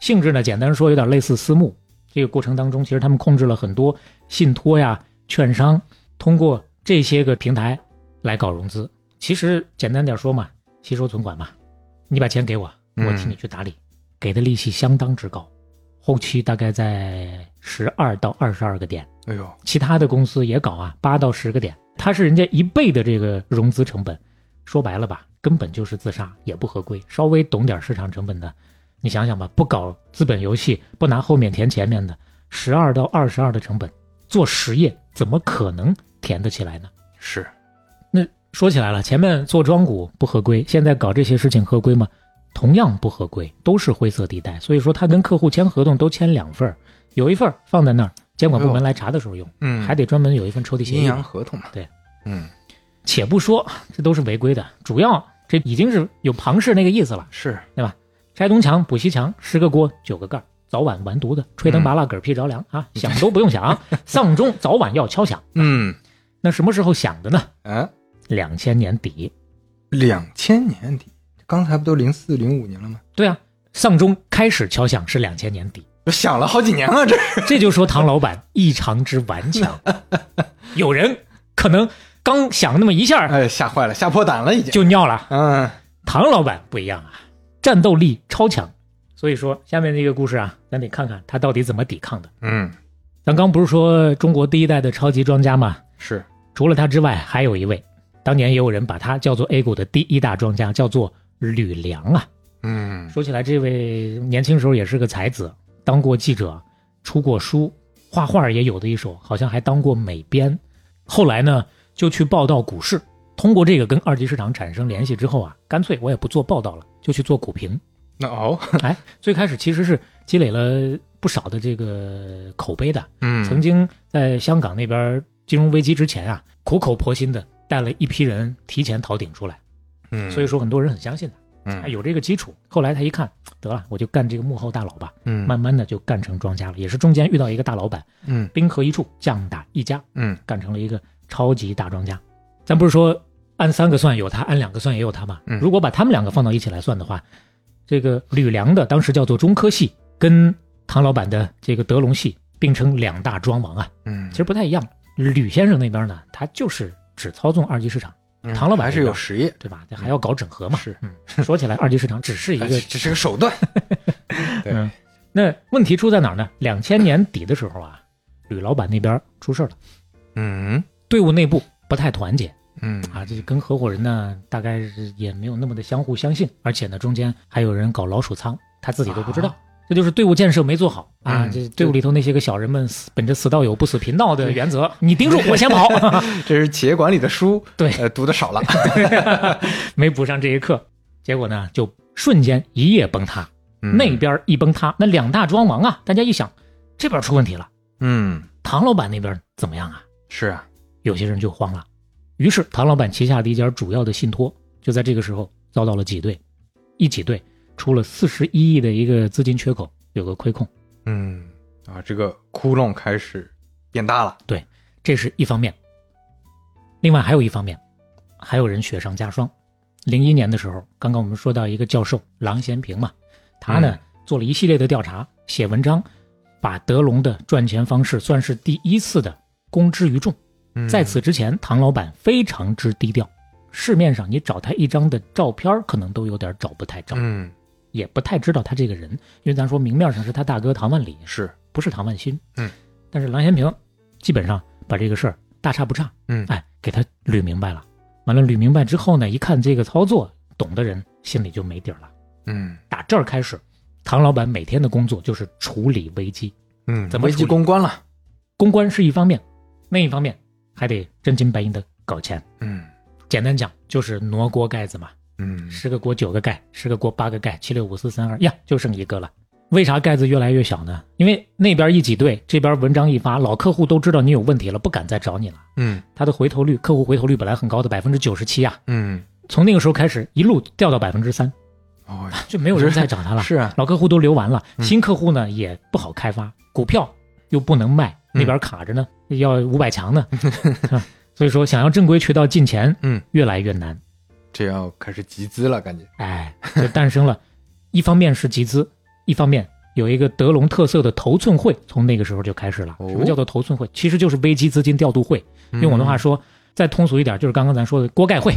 B: 性质呢，简单说有点类似私募。这个过程当中，其实他们控制了很多信托呀、券商，通过这些个平台来搞融资。其实简单点说嘛，吸收存款嘛，你把钱给我，
C: 嗯
B: 我替你去打理，给的利息相当之高，后期大概在十二到二十二个点。
C: 哎呦，
B: 其他的公司也搞啊，八到十个点，它是人家一倍的这个融资成本。说白了吧，根本就是自杀，也不合规。稍微懂点市场成本的，你想想吧，不搞资本游戏，不拿后面填前面的，十二到二十二的成本，做实业怎么可能填得起来呢？
C: 是，
B: 那说起来了，前面做庄股不合规，现在搞这些事情合规吗？同样不合规，都是灰色地带。所以说，他跟客户签合同都签两份儿，有一份儿放在那儿，监管部门来查的时候用。
C: 嗯，
B: 还得专门有一份抽屉协
C: 阴
B: 议。
C: 阳合同嘛，
B: 对，
C: 嗯
B: 且不说这都是违规的，主要这已经是有庞氏那个意思了，
C: 是，
B: 拆东墙补西墙，十个锅九个盖儿，早晚完犊子，吹灯拔蜡嗝屁着凉啊，想都不用想， 丧钟早晚要敲响。
C: 嗯
B: 那什么时候响的呢？
C: 啊，
B: 两千年底。
C: 两千年底，刚才不都零四零五年了吗？
B: 对啊，丧钟开始敲响是两千年底，
C: 我想了好几年了，这
B: 这就说唐老板异常之顽 强。有人可能刚响那么一下
C: 哎吓坏了，吓破胆了已经，
B: 就尿了。
C: 嗯
B: 唐老板不一样啊，战斗力超强。所以说，下面这个故事啊，咱得看看他到底怎么抵抗的。
C: 嗯
B: 咱刚不是说中国第一代的超级庄家吗？
C: 是，
B: 除了他之外，还有一位，当年也有人把他叫做 A 股的第一大庄家，叫做吕梁啊。
C: 嗯
B: 说起来，这位年轻时候也是个才子，当过记者，出过书，画画也有的一手，好像还当过美编。后来呢，就去报道股市，通过这个跟二级市场产生联系之后啊，干脆我也不做报道了，就去做股评。
C: 那哦，
B: 哎，最开始其实是积累了不少的这个口碑的。
C: 嗯
B: 曾经在香港那边金融危机之前啊，苦口婆心的带了一批人提前逃顶出来，
C: 嗯
B: 所以说很多人很相信他，哎
C: 嗯
B: 有这个基础。后来他一看，得了，我就干这个幕后大佬吧，
C: 嗯
B: 慢慢的就干成庄家了。也是中间遇到一个大老板，
C: 嗯
B: 冰河一处，将打一家，
C: 嗯
B: 干成了一个超级大庄家。咱不是说按三个算有他，按两个算也有他嘛
C: 嗯？
B: 如果把他们两个放到一起来算的话，这个吕梁的当时叫做中科系，跟唐老板的这个德隆系并称两大庄王啊，
C: 嗯
B: 其实不太一样。吕先生那边呢，他就是只操纵二级市场，
C: 嗯
B: 唐老板
C: 还是有实业，
B: 对吧？这还要搞整合嘛。
C: 是，
B: 嗯，说起来，二级市场只是一
C: 哎
B: 个
C: 只是个手段。对
B: 嗯，那问题出在哪儿呢？两千年底的时候啊，吕老板那边出事儿了，
C: 嗯
B: 队伍内部不太团结
C: 嗯
B: 啊，这跟合伙人呢，大概是也没有那么的相互相信，而且呢，中间还有人搞老鼠仓，他自己都不知道。
C: 啊
B: 这就是队伍建设没做好啊！
C: 嗯
B: 这队伍里头那些个小人们，死本着死道友不死贫道的原则，你盯住我先跑，
C: 这是企业管理的书，
B: 对
C: 呃，读的少了。
B: 没补上这一课，结果呢，就瞬间一夜崩塌。
C: 嗯
B: 那，边一崩塌，那两大庄王啊，大家一想，这边出问题了，
C: 嗯，
B: 唐老板那边怎么样啊？
C: 是啊，
B: 有些人就慌了。于是唐老板旗下的一家主要的信托，就在这个时候遭到了挤兑，一挤兑出了四十一亿的一个资金缺口，有个亏空，
C: 嗯啊，这个窟窿开始变大了。
B: 这是一方面。另外还有一方面，还有人雪上加霜。零一年的时候，刚刚我们说到一个教授郎咸平嘛，他呢、
C: 嗯
B: 做了一系列的调查，写文章，把德隆的赚钱方式算是第一次的公之于众。
C: 嗯
B: 在此之前，唐老板非常之低调，市面上你找他一张的照片儿可能都有点找不太着，
C: 嗯，
B: 也不太知道他这个人，因为咱说明面上是他大哥唐万里，
C: 是，
B: 不是唐万新。
C: 嗯，
B: 但是郎咸平基本上把这个事儿大差不差，
C: 嗯
B: 哎，给他捋明白了。完了捋明白之后呢，一看这个操作，懂的人心里就没底儿了。
C: 嗯
B: 打这儿开始，唐老板每天的工作就是处理危机，
C: 嗯，
B: 怎么
C: 危
B: 处
C: 机
B: 理
C: 公关了？
B: 公关是一方面，另一方面还得真金白银的搞钱。
C: 嗯
B: 简单讲就是挪锅盖子嘛，
C: 嗯
B: 十个锅九个盖，十个锅八个盖，七六五四三二呀，就剩一个了。为啥盖子越来越小呢？因为那边一挤兑，这边文章一发，老客户都知道你有问题了，不敢再找你了。
C: 嗯
B: 他的回头率，客户回头率本来很高的百分之九十七啊，
C: 嗯，
B: 从那个时候开始一路掉到百分之三，
C: 哦，
B: 就没有人再找他了。
C: 是嗯啊，
B: 老客户都留完了，新客户呢也不好开发，股票又不能卖，
C: 嗯
B: 那边卡着呢，要五百强 呢，啊所以说想要正规渠道进钱，
C: 嗯，
B: 越来越难。
C: 这要开始集资了，感觉。
B: 哎，就诞生了，一方面是集资，一方面有一个德隆特色的头寸会，从那个时候就开始了。
C: 哦
B: 什么叫做头寸会？其实就是危机资金调度会，
C: 嗯
B: 用我的话说，再通俗一点，就是刚刚咱说的锅盖 会。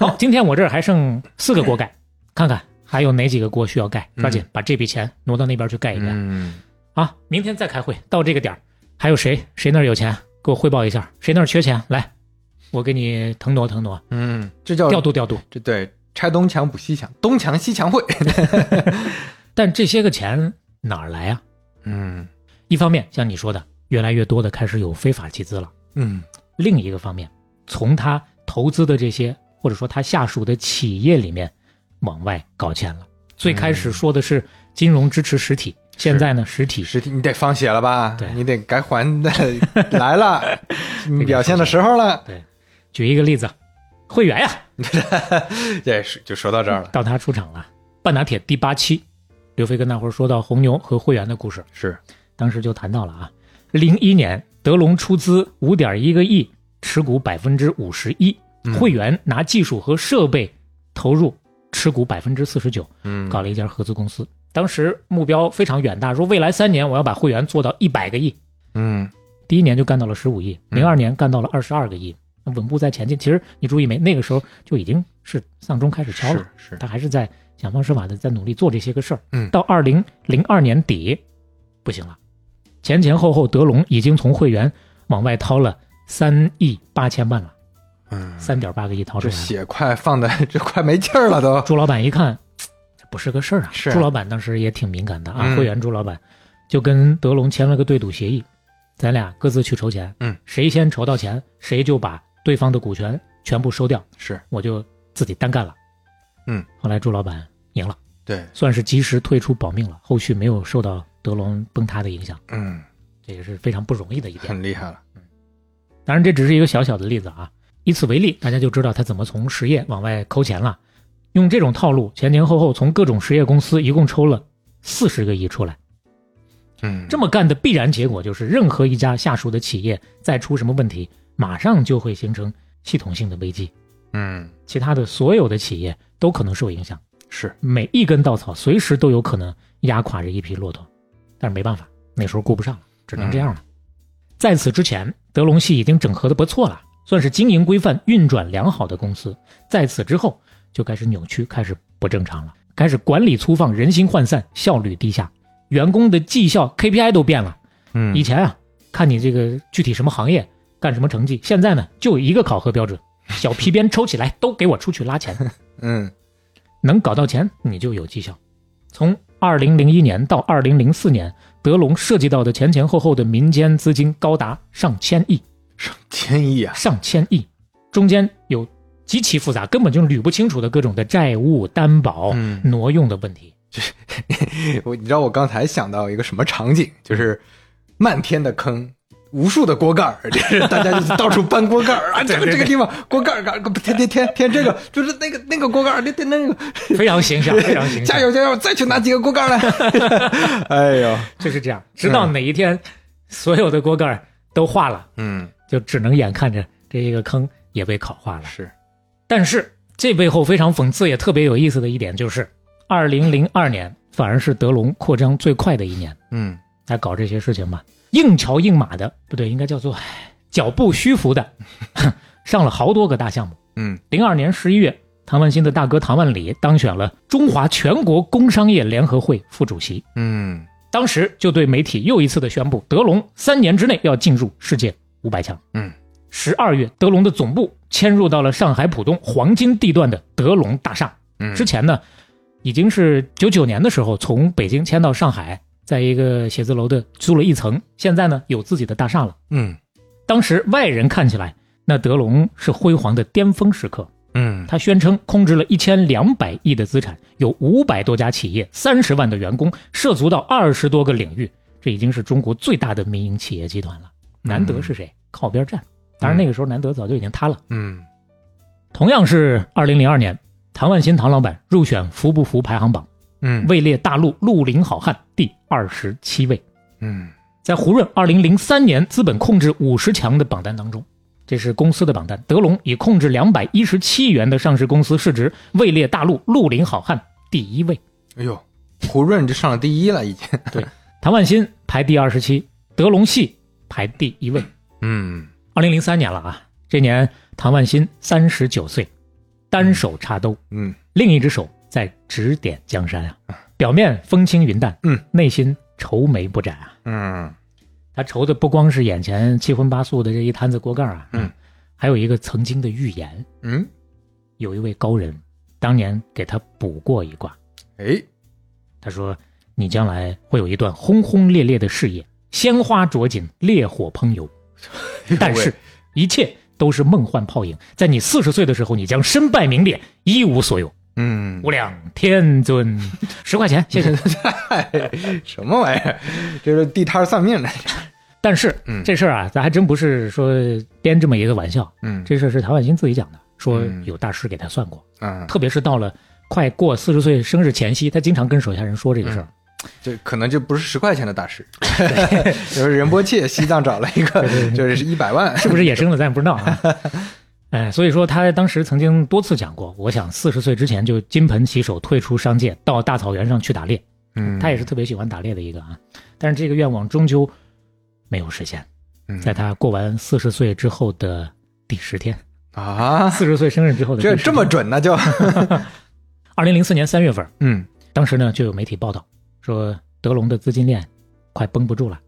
B: 好，今天我这儿还剩四个锅盖，看看还有哪几个锅需要盖，抓紧把这笔钱挪到那边去盖一盖、
C: 嗯，
B: 啊！明天再开会，到这个点儿，还有谁谁那儿有钱，给我汇报一下，谁那儿缺钱，来，我给你腾挪腾挪，
C: 嗯嗯，这叫
B: 调度调度。
C: 这对拆东墙补西墙，东墙西墙会。
B: 但这些个钱哪儿来啊？
C: 嗯
B: 一方面，像你说的，越来越多的开始有非法集资了；
C: 嗯
B: 另一个方面，从他投资的这些，或者说他下属的企业里面往外搞钱了。最开始说的是金融支持实体，现在呢，实体
C: 实体你得放血了吧？
B: 对
C: 你得该还的来 了，你表现的时候了。
B: 对。举一个例子，会员呀、
C: 这是就说到这儿了。
B: 到他出场了。半打铁第八期，刘飞跟大伙儿说到红牛和会员的故事，
C: 是，
B: 当时就谈到了啊，零一年德隆出资五点一个亿，持股百分之五十一，
C: 嗯
B: 会员拿技术和设备投入，持股百分之四十九，
C: 嗯，
B: 搞了一家合资公司。当时目标非常远大，说未来三年我要把会员做到一百个亿。
C: 嗯
B: 第一年就干到了十五亿，
C: 嗯
B: 零二年干到了二十二个亿，稳步在前进。其实你注意没，那个时候就已经是丧钟开始敲了
C: 是，是，
B: 他还是在想方设法的在努力做这些个事儿。
C: 嗯
B: 到二零零二年底，不行了，前前后后德隆已经从会员往外掏了三亿八千万了，
C: 嗯，
B: 三点八个亿掏出
C: 这
B: 来了。
C: 血快放的 这快没劲儿了都。
B: 朱老板一看，这不是个事儿啊！
C: 是啊
B: 朱老板当时也挺敏感的啊，
C: 嗯
B: 会员朱老板就跟德隆签了个对赌协议，咱俩各自去筹钱，
C: 嗯，
B: 谁先筹到钱，谁就把对方的股权全部收掉，
C: 是
B: 我就自己单干了。
C: 嗯，
B: 后来朱老板赢了。
C: 对，
B: 算是及时退出保命了，后续没有受到德隆崩塌的影响，
C: 嗯，
B: 这也是非常不容易的一点。
C: 很厉害了。
B: 当然，这只是一个小小的例子啊。以此为例，大家就知道他怎么从实业往外抠钱了。用这种套路，前前后后从各种实业公司一共抽了四十个亿出来。
C: 嗯，
B: 这么干的必然结果就是，任何一家下属的企业再出什么问题，马上就会形成系统性的危机，
C: 嗯
B: 其他的所有的企业都可能受影响。
C: 是，
B: 每一根稻草随时都有可能压垮着一匹骆驼，但是没办法，那时候顾不上了，只能这样了。在此之前，德隆系已经整合的不错了，算是经营规范、运转良好的公司。在此之后，就开始扭曲，开始不正常了，开始管理粗放、人心涣散、效率低下，员工的绩效 KPI 都变了。
C: 嗯
B: 以前啊，看你这个具体什么行业干什么成绩，现在呢就有一个考核标准，小皮鞭抽起来都给我出去拉钱，
C: 嗯
B: 能搞到钱你就有绩效。从二零零一年到二零零四年，德龙涉及到的前前后后的民间资金高达上千亿，
C: 天意啊，
B: 上千亿，中间有极其复杂，根本就捋不清楚的各种的债务、担保、
C: 嗯
B: 挪用的问题。
C: 哎我你知道我刚才想到一个什么场景，就是漫天的坑。无数的锅盖儿， 就是大家就是到处搬锅盖 儿啊！这个这个地方锅盖儿，盖儿天天天天这个，就是那个那个锅盖儿，那那那个，
B: 非常形 象，非常形象。
C: 加油加油，再去拿几个锅盖儿 来！哎呦，
B: 就是这样，直到哪一天，所有的锅盖儿都化了，
C: 嗯，
B: 就只能眼看着这一个坑也被烤化了。
C: 是，
B: 但是这背后非常讽刺也特别有意思的一点就是，二零零二年反而是德龙扩张最快的一年，
C: 嗯
B: 来搞这些事情吧，硬桥硬马的，不对，应该叫做唉脚步虚浮的， 哼上了好多个大项目。
C: 嗯
B: 零二年十一月，唐万新的大哥唐万里当选了中华全国工商业联合会副主席。
C: 嗯，
B: 当时就对媒体又一次的宣布，德龙三年之内要进入世界五百强。
C: 嗯，
B: 十二月，德龙的总部迁入到了上海浦东黄金地段的德龙大厦。
C: 嗯
B: 之前呢，已经是九九年的时候从北京迁到上海，在一个写字楼的租了一层，现在呢有自己的大厦了。
C: 嗯
B: 当时外人看起来，那德龙是辉煌的巅峰时刻。
C: 嗯
B: 他宣称控制了一千两百亿的资产，有五百多家企业，三十万的员工，涉足到二十多个领域，这已经是中国最大的民营企业集团了。南德是谁？靠边站。当然，那个时候南德早就已经塌了。
C: 嗯
B: 同样是二零零二年，唐万新唐老板入选服不服排行榜，
C: 嗯
B: 位列大陆绿林好汉第二十七位。
C: 嗯
B: 在胡润2003年资本控制五十强的榜单当中，这是公司的榜单，德龙以控制217元的上市公司市值位列大陆绿林好汉第一位，
C: 哎呦，胡润就上了第一了，已经。
B: 谭万新排第二十七，德龙系排第一位。
C: 嗯
B: 2003年了啊，这年谭万新三十九岁，单手插兜，
C: 嗯
B: 另一只手在指点江山啊，表面风轻云淡，
C: 嗯，
B: 内心愁眉不展啊。
C: 嗯
B: 他愁的不光是眼前七荤八素的这一摊子锅盖儿啊，
C: 嗯，
B: 还有一个曾经的预言，
C: 嗯，
B: 有一位高人当年给他卜过一卦，
C: 哎，
B: 他说你将来会有一段轰轰烈烈的事业，鲜花着锦，烈火烹 油，但是一切都是梦幻泡影，在你四十岁的时候，你将身败名裂，一无所有，
C: 嗯，
B: 无量天 尊，十块钱，谢谢。
C: 什么玩意儿？ 这是地摊算命的。
B: 但是
C: 嗯
B: 这事儿啊，咱还真不是说编这么一个玩笑，
C: 嗯
B: 这事儿是谭万新自己讲的，说
C: 嗯
B: 有大师给他算过，
C: 啊，
B: 特别是到了快过四十岁生日前夕，他经常跟手下人说这个事儿。
C: 嗯这可能就不是十块钱的大 师，就是仁波切西藏找了一个，就是一百万。
B: 是不是野生的，咱也不知道啊。 哎，所以说他当时曾经多次讲过，我想四十岁之前就金盆洗手，退出商界，到大草原上去打猎。
C: 嗯
B: 他也是特别喜欢打猎的一个啊，但是这个愿望终究没有实现。
C: 嗯
B: 在他过完四十岁之后的第十天，
C: 啊，
B: 四十岁生日之后的
C: 这这么准呢？就
B: 二零零四年三月份，
C: 嗯
B: 当时呢就有媒体报道说德龙的资金链快绷不住了，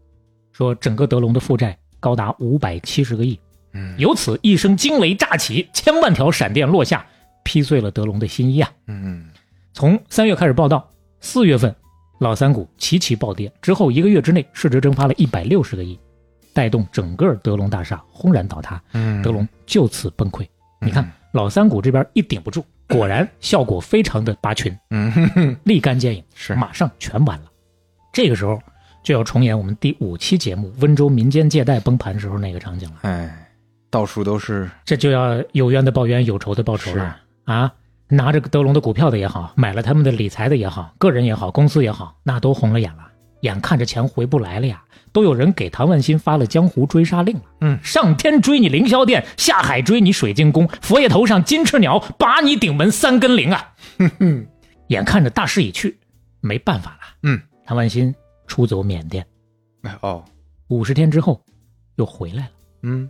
B: 说整个德龙的负债高达五百七十个亿，
C: 嗯
B: 由此一声惊雷炸起，千万条闪电落下，劈碎了德龙的新衣啊！
C: 嗯
B: 从三月开始报道，四月份老三股齐齐暴跌，之后一个月之内市值蒸发了一百六十个亿，带动整个德龙大厦轰然倒塌，
C: 嗯
B: 德龙就此崩溃。
C: 嗯
B: 你看老三股这边一顶不住，果然效果非常的拔群，
C: 嗯 哼哼
B: 立竿见影，
C: 是
B: 马上全完了。这个时候就要重演我们第五期节目温州民间借贷崩盘时候那个场景了。
C: 哎，到处都是
B: 这就要有冤的报冤，有仇的报仇了啊！拿着德龙的股票的也好，买了他们的理财的也好，个人也好，公司也好，那都红了眼了，眼看着钱回不来了呀，都有人给唐万新发了江湖追杀令了。
C: 嗯
B: 上天追你凌霄殿，下海追你水晶宫，佛爷头上金翅鸟，拔你顶门三根铃 啊！
C: 嗯
B: 眼看着大势已去，没办法了，
C: 嗯
B: 唐万新出走缅甸，
C: 哦
B: 五十天之后又回来了。
C: 嗯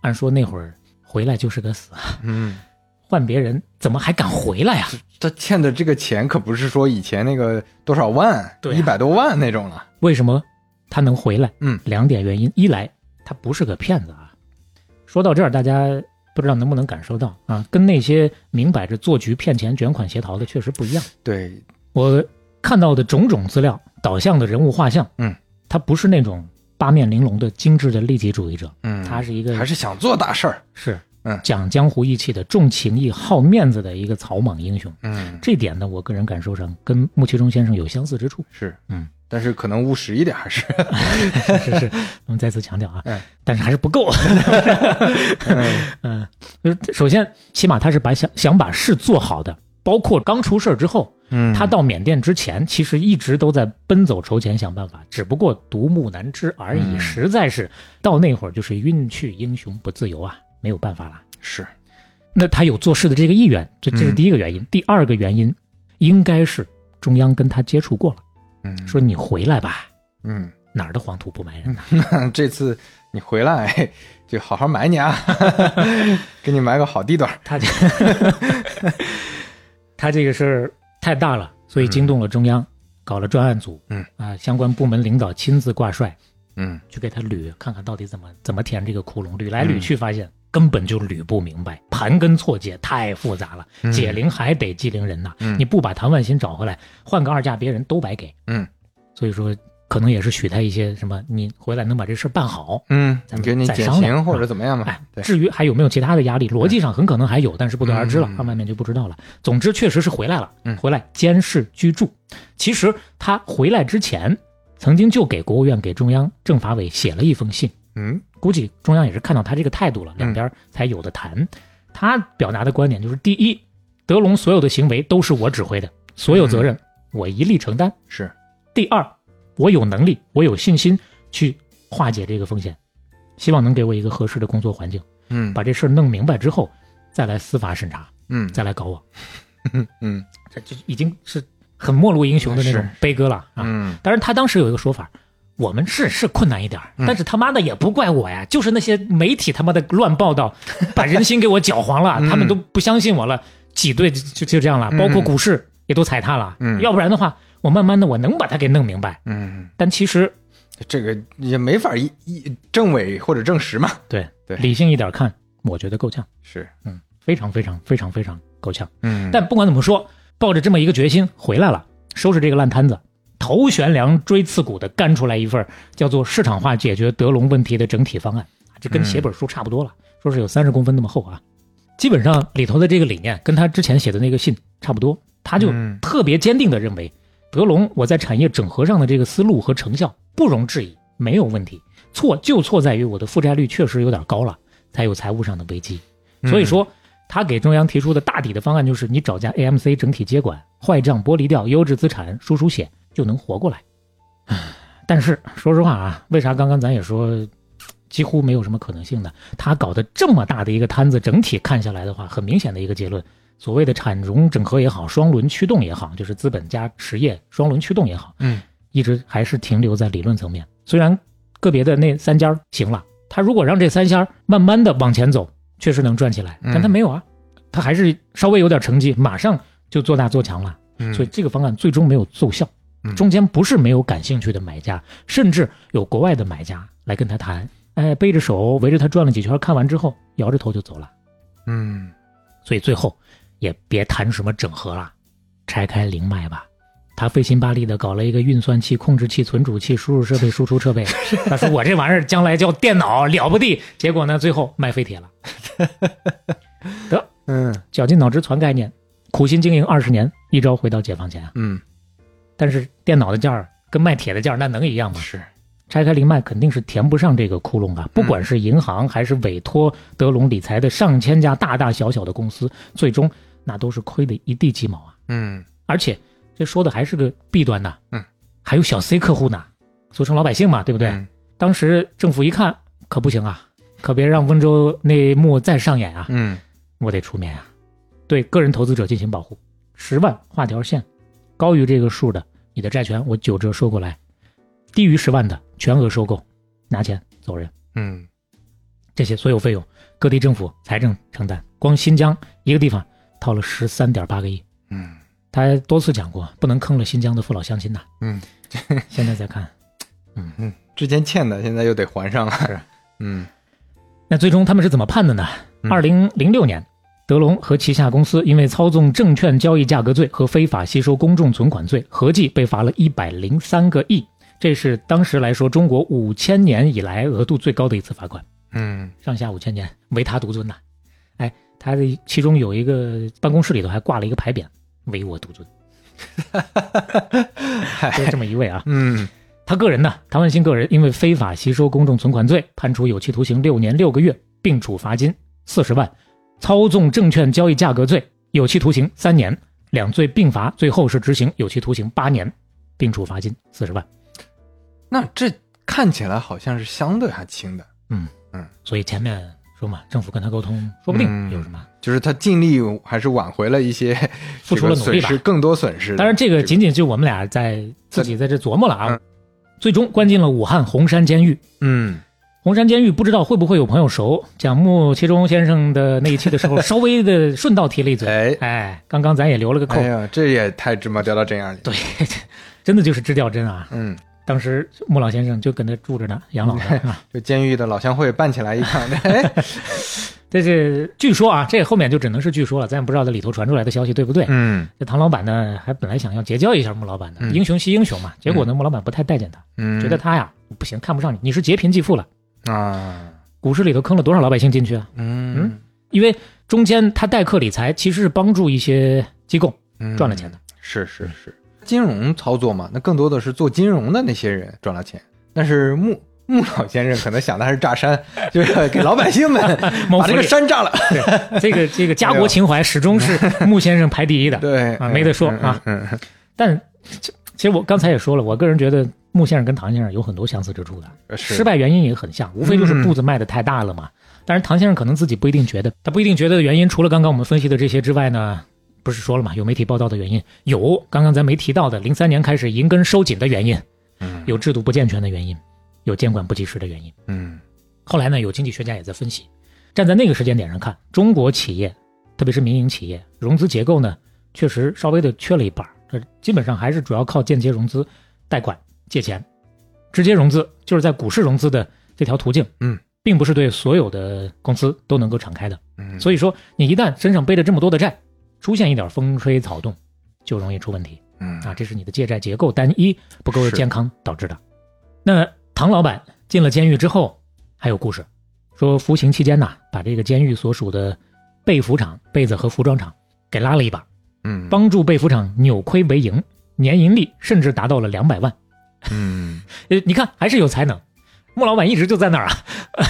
B: 按说那会儿回来就是个死啊！
C: 嗯，
B: 换别人怎么还敢回来呀、啊
C: 他欠的这个钱可不是说以前那个多少万，
B: 对啊
C: 一百多万那种了。
B: 为什么他能回来？
C: 嗯，
B: 两点原因：一来他不是个骗子啊。说到这儿，大家不知道能不能感受到啊，跟那些明摆着做局骗钱、卷款协逃的确实不一样。
C: 对，
B: 我看到的种种资料导向的人物画像，
C: 嗯，
B: 他不是那种八面玲珑的精致的利己主义者，
C: 嗯，
B: 他是一个
C: 还是想做大事儿。
B: 是
C: 嗯
B: 讲江湖义气的重情义、好面子的一个草莽英雄。
C: 嗯，
B: 这点呢，我个人感受上跟穆其中先生有相似之处。
C: 是，
B: 嗯，
C: 但是可能务实一点还是。
B: 是是，我们再次强调啊，
C: 嗯
B: 但是还是不够。
C: 嗯
B: 嗯，就是首先，起码他是把想想把事做好的，包括刚出事儿之后，
C: 嗯
B: 他到缅甸之前，其实一直都在奔走筹钱想办法，只不过独木难支而已。
C: 嗯
B: 实在是到那会儿就是运去英雄不自由啊，没有办法了。
C: 是，
B: 那他有做事的这个意愿，这这是
C: 嗯
B: 第一个原因。第二个原因，应该是中央跟他接触过了，
C: 嗯，
B: 说你回来吧，
C: 嗯，
B: 哪儿的黄土不埋人啊呐、
C: 这次你回来就好好买你啊， 给你买个好地段儿。
B: 他这 他这个事儿太大了，所以惊动了中央，搞了专案组，
C: 嗯
B: 啊，相关部门领导亲自挂帅
C: 嗯
B: 去给他捋，看看到底怎么怎么填这个窟窿。捋来捋去，发现、根本就捋不明白，盘根错节太复杂了，
C: 嗯
B: 解铃还得系铃人呐、
C: 嗯
B: 你不把谭万新找回来，换个二价别人都白给。
C: 嗯
B: 所以说，可能也是许他一些什么，你回来能把这事儿办好。
C: 嗯，
B: 咱
C: 你
B: 们
C: 给你
B: 再
C: 减
B: 商量
C: 刑或
B: 啊
C: 者怎么样吧
B: 哎？
C: 对，
B: 至于还有没有其他的压力，逻辑上很可能还有，但是不得而知了
C: 嗯，
B: 看外面就不知道了。总之，确实是回来了
C: 嗯，
B: 回来监视居住。其实他回来之前，曾经就给国务院、给中央政法委写了一封信，
C: 嗯
B: 估计中央也是看到他这个态度了，两边才有的谈。他表达的观点就是：第一，德龙所有的行为都是我指挥的，所有责任
C: 嗯
B: 我一力承担；
C: 是，
B: 第二，我有能力，我有信心去化解这个风险，希望能给我一个合适的工作环境。
C: 嗯
B: 把这事儿弄明白之后，再来司法审查，
C: 嗯
B: 再来搞我，
C: 嗯
B: 这就已经是很末路英雄的那种
C: 是
B: 悲歌了啊！
C: 嗯
B: 当然，他当时有一个说法，我们是是困难一点儿，
C: 嗯
B: 但是他妈的也不怪我呀，就是那些媒体他妈的乱报 道，把人心给我搅黄了，
C: 嗯
B: 他们都不相信我了，挤兑就就就这样了，
C: 嗯
B: 包括股市也都踩踏了，
C: 嗯
B: 要不然的话，我慢慢的我能把它给弄明白，
C: 嗯，
B: 但其实
C: 这个也没法一一证伪或者证实嘛。
B: 对
C: 对
B: 理性一点看，我觉得够呛，嗯
C: 是，
B: 非常非常非常非常够呛。
C: 嗯
B: 但不管怎么说，抱着这么一个决心回来了，收拾这个烂摊子，头悬梁锥刺股的干出来一份儿叫做《市场化解决德龙问题的整体方案》，这
C: 嗯
B: 跟写本书差不多了，说是有三十公分那么厚啊。基本上里头的这个理念跟他之前写的那个信差不多，他就
C: 嗯
B: 特别坚定地认为，德龙我在产业整合上的这个思路和成效不容置疑，没有问题。错就错在于我的负债率确实有点高了，才有财务上的危机。所以说，他给中央提出的大体的方案就是，你找家 AMC 整体接管，坏账剥离掉，优质资产输输血就能活过来。唉但是说实话啊，为啥刚刚咱也说几乎没有什么可能性呢？他搞的这么大的一个摊子，整体看下来的话，很明显的一个结论，所谓的产融整合也好，双轮驱动也好，就是资本加实业双轮驱动也好，
C: 嗯，
B: 一直还是停留在理论层面。虽然个别的那三家儿行了，他如果让这三家儿慢慢的往前走，确实能赚起来，
C: 嗯
B: 但他没有啊，他还是稍微有点成绩，马上就做大做强了。
C: 嗯
B: 所以这个方案最终没有奏效
C: 嗯。
B: 中间不是没有感兴趣的买家，甚至有国外的买家来跟他谈，哎，背着手围着他转了几圈，看完之后摇着头就走了。
C: 嗯
B: 所以最后也别谈什么整合了，拆开零卖吧。他费心巴力的搞了一个运算器、控制器、存储器、输入设备、输出设备。他说我这玩意儿将来叫电脑了不地，结果呢，最后卖废铁了。
C: 嗯
B: 绞尽脑汁传概念，苦心经营二十年，一朝回到解放前啊！
C: 嗯
B: 但是电脑的价儿跟卖铁的价儿那能一样吗？
C: 是，
B: 拆开零卖肯定是填不上这个窟窿啊！不管是银行还是委托德隆理财的上千家大大小小的公司，最终那都是亏得一地鸡毛啊！
C: 嗯
B: 而且这说的还是个弊端呐，
C: 嗯，
B: 还有小 C 客户呢，俗称老百姓嘛，对不对？
C: 嗯
B: 当时政府一看可不行啊，可别让温州那幕再上演啊，
C: 嗯
B: 我得出面啊，对个人投资者进行保护，十万画条线，高于这个数的，你的债权我九折收过来，低于十万的全额收购，拿钱走人。
C: 嗯
B: 这些所有费用各地政府财政承担。光新疆一个地方掏了十三点八个亿，
C: 嗯
B: 他多次讲过，不能坑了新疆的父老乡亲呐。
C: 嗯，
B: 现在再看，
C: 嗯，之前欠的现在又得还上
B: 是
C: 了，嗯
B: 那最终他们是怎么判的呢？
C: 嗯
B: 二零零六年，德隆和旗下公司因为操纵证券交易价格罪和非法吸收公众存款罪，合计被罚了一百零三个亿，这是当时来说中国五千年以来额度最高的一次罚款，
C: 嗯
B: 上下五千年，唯他独尊呐、哎，他的其中有一个办公室里头还挂了一个牌匾，“唯我独尊”，就这么一位啊。
C: 嗯
B: 他个人呢，唐万新个人因为非法吸收公众存款罪，判处有期徒刑六年六个月，并处罚金四十万；操纵证券交易价格罪，有期徒刑三年，两罪并罚，最后是执行有期徒刑八年，并处罚金四十万。
C: 那这看起来好像是相对还轻的，
B: 所以前面说嘛，政府跟他沟通，说不定
C: 嗯
B: 有什么。
C: 就是他尽力还是挽回了一些，
B: 付出了努力吧
C: 损失更多损失的。
B: 当然，这个仅仅就我们俩在自己在这琢磨了啊
C: 嗯。
B: 最终关进了武汉红山监狱。
C: 嗯
B: 红山监狱不知道会不会有朋友熟，蒋木其中先生的那一期的时 候，稍微的顺道提了一嘴。
C: 哎
B: 哎，刚刚咱也留了个扣，
C: 哎呀，这也太芝麻掉到针眼里。
B: 对，真的就是支掉针啊！
C: 嗯，
B: 当时穆老先生就跟他住着呢，养老呢。啊、
C: 就监狱的老乡会办起来一看，哎，
B: 这是据说啊，这后面就只能是据说了，咱也不知道这里头传出来的消息对不对。
C: 嗯
B: 这唐老板呢，还本来想要结交一下穆老板的，
C: 嗯
B: 英雄惜英雄嘛。结果呢，穆老板不太待见他，
C: 嗯，
B: 觉得他呀不行，看不上你，你是劫贫济富了，
C: 啊，
B: 股市里头坑了多少老百姓进去啊？
C: 嗯
B: 因为中间他代客理财，其实是帮助一些机构
C: 嗯
B: 赚了钱的。
C: 是是是，金融操作嘛，那更多的是做金融的那些人赚了钱，但是穆穆老先生可能想的还是炸山，就是给老百姓们
B: 谋
C: 把
B: 福
C: 这
B: 利
C: 个山炸了。
B: 这个这个家国情怀始终是穆先生排第一的。
C: 对
B: 啊没得说啊，
C: 嗯嗯嗯
B: 但其其实我刚才也说了，我个人觉得穆先生跟唐先生有很多相似之处的，
C: 嗯是嗯
B: 失败原因也很像，无非就是步子迈得太大了嘛。但是唐先生可能自己不一定觉得，他不一定觉得的原因，除了刚刚我们分析的这些之外呢，不是说了嘛，有媒体报道的原因，有刚刚咱没提到的，零三年开始银根收紧的原因，
C: 嗯
B: 有制度不健全的原因，有监管不及时的原因。
C: 嗯
B: 后来呢，有经济学家也在分析，站在那个时间点上看，中国企业，特别是民营企业，融资结构呢，确实稍微的缺了一半儿，呃，基本上还是主要靠间接融资、贷款、借钱，直接融资就是在股市融资的这条途径，
C: 嗯，
B: 并不是对所有的公司都能够敞开的。
C: 嗯，
B: 所以说，你一旦身上背着这么多的债，出现一点风吹草动，就容易出问题。
C: 嗯
B: 啊，这是你的借债结构单一不够
C: 是
B: 健康导致的。那唐老板进了监狱之后，还有故事，说服刑期间呐，把这个监狱所属的被服厂、被子和服装厂给拉了一把，
C: 嗯
B: 帮助被服厂扭亏为盈，年盈利甚至达到了两百万。
C: 嗯
B: 呃，你看还是有才能。穆老板一直就在那儿啊，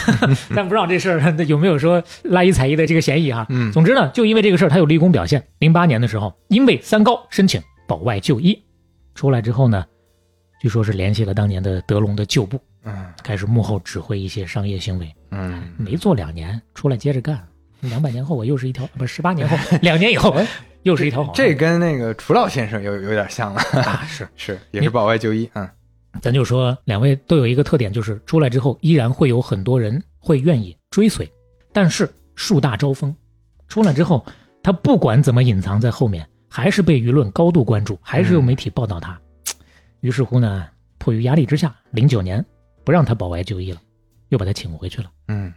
B: 但不知道这事儿有没有说拉一踩一的这个嫌疑哈、啊
C: 嗯
B: 总之呢，就因为这个事儿，他有立功表现。零八年的时候，因为三高申请保外就医，出来之后呢，据说是联系了当年的德龙的旧部，
C: 嗯
B: 开始幕后指挥一些商业行为。
C: 嗯，
B: 没做两年，出来接着干。两百年后我又是一条，不是十八年后， 两年以后又是一条好汉。
C: 哎这跟那个楚老先生有有点像了，
B: 啊是，
C: 是也是保外就医，嗯
B: 咱就说两位都有一个特点，就是出来之后依然会有很多人会愿意追随，但是树大招风，出来之后他不管怎么隐藏在后面，还是被舆论高度关注，还是有媒体报道他。于是乎呢，迫于压力之下，零九年不让他保外就医了，又把他请回去了。
C: 嗯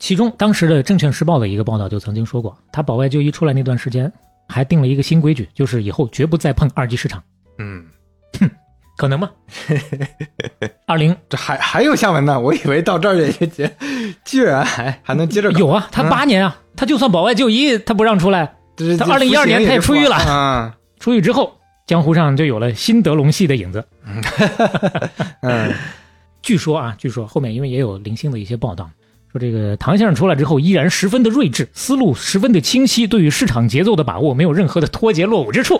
B: 其中当时的《证券时报》的一个报道就曾经说过，他保外就医出来那段时间，还定了一个新规矩，就是以后绝不再碰二级市场，
C: 嗯，
B: 可能吗？二零
C: 这还还有下文呢，我以为到这儿也就结，居然还还能接着搞
B: 有啊，他
C: 嗯
B: 八年啊，他就算保外就医，他不让出来，
C: 这
B: 他2012年他也出狱了
C: 啊，
B: 出狱之后，江湖上就有了新德隆系的影子。
C: 嗯
B: 据说啊，据说后面因为也有零星的一些报道，说这个唐先生出来之后依然十分的睿智，思路十分的清晰，对于市场节奏的把握没有任何的脱节落伍之处。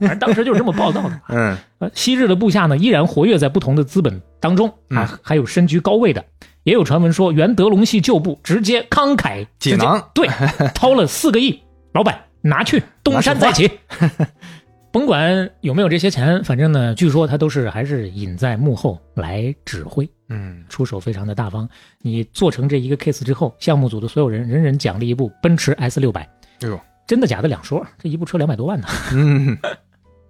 B: 反正当时就是这么报道的。
C: 嗯
B: 呃，昔日的部下呢，依然活跃在不同的资本当中啊
C: 嗯，
B: 还有身居高位的，也有传闻说原德隆系旧部直接慷慨
C: 解 囊，
B: 直接对，掏了四个亿，老板拿去东山再起。甭管有没有这些钱，反正呢，据说他都是还是隐在幕后来指挥，
C: 嗯，
B: 出手非常的大方。你做成这一个 case 之后，项目组的所有人人人奖励一部奔驰 S 六百，
C: 哎呦，
B: 真的假的两说，这一部车两百多万呢。
C: 嗯，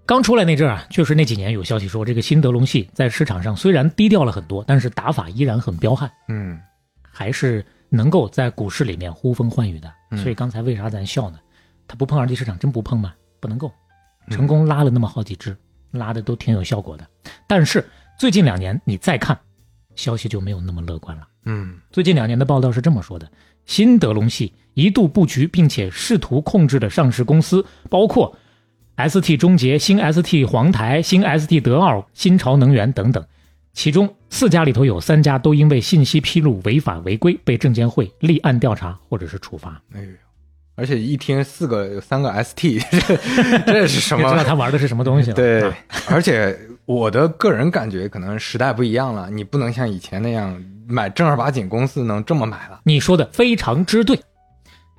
B: 刚出来那阵儿啊，确实那几年有消息说，这个新德龙系在市场上虽然低调了很多，但是打法依然很彪悍。
C: 嗯，
B: 还是能够在股市里面呼风唤雨的。
C: 嗯
B: 所以刚才为啥咱笑呢？他不碰二级市场，真不碰吗？不能够，成功拉了那么好几只，拉的都挺有效果的。但是最近两年你再看，消息就没有那么乐观了。
C: 嗯，
B: 最近两年的报道是这么说的：新德龙系一度布局并且试图控制的上市公司包括 ST 中捷、新 ST 黄台、新 ST 德奥、新潮能源等等。其中四家里头有三家都因为信息披露违法违规被证监会立案调查或者是处罚。
C: 哎呦，而且一听四个有三个 ST，这这是什
B: 也
C: 么
B: 知道？他玩的是什么东西了。
C: 对
B: 啊，
C: 而且我的个人感觉，可能时代不一样了，你不能像以前那样买正儿八经公司能这么买了。
B: 你说的非常之对，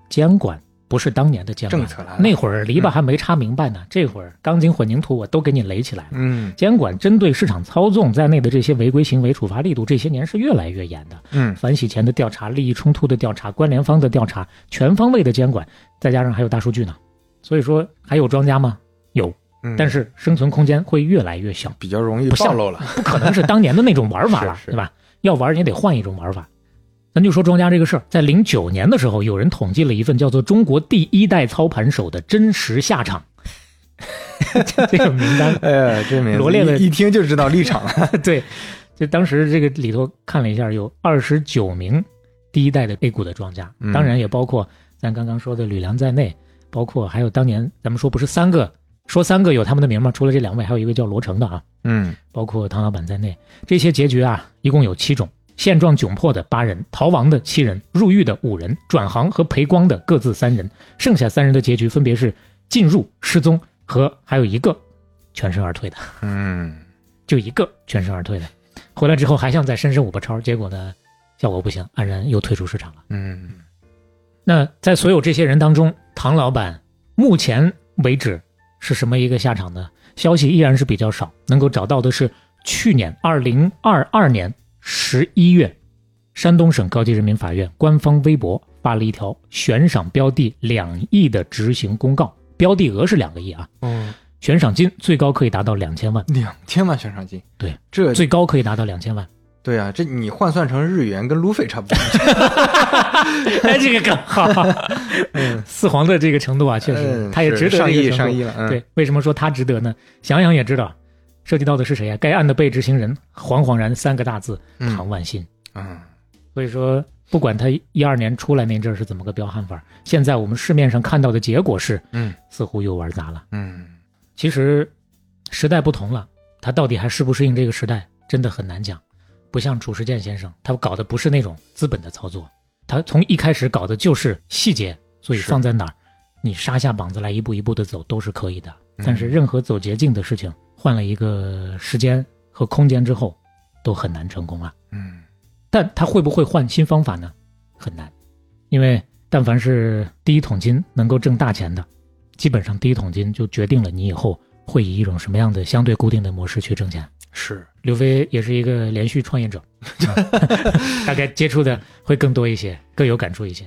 B: 监管不是当年的监管
C: 政策来了
B: 那会儿篱笆还没插明白呢，这会儿钢筋混凝土我都给你垒起来了。
C: 嗯
B: 监管针对市场操纵在内的这些违规行为处罚力度，这些年是越来越严的。
C: 嗯
B: 反洗钱的调查、利益冲突的调查、关联方的调查，全方位的监管，再加上还有大数据呢。所以说，还有庄家吗？有，
C: 嗯，
B: 但是生存空间会越来越 小，
C: 比较容易
B: 不像
C: 暴露了。
B: 不可能是当年的那种玩法了，
C: 是是
B: 对吧？要玩也得换一种玩法。咱就说庄家这个事儿，在零九年的时候，有人统计了一份叫做《中国第一代操盘手的真实下 场》这个名单，
C: 哎呀，这名字
B: 罗列了
C: 一一听就知道立场了。
B: 对，就当时这个里头看了一下，有二十九名第一代的 A 股的庄家，
C: 嗯
B: 当然也包括咱刚刚说的吕梁在内，包括还有当年咱们说不是三个，说三个有他们的名吗？除了这两位，还有一个叫罗成的啊，
C: 嗯
B: 包括唐老板在内，这些结局啊，一共有七种。现状窘迫的八人，逃亡的七人，入狱的五人，转行和赔光的各自三人，剩下三人的结局分别是进入、失踪和还有一个全身而退的。
C: 嗯
B: 就一个全身而退的。回来之后还想再深深五波超，结果呢效果不行，黯然又退出市场了。
C: 嗯
B: 那在所有这些人当中，唐老板目前为止是什么一个下场呢？消息依然是比较少，能够找到的是去年二零二二年十一月，山东省高级人民法院官方微博发了一条悬赏标的两亿的执行公告，标的额是两个亿啊，
C: 嗯，
B: 悬赏金最高可以达到两千万，
C: 两千万悬赏金，
B: 对，
C: 这
B: 最高可以达到两千万。
C: 对啊，这你换算成日元跟路费差不多。
B: 哎，这个更好。
C: 嗯，
B: 四皇的这个程度啊，确实
C: 嗯，
B: 他也
C: 是
B: 值得
C: 上
B: 这
C: 亿
B: 个程
C: 上
B: 度。
C: 亿了。嗯，
B: 对，为什么说他值得呢？想想也知道，涉及到的是谁啊？该案的被执行人，惶惶然三个大字：
C: 嗯
B: 唐万新。
C: 嗯
B: 所以说，不管他一二年出来那阵儿是怎么个彪悍法儿，现在我们市面上看到的结果是，
C: 嗯
B: 似乎又玩砸了。
C: 嗯
B: 其实，时代不同了，他到底还适不适应这个时代，真的很难讲。不像褚时健先生，他搞的不是那种资本的操作，他从一开始搞的就是细节，所以
C: 是
B: 放在哪儿，你杀下膀子来一步一步的走都是可以的。
C: 嗯
B: 但是任何走捷径的事情，换了一个时间和空间之后，都很难成功啊。
C: 嗯
B: 但他会不会换新方法呢？很难，因为但凡是第一桶金能够挣大钱的，基本上第一桶金就决定了你以后会以一种什么样的相对固定的模式去挣钱。
C: 是
B: 刘飞也是一个连续创业者， 大概接触的会更多一些，更有感触一些。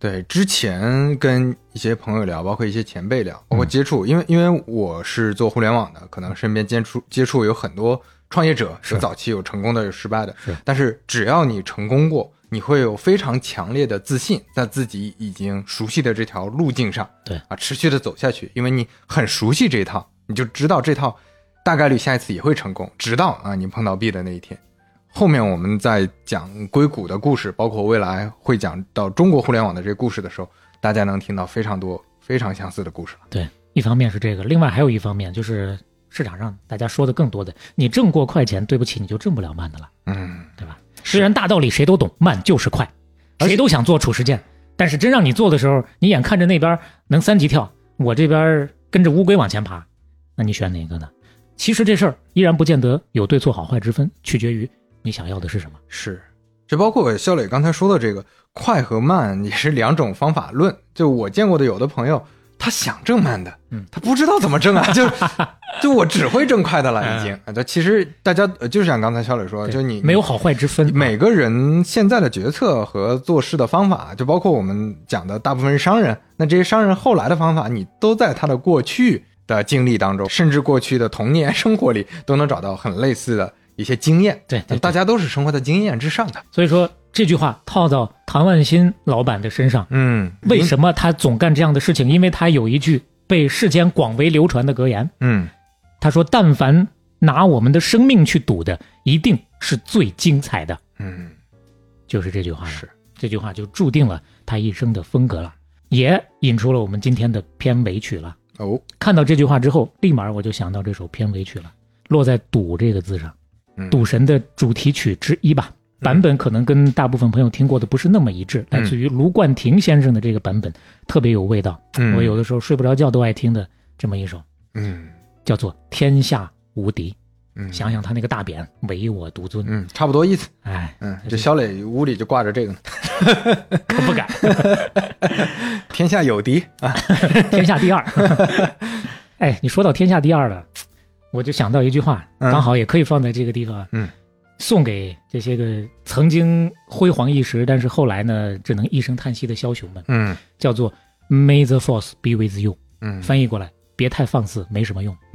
C: 对，之前跟一些朋友聊，包括一些前辈聊，
B: 嗯
C: 包括接触，因为因为我是做互联网的，可能身边接触接触有很多创业者，
B: 是
C: 有早期有成功的，有失败的，
B: 是
C: 但是只要你成功过，你会有非常强烈的自信，在自己已经熟悉的这条路径上，
B: 对
C: 啊，持续的走下去，因为你很熟悉这一套，你就知道这套大概率下一次也会成功，直到啊你碰到 B 的那一天。后面我们在讲硅谷的故事，包括未来会讲到中国互联网的这个故事的时候，大家能听到非常多非常相似的故事了。
B: 对，一方面是这个，另外还有一方面就是市场上大家说的更多的，你挣过快钱，对不起，你就挣不了慢的了。
C: 嗯，
B: 对吧？虽然大道理谁都懂，慢就是快，
C: 而且
B: 谁都想做褚时健，但是真让你做的时候，你眼看着那边能三级跳，我这边跟着乌龟往前爬，那你选哪个呢？其实这事儿依然不见得有对错好坏之分，取决于你想要的是什么。
C: 是，这包括肖磊刚才说的这个快和慢也是两种方法论。就我见过的有的朋友，他想挣慢的，
B: 嗯
C: 他不知道怎 么挣啊，就是就我只会挣快的了，已经。啊，对，其实大家呃就是像刚才肖磊说，就你
B: 嗯没有好坏之分，
C: 每个人现在的决策和做事的方法，就包括我们讲的大部分是商人，那这些商人后来的方法，你都在他的过去的经历当中，甚至过去的童年生活里，都能找到很类似的一些经验。
B: 对对对
C: 大家都是生活在经验之上的。
B: 所以说这句话套到唐万新老板的身上，
C: 嗯，
B: 为什么他总干这样的事情？因为他有一句被世间广为流传的格言，
C: 嗯，
B: 他说：“但凡拿我们的生命去赌的，一定是最精彩的。
C: 嗯”
B: 就是这句话了，
C: 是
B: 这句话就注定了他一生的风格了，也引出了我们今天的片尾曲了。
C: 哦，
B: 看到这句话之后，立马我就想到这首片尾曲了，落在“赌”这个字上，
C: 嗯
B: 《赌神》的主题曲之一吧。版本可能跟大部分朋友听过的不是那么一
C: 嗯
B: 致，来自于卢冠廷先生的这个版本特别有味道，
C: 嗯
B: 我有的时候睡不着觉都爱听的这么一首，
C: 嗯
B: 叫做《天下无敌》。
C: 嗯，
B: 想想他那个大匾，唯我独尊，
C: 嗯，差不多意思。
B: 哎，
C: 嗯，这肖磊屋里就挂着这个呢，
B: 可不敢，
C: 天下有敌啊，
B: 天下第二。 哎，你说到天下第二了，我就想到一句话，
C: 嗯
B: 刚好也可以放在这个地方，
C: 嗯，
B: 送给这些个曾经辉煌一时，但是后来呢，只能一声叹息的枭雄们，
C: 嗯
B: 叫做 May the force be with you，
C: 嗯，
B: 翻译过来，别太放肆，没什么用。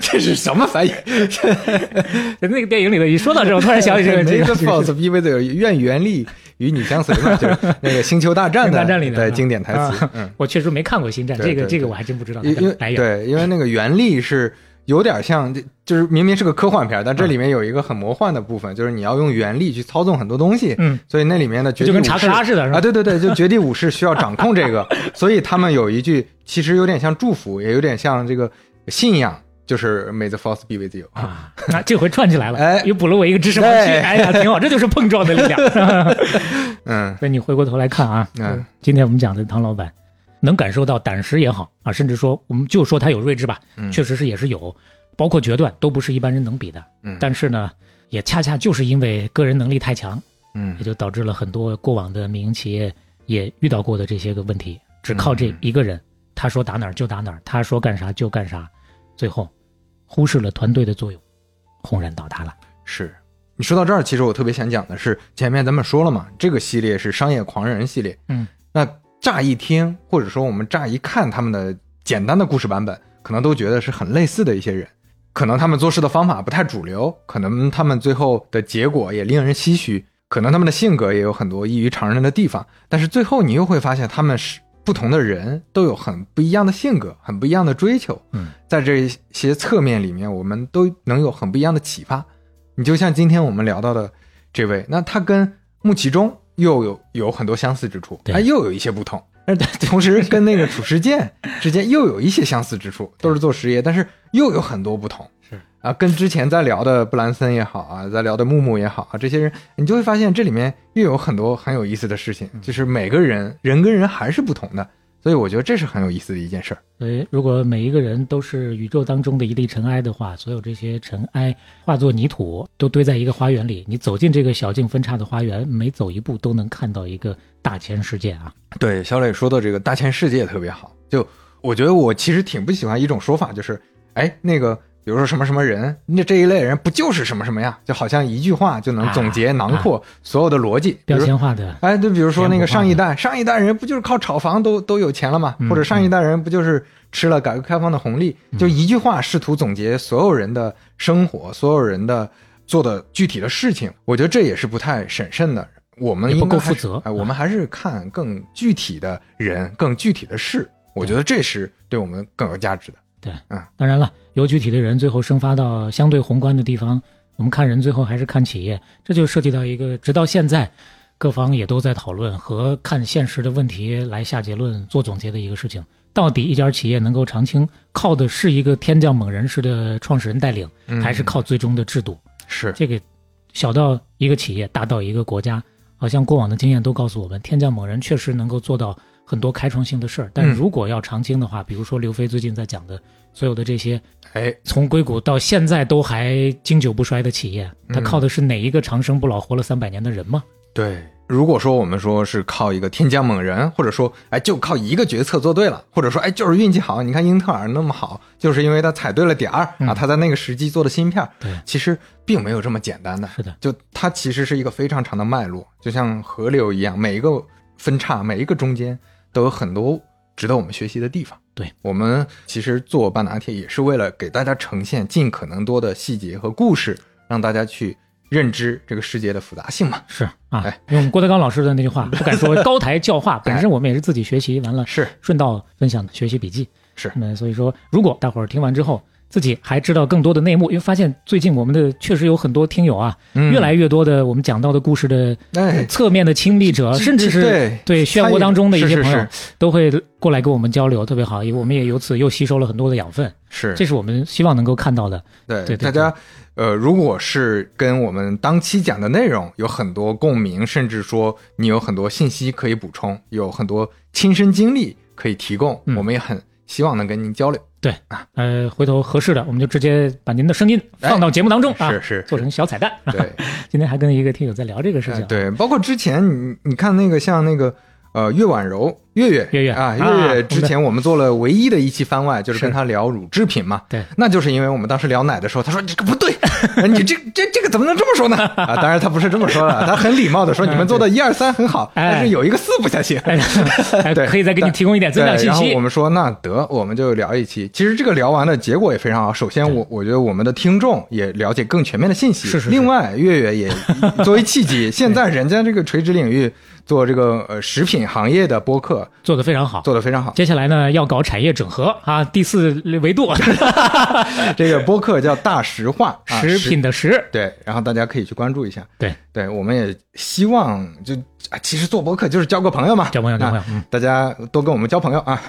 C: 这是什么翻译？
B: 那个电影里的，一说到这，我突然 想起 这个这
C: 那
B: 个
C: 个 force 意味着愿原力与你相随 嘛，就是那个《星球大战》的
B: 大战里的
C: 对
B: 嗯
C: 经典台词
B: 啊。
C: 嗯，
B: 我确实没看过《星战》，
C: 对
B: 这个
C: 对
B: 这个
C: 对
B: 我还真不知道它
C: 因因为
B: 的来源。
C: 对，因为那个原力是有点像，就是明明是个科幻片，但这
B: 嗯
C: 里面有一个很魔幻的部分，就是你要用原力去操纵很多东西。
B: 嗯，
C: 所以那里面的绝
B: 就
C: 地
B: 跟
C: 武士
B: 查克拉似的是吧
C: 啊，对对对，就绝地武士需要掌控 这个，所以他们有一句其实有点像祝福，也有点像这个信仰，就是 May the force be with you。
B: 啊，那这回串起来了，
C: 哎
B: 又补了我一个知识盲区，
C: 对
B: 哎 呀，挺好，这就是碰撞的力量。
C: 嗯
B: 所以你回过头来看啊，
C: 嗯
B: 今天我们讲的唐老板，能感受到胆识也好啊，甚至说我们就说他有睿智吧，
C: 嗯
B: 确实是也是有，包括决断都不是一般人能比的。
C: 嗯
B: 但是呢，也恰恰就是因为个人能力太强，
C: 嗯
B: 也就导致了很多过往的民营企业也遇到过的这些个问题，只靠这一个人，他说打哪儿就打哪儿，他说干啥就干啥，最后忽视了团队的作用，轰然倒塌了。
C: 是。你说到这儿，其实我特别想讲的是，前面咱们说了嘛，这个系列是商业狂人系列。
B: 嗯，
C: 那乍一听，或者说我们乍一看他们的简单的故事版本，可能都觉得是很类似的一些人，可能他们做事的方法不太主流，可能他们最后的结果也令人唏嘘，可能他们的性格也有很多异于常人的地方。但是最后你又会发现，他们是不同的人，都有很不一样的性格，很不一样的追求。
B: 嗯，
C: 在这些侧面里面，我们都能有很不一样的启发。你就像今天我们聊到的这位，那他跟穆其中又有有很多相似之处，
B: 对
C: 他哎又有一些不 同。但是同时跟那个褚时健之间又有一些相似之处，都是做实业，但是又有很多不同。
B: 是
C: 啊，跟之前在聊的布兰森也好啊，在聊的木木也好啊，这些人，你就会发现这里面又有很多很有意思的事情，就是每个人人跟人还是不同的，所以我觉得这是很有意思的一件事儿。
B: 所以，如果每一个人都是宇宙当中的一粒尘埃的话，所有这些尘埃化作泥土，都堆在一个花园里。你走进这个小径分叉的花园，每走一步都能看到一个大千世界啊！
C: 对，小磊说的这个大千世界特别好。就我觉得我其实挺不喜欢一种说法，就是哎，那个比如说什么什么人，那这一类人不就是什么什么呀？就好像一句话就能总结
B: 啊
C: 囊括所有的逻辑。比
B: 标
C: 如
B: 签化的，
C: 哎，对，比如说那
B: 全
C: 个
B: 部化
C: 上一代，上一代人不就是靠炒房都都有钱了嘛？
B: 嗯
C: 或者上一代人不就是吃了改革开放的红利？就一句话试图总结所有人的生活，所有人的做的具体的事情，我觉得这也是不太审慎的。我们
B: 也不
C: 应该
B: 够
C: 还
B: 负
C: 是
B: 责
C: 哎，我们还是看更具体的人，更具体的事。我觉得这是对我们更有价值的。
B: 当然了，由具体的人最后生发到相对宏观的地方，我们看人最后还是看企业，这就涉及到一个直到现在，各方也都在讨论和看现实的问题来下结论、做总结的一个事情。到底一家企业能够长青，靠的是一个天降猛人式的创始人带领，
C: 嗯
B: 还是靠最终的制度？
C: 是，
B: 这个小到一个企业，大到一个国家，好像过往的经验都告诉我们，天降猛人确实能够做到很多开创性的事儿。但
C: 嗯
B: 如果要长青的话，比如说刘飞最近在讲的所有的这些
C: 哎，
B: 从硅谷到现在都还经久不衰的企业，它
C: 嗯
B: 靠的是哪一个长生不老、活了三百年的人吗？
C: 对，如果说我们说是靠一个天降猛人，或者说哎就靠一个决策做对了，或者说哎就是运气好，你看英特尔那么好，就是因为他踩对了点儿、
B: 嗯
C: 啊，他在那个时机做的芯片儿，
B: 对
C: 其实并没有这么简单的。
B: 是的，
C: 就它其实是一个非常长的脉络，就像河流一样，每一个分叉，每一个中间都有很多值得我们学习的地方。
B: 对
C: 我们其实做半拿铁也是为了给大家呈现尽可能多的细节和故事，让大家去认知这个世界的复杂性嘛。
B: 是啊
C: 哎，
B: 用郭德纲老师的那句话，不敢说高台教 化，本身我们也是自己学习完了，
C: 是
B: 顺道分享的学习笔记。
C: 是
B: 那所以说，如果大伙儿听完之后，自己还知道更多的内幕，因为发现最近我们的确实有很多听友啊，
C: 嗯
B: 越来越多的我们讲到的故事的
C: 哎，
B: 侧面的亲历者，
C: 这
B: 甚至
C: 这
B: 是
C: 对
B: 对漩
C: 参与
B: 涡当中的一
C: 是
B: 些
C: 是
B: 朋友
C: 是，
B: 都会过来跟我们交流，特别好，因为我们也由此又吸收了很多的养分，
C: 是
B: 这是我们希望能够看到的。
C: 对，
B: 对对
C: 大家，呃，如果是跟我们当期讲的内容有很多共鸣，甚至说你有很多信息可以补充，有很多亲身经历可以提供，
B: 嗯
C: 我们也很希望能跟您交流。
B: 呃，回头合适的，我们就直接把您的声音放到节目当中啊，
C: 哎是是
B: 做成小彩蛋。
C: 对，
B: 今天还跟一个听友在聊这个事
C: 呃
B: 情，，啊
C: 对，包括之前你你看那个像那个。呃，岳婉柔，月月，
B: 月月
C: 啊，
B: 啊
C: 月月之前我们做了唯一的一期番外，就是跟他聊乳制品嘛。
B: 对
C: 那就是因为我们当时聊奶的时候，他说你这个不对， 你这这这个怎么能这么说呢？啊，当然他不是这么说的，他很礼貌 的说你们做的一二三很好，
B: 啊哎
C: 但是有一个四不太行。
B: 哎， 哎
C: 对
B: 可以再给你提供一点
C: 对
B: 增长，信
C: 然后
B: 息
C: 我。们说那得，我们就聊一期。其实这个聊完的结果也非常好。首先我，我觉得我们的听众也了解更全面的信息。
B: 是是是
C: 另外，月 月也作为契机，现在人家这个垂直领域做这个呃食品行业的播客
B: 做得非常好。
C: 做得非常好。
B: 接下来呢，要搞产业整合啊，第四维度，
C: 啊这个播客叫大实话，啊
B: 食品的食，
C: 对，然后大家可以去关注一下。
B: 对，
C: 对，我们也希望就啊其实做播客就是交个朋友嘛，
B: 交朋友，交朋
C: 啊
B: 友，嗯，
C: 大家多跟我们交朋友啊，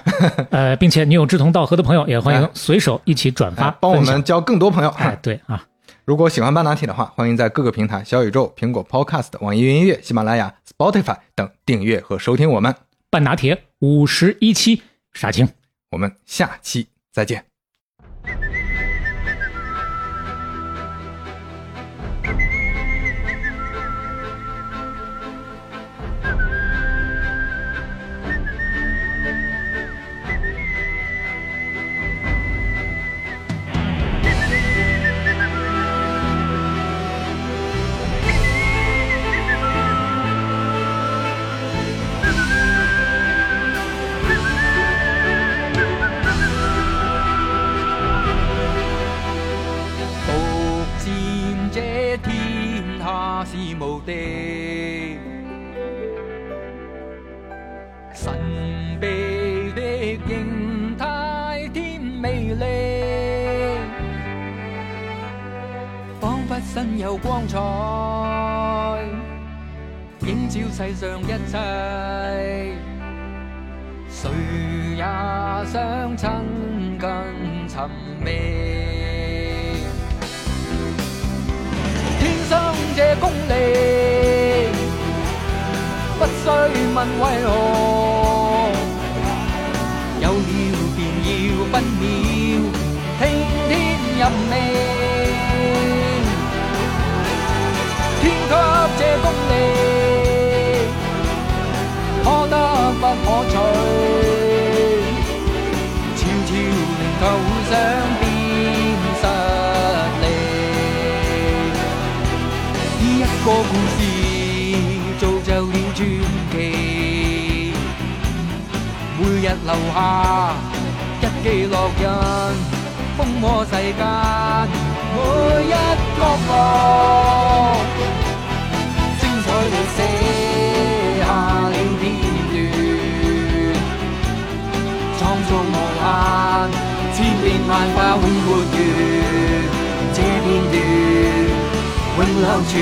B: 呃，并且你有志同道合的朋友，也欢迎
C: 哎
B: 随手一起转发，
C: 啊帮我
B: 分享
C: 们，交更多朋友。
B: 哎，对啊，
C: 如果喜欢半拿铁的话，欢迎在各个平台小宇宙、苹果 Podcast、网易云音乐、喜马拉雅、Spotify 等订阅和收听我们。
B: 半拿铁五十一期杀青。
C: 我们下期再见。
D: 独占这天下是无敌，神秘的形态添魅力，仿佛身有光彩，映照世上一切。谁也想亲近尋觅。天生這功力，不需問為何，有了便要分秒，聽天入命。天給這功力。可得不可取。悄悄令構想變實力，一個故事造就了傳奇，每日留下一記落印，風魔世間每一角落。精彩地寫下了片段，創造無限千變萬化永沒完，這片段永流傳。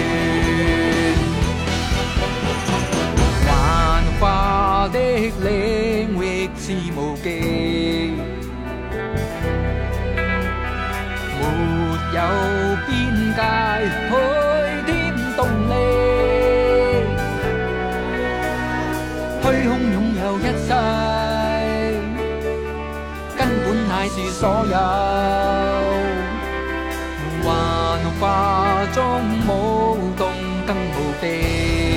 D: 幻化的領域是無極。沒有邊界去添動力，虛空擁有一切，根本乃是所有。幻化中舞動更無敵。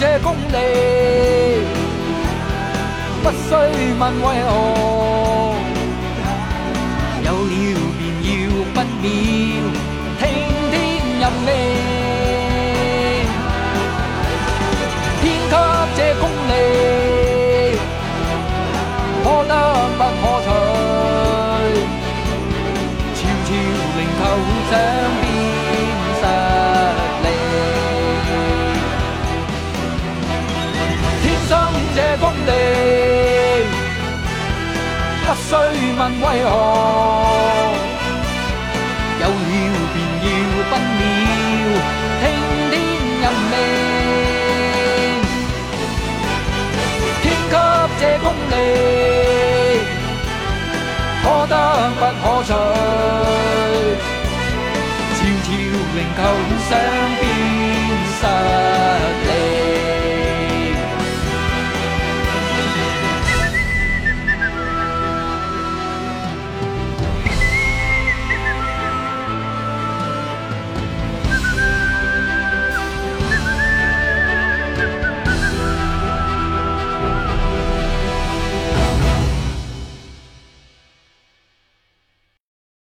D: 嘅功利，不需問為何，有了便要不要，聽天任命，天給這功利，可得不可取。悄悄令構想變實力。天生這功力，不需問為何。有了便要，不了，聽天任命。天給這功力。可得不可取，悄悄令構想。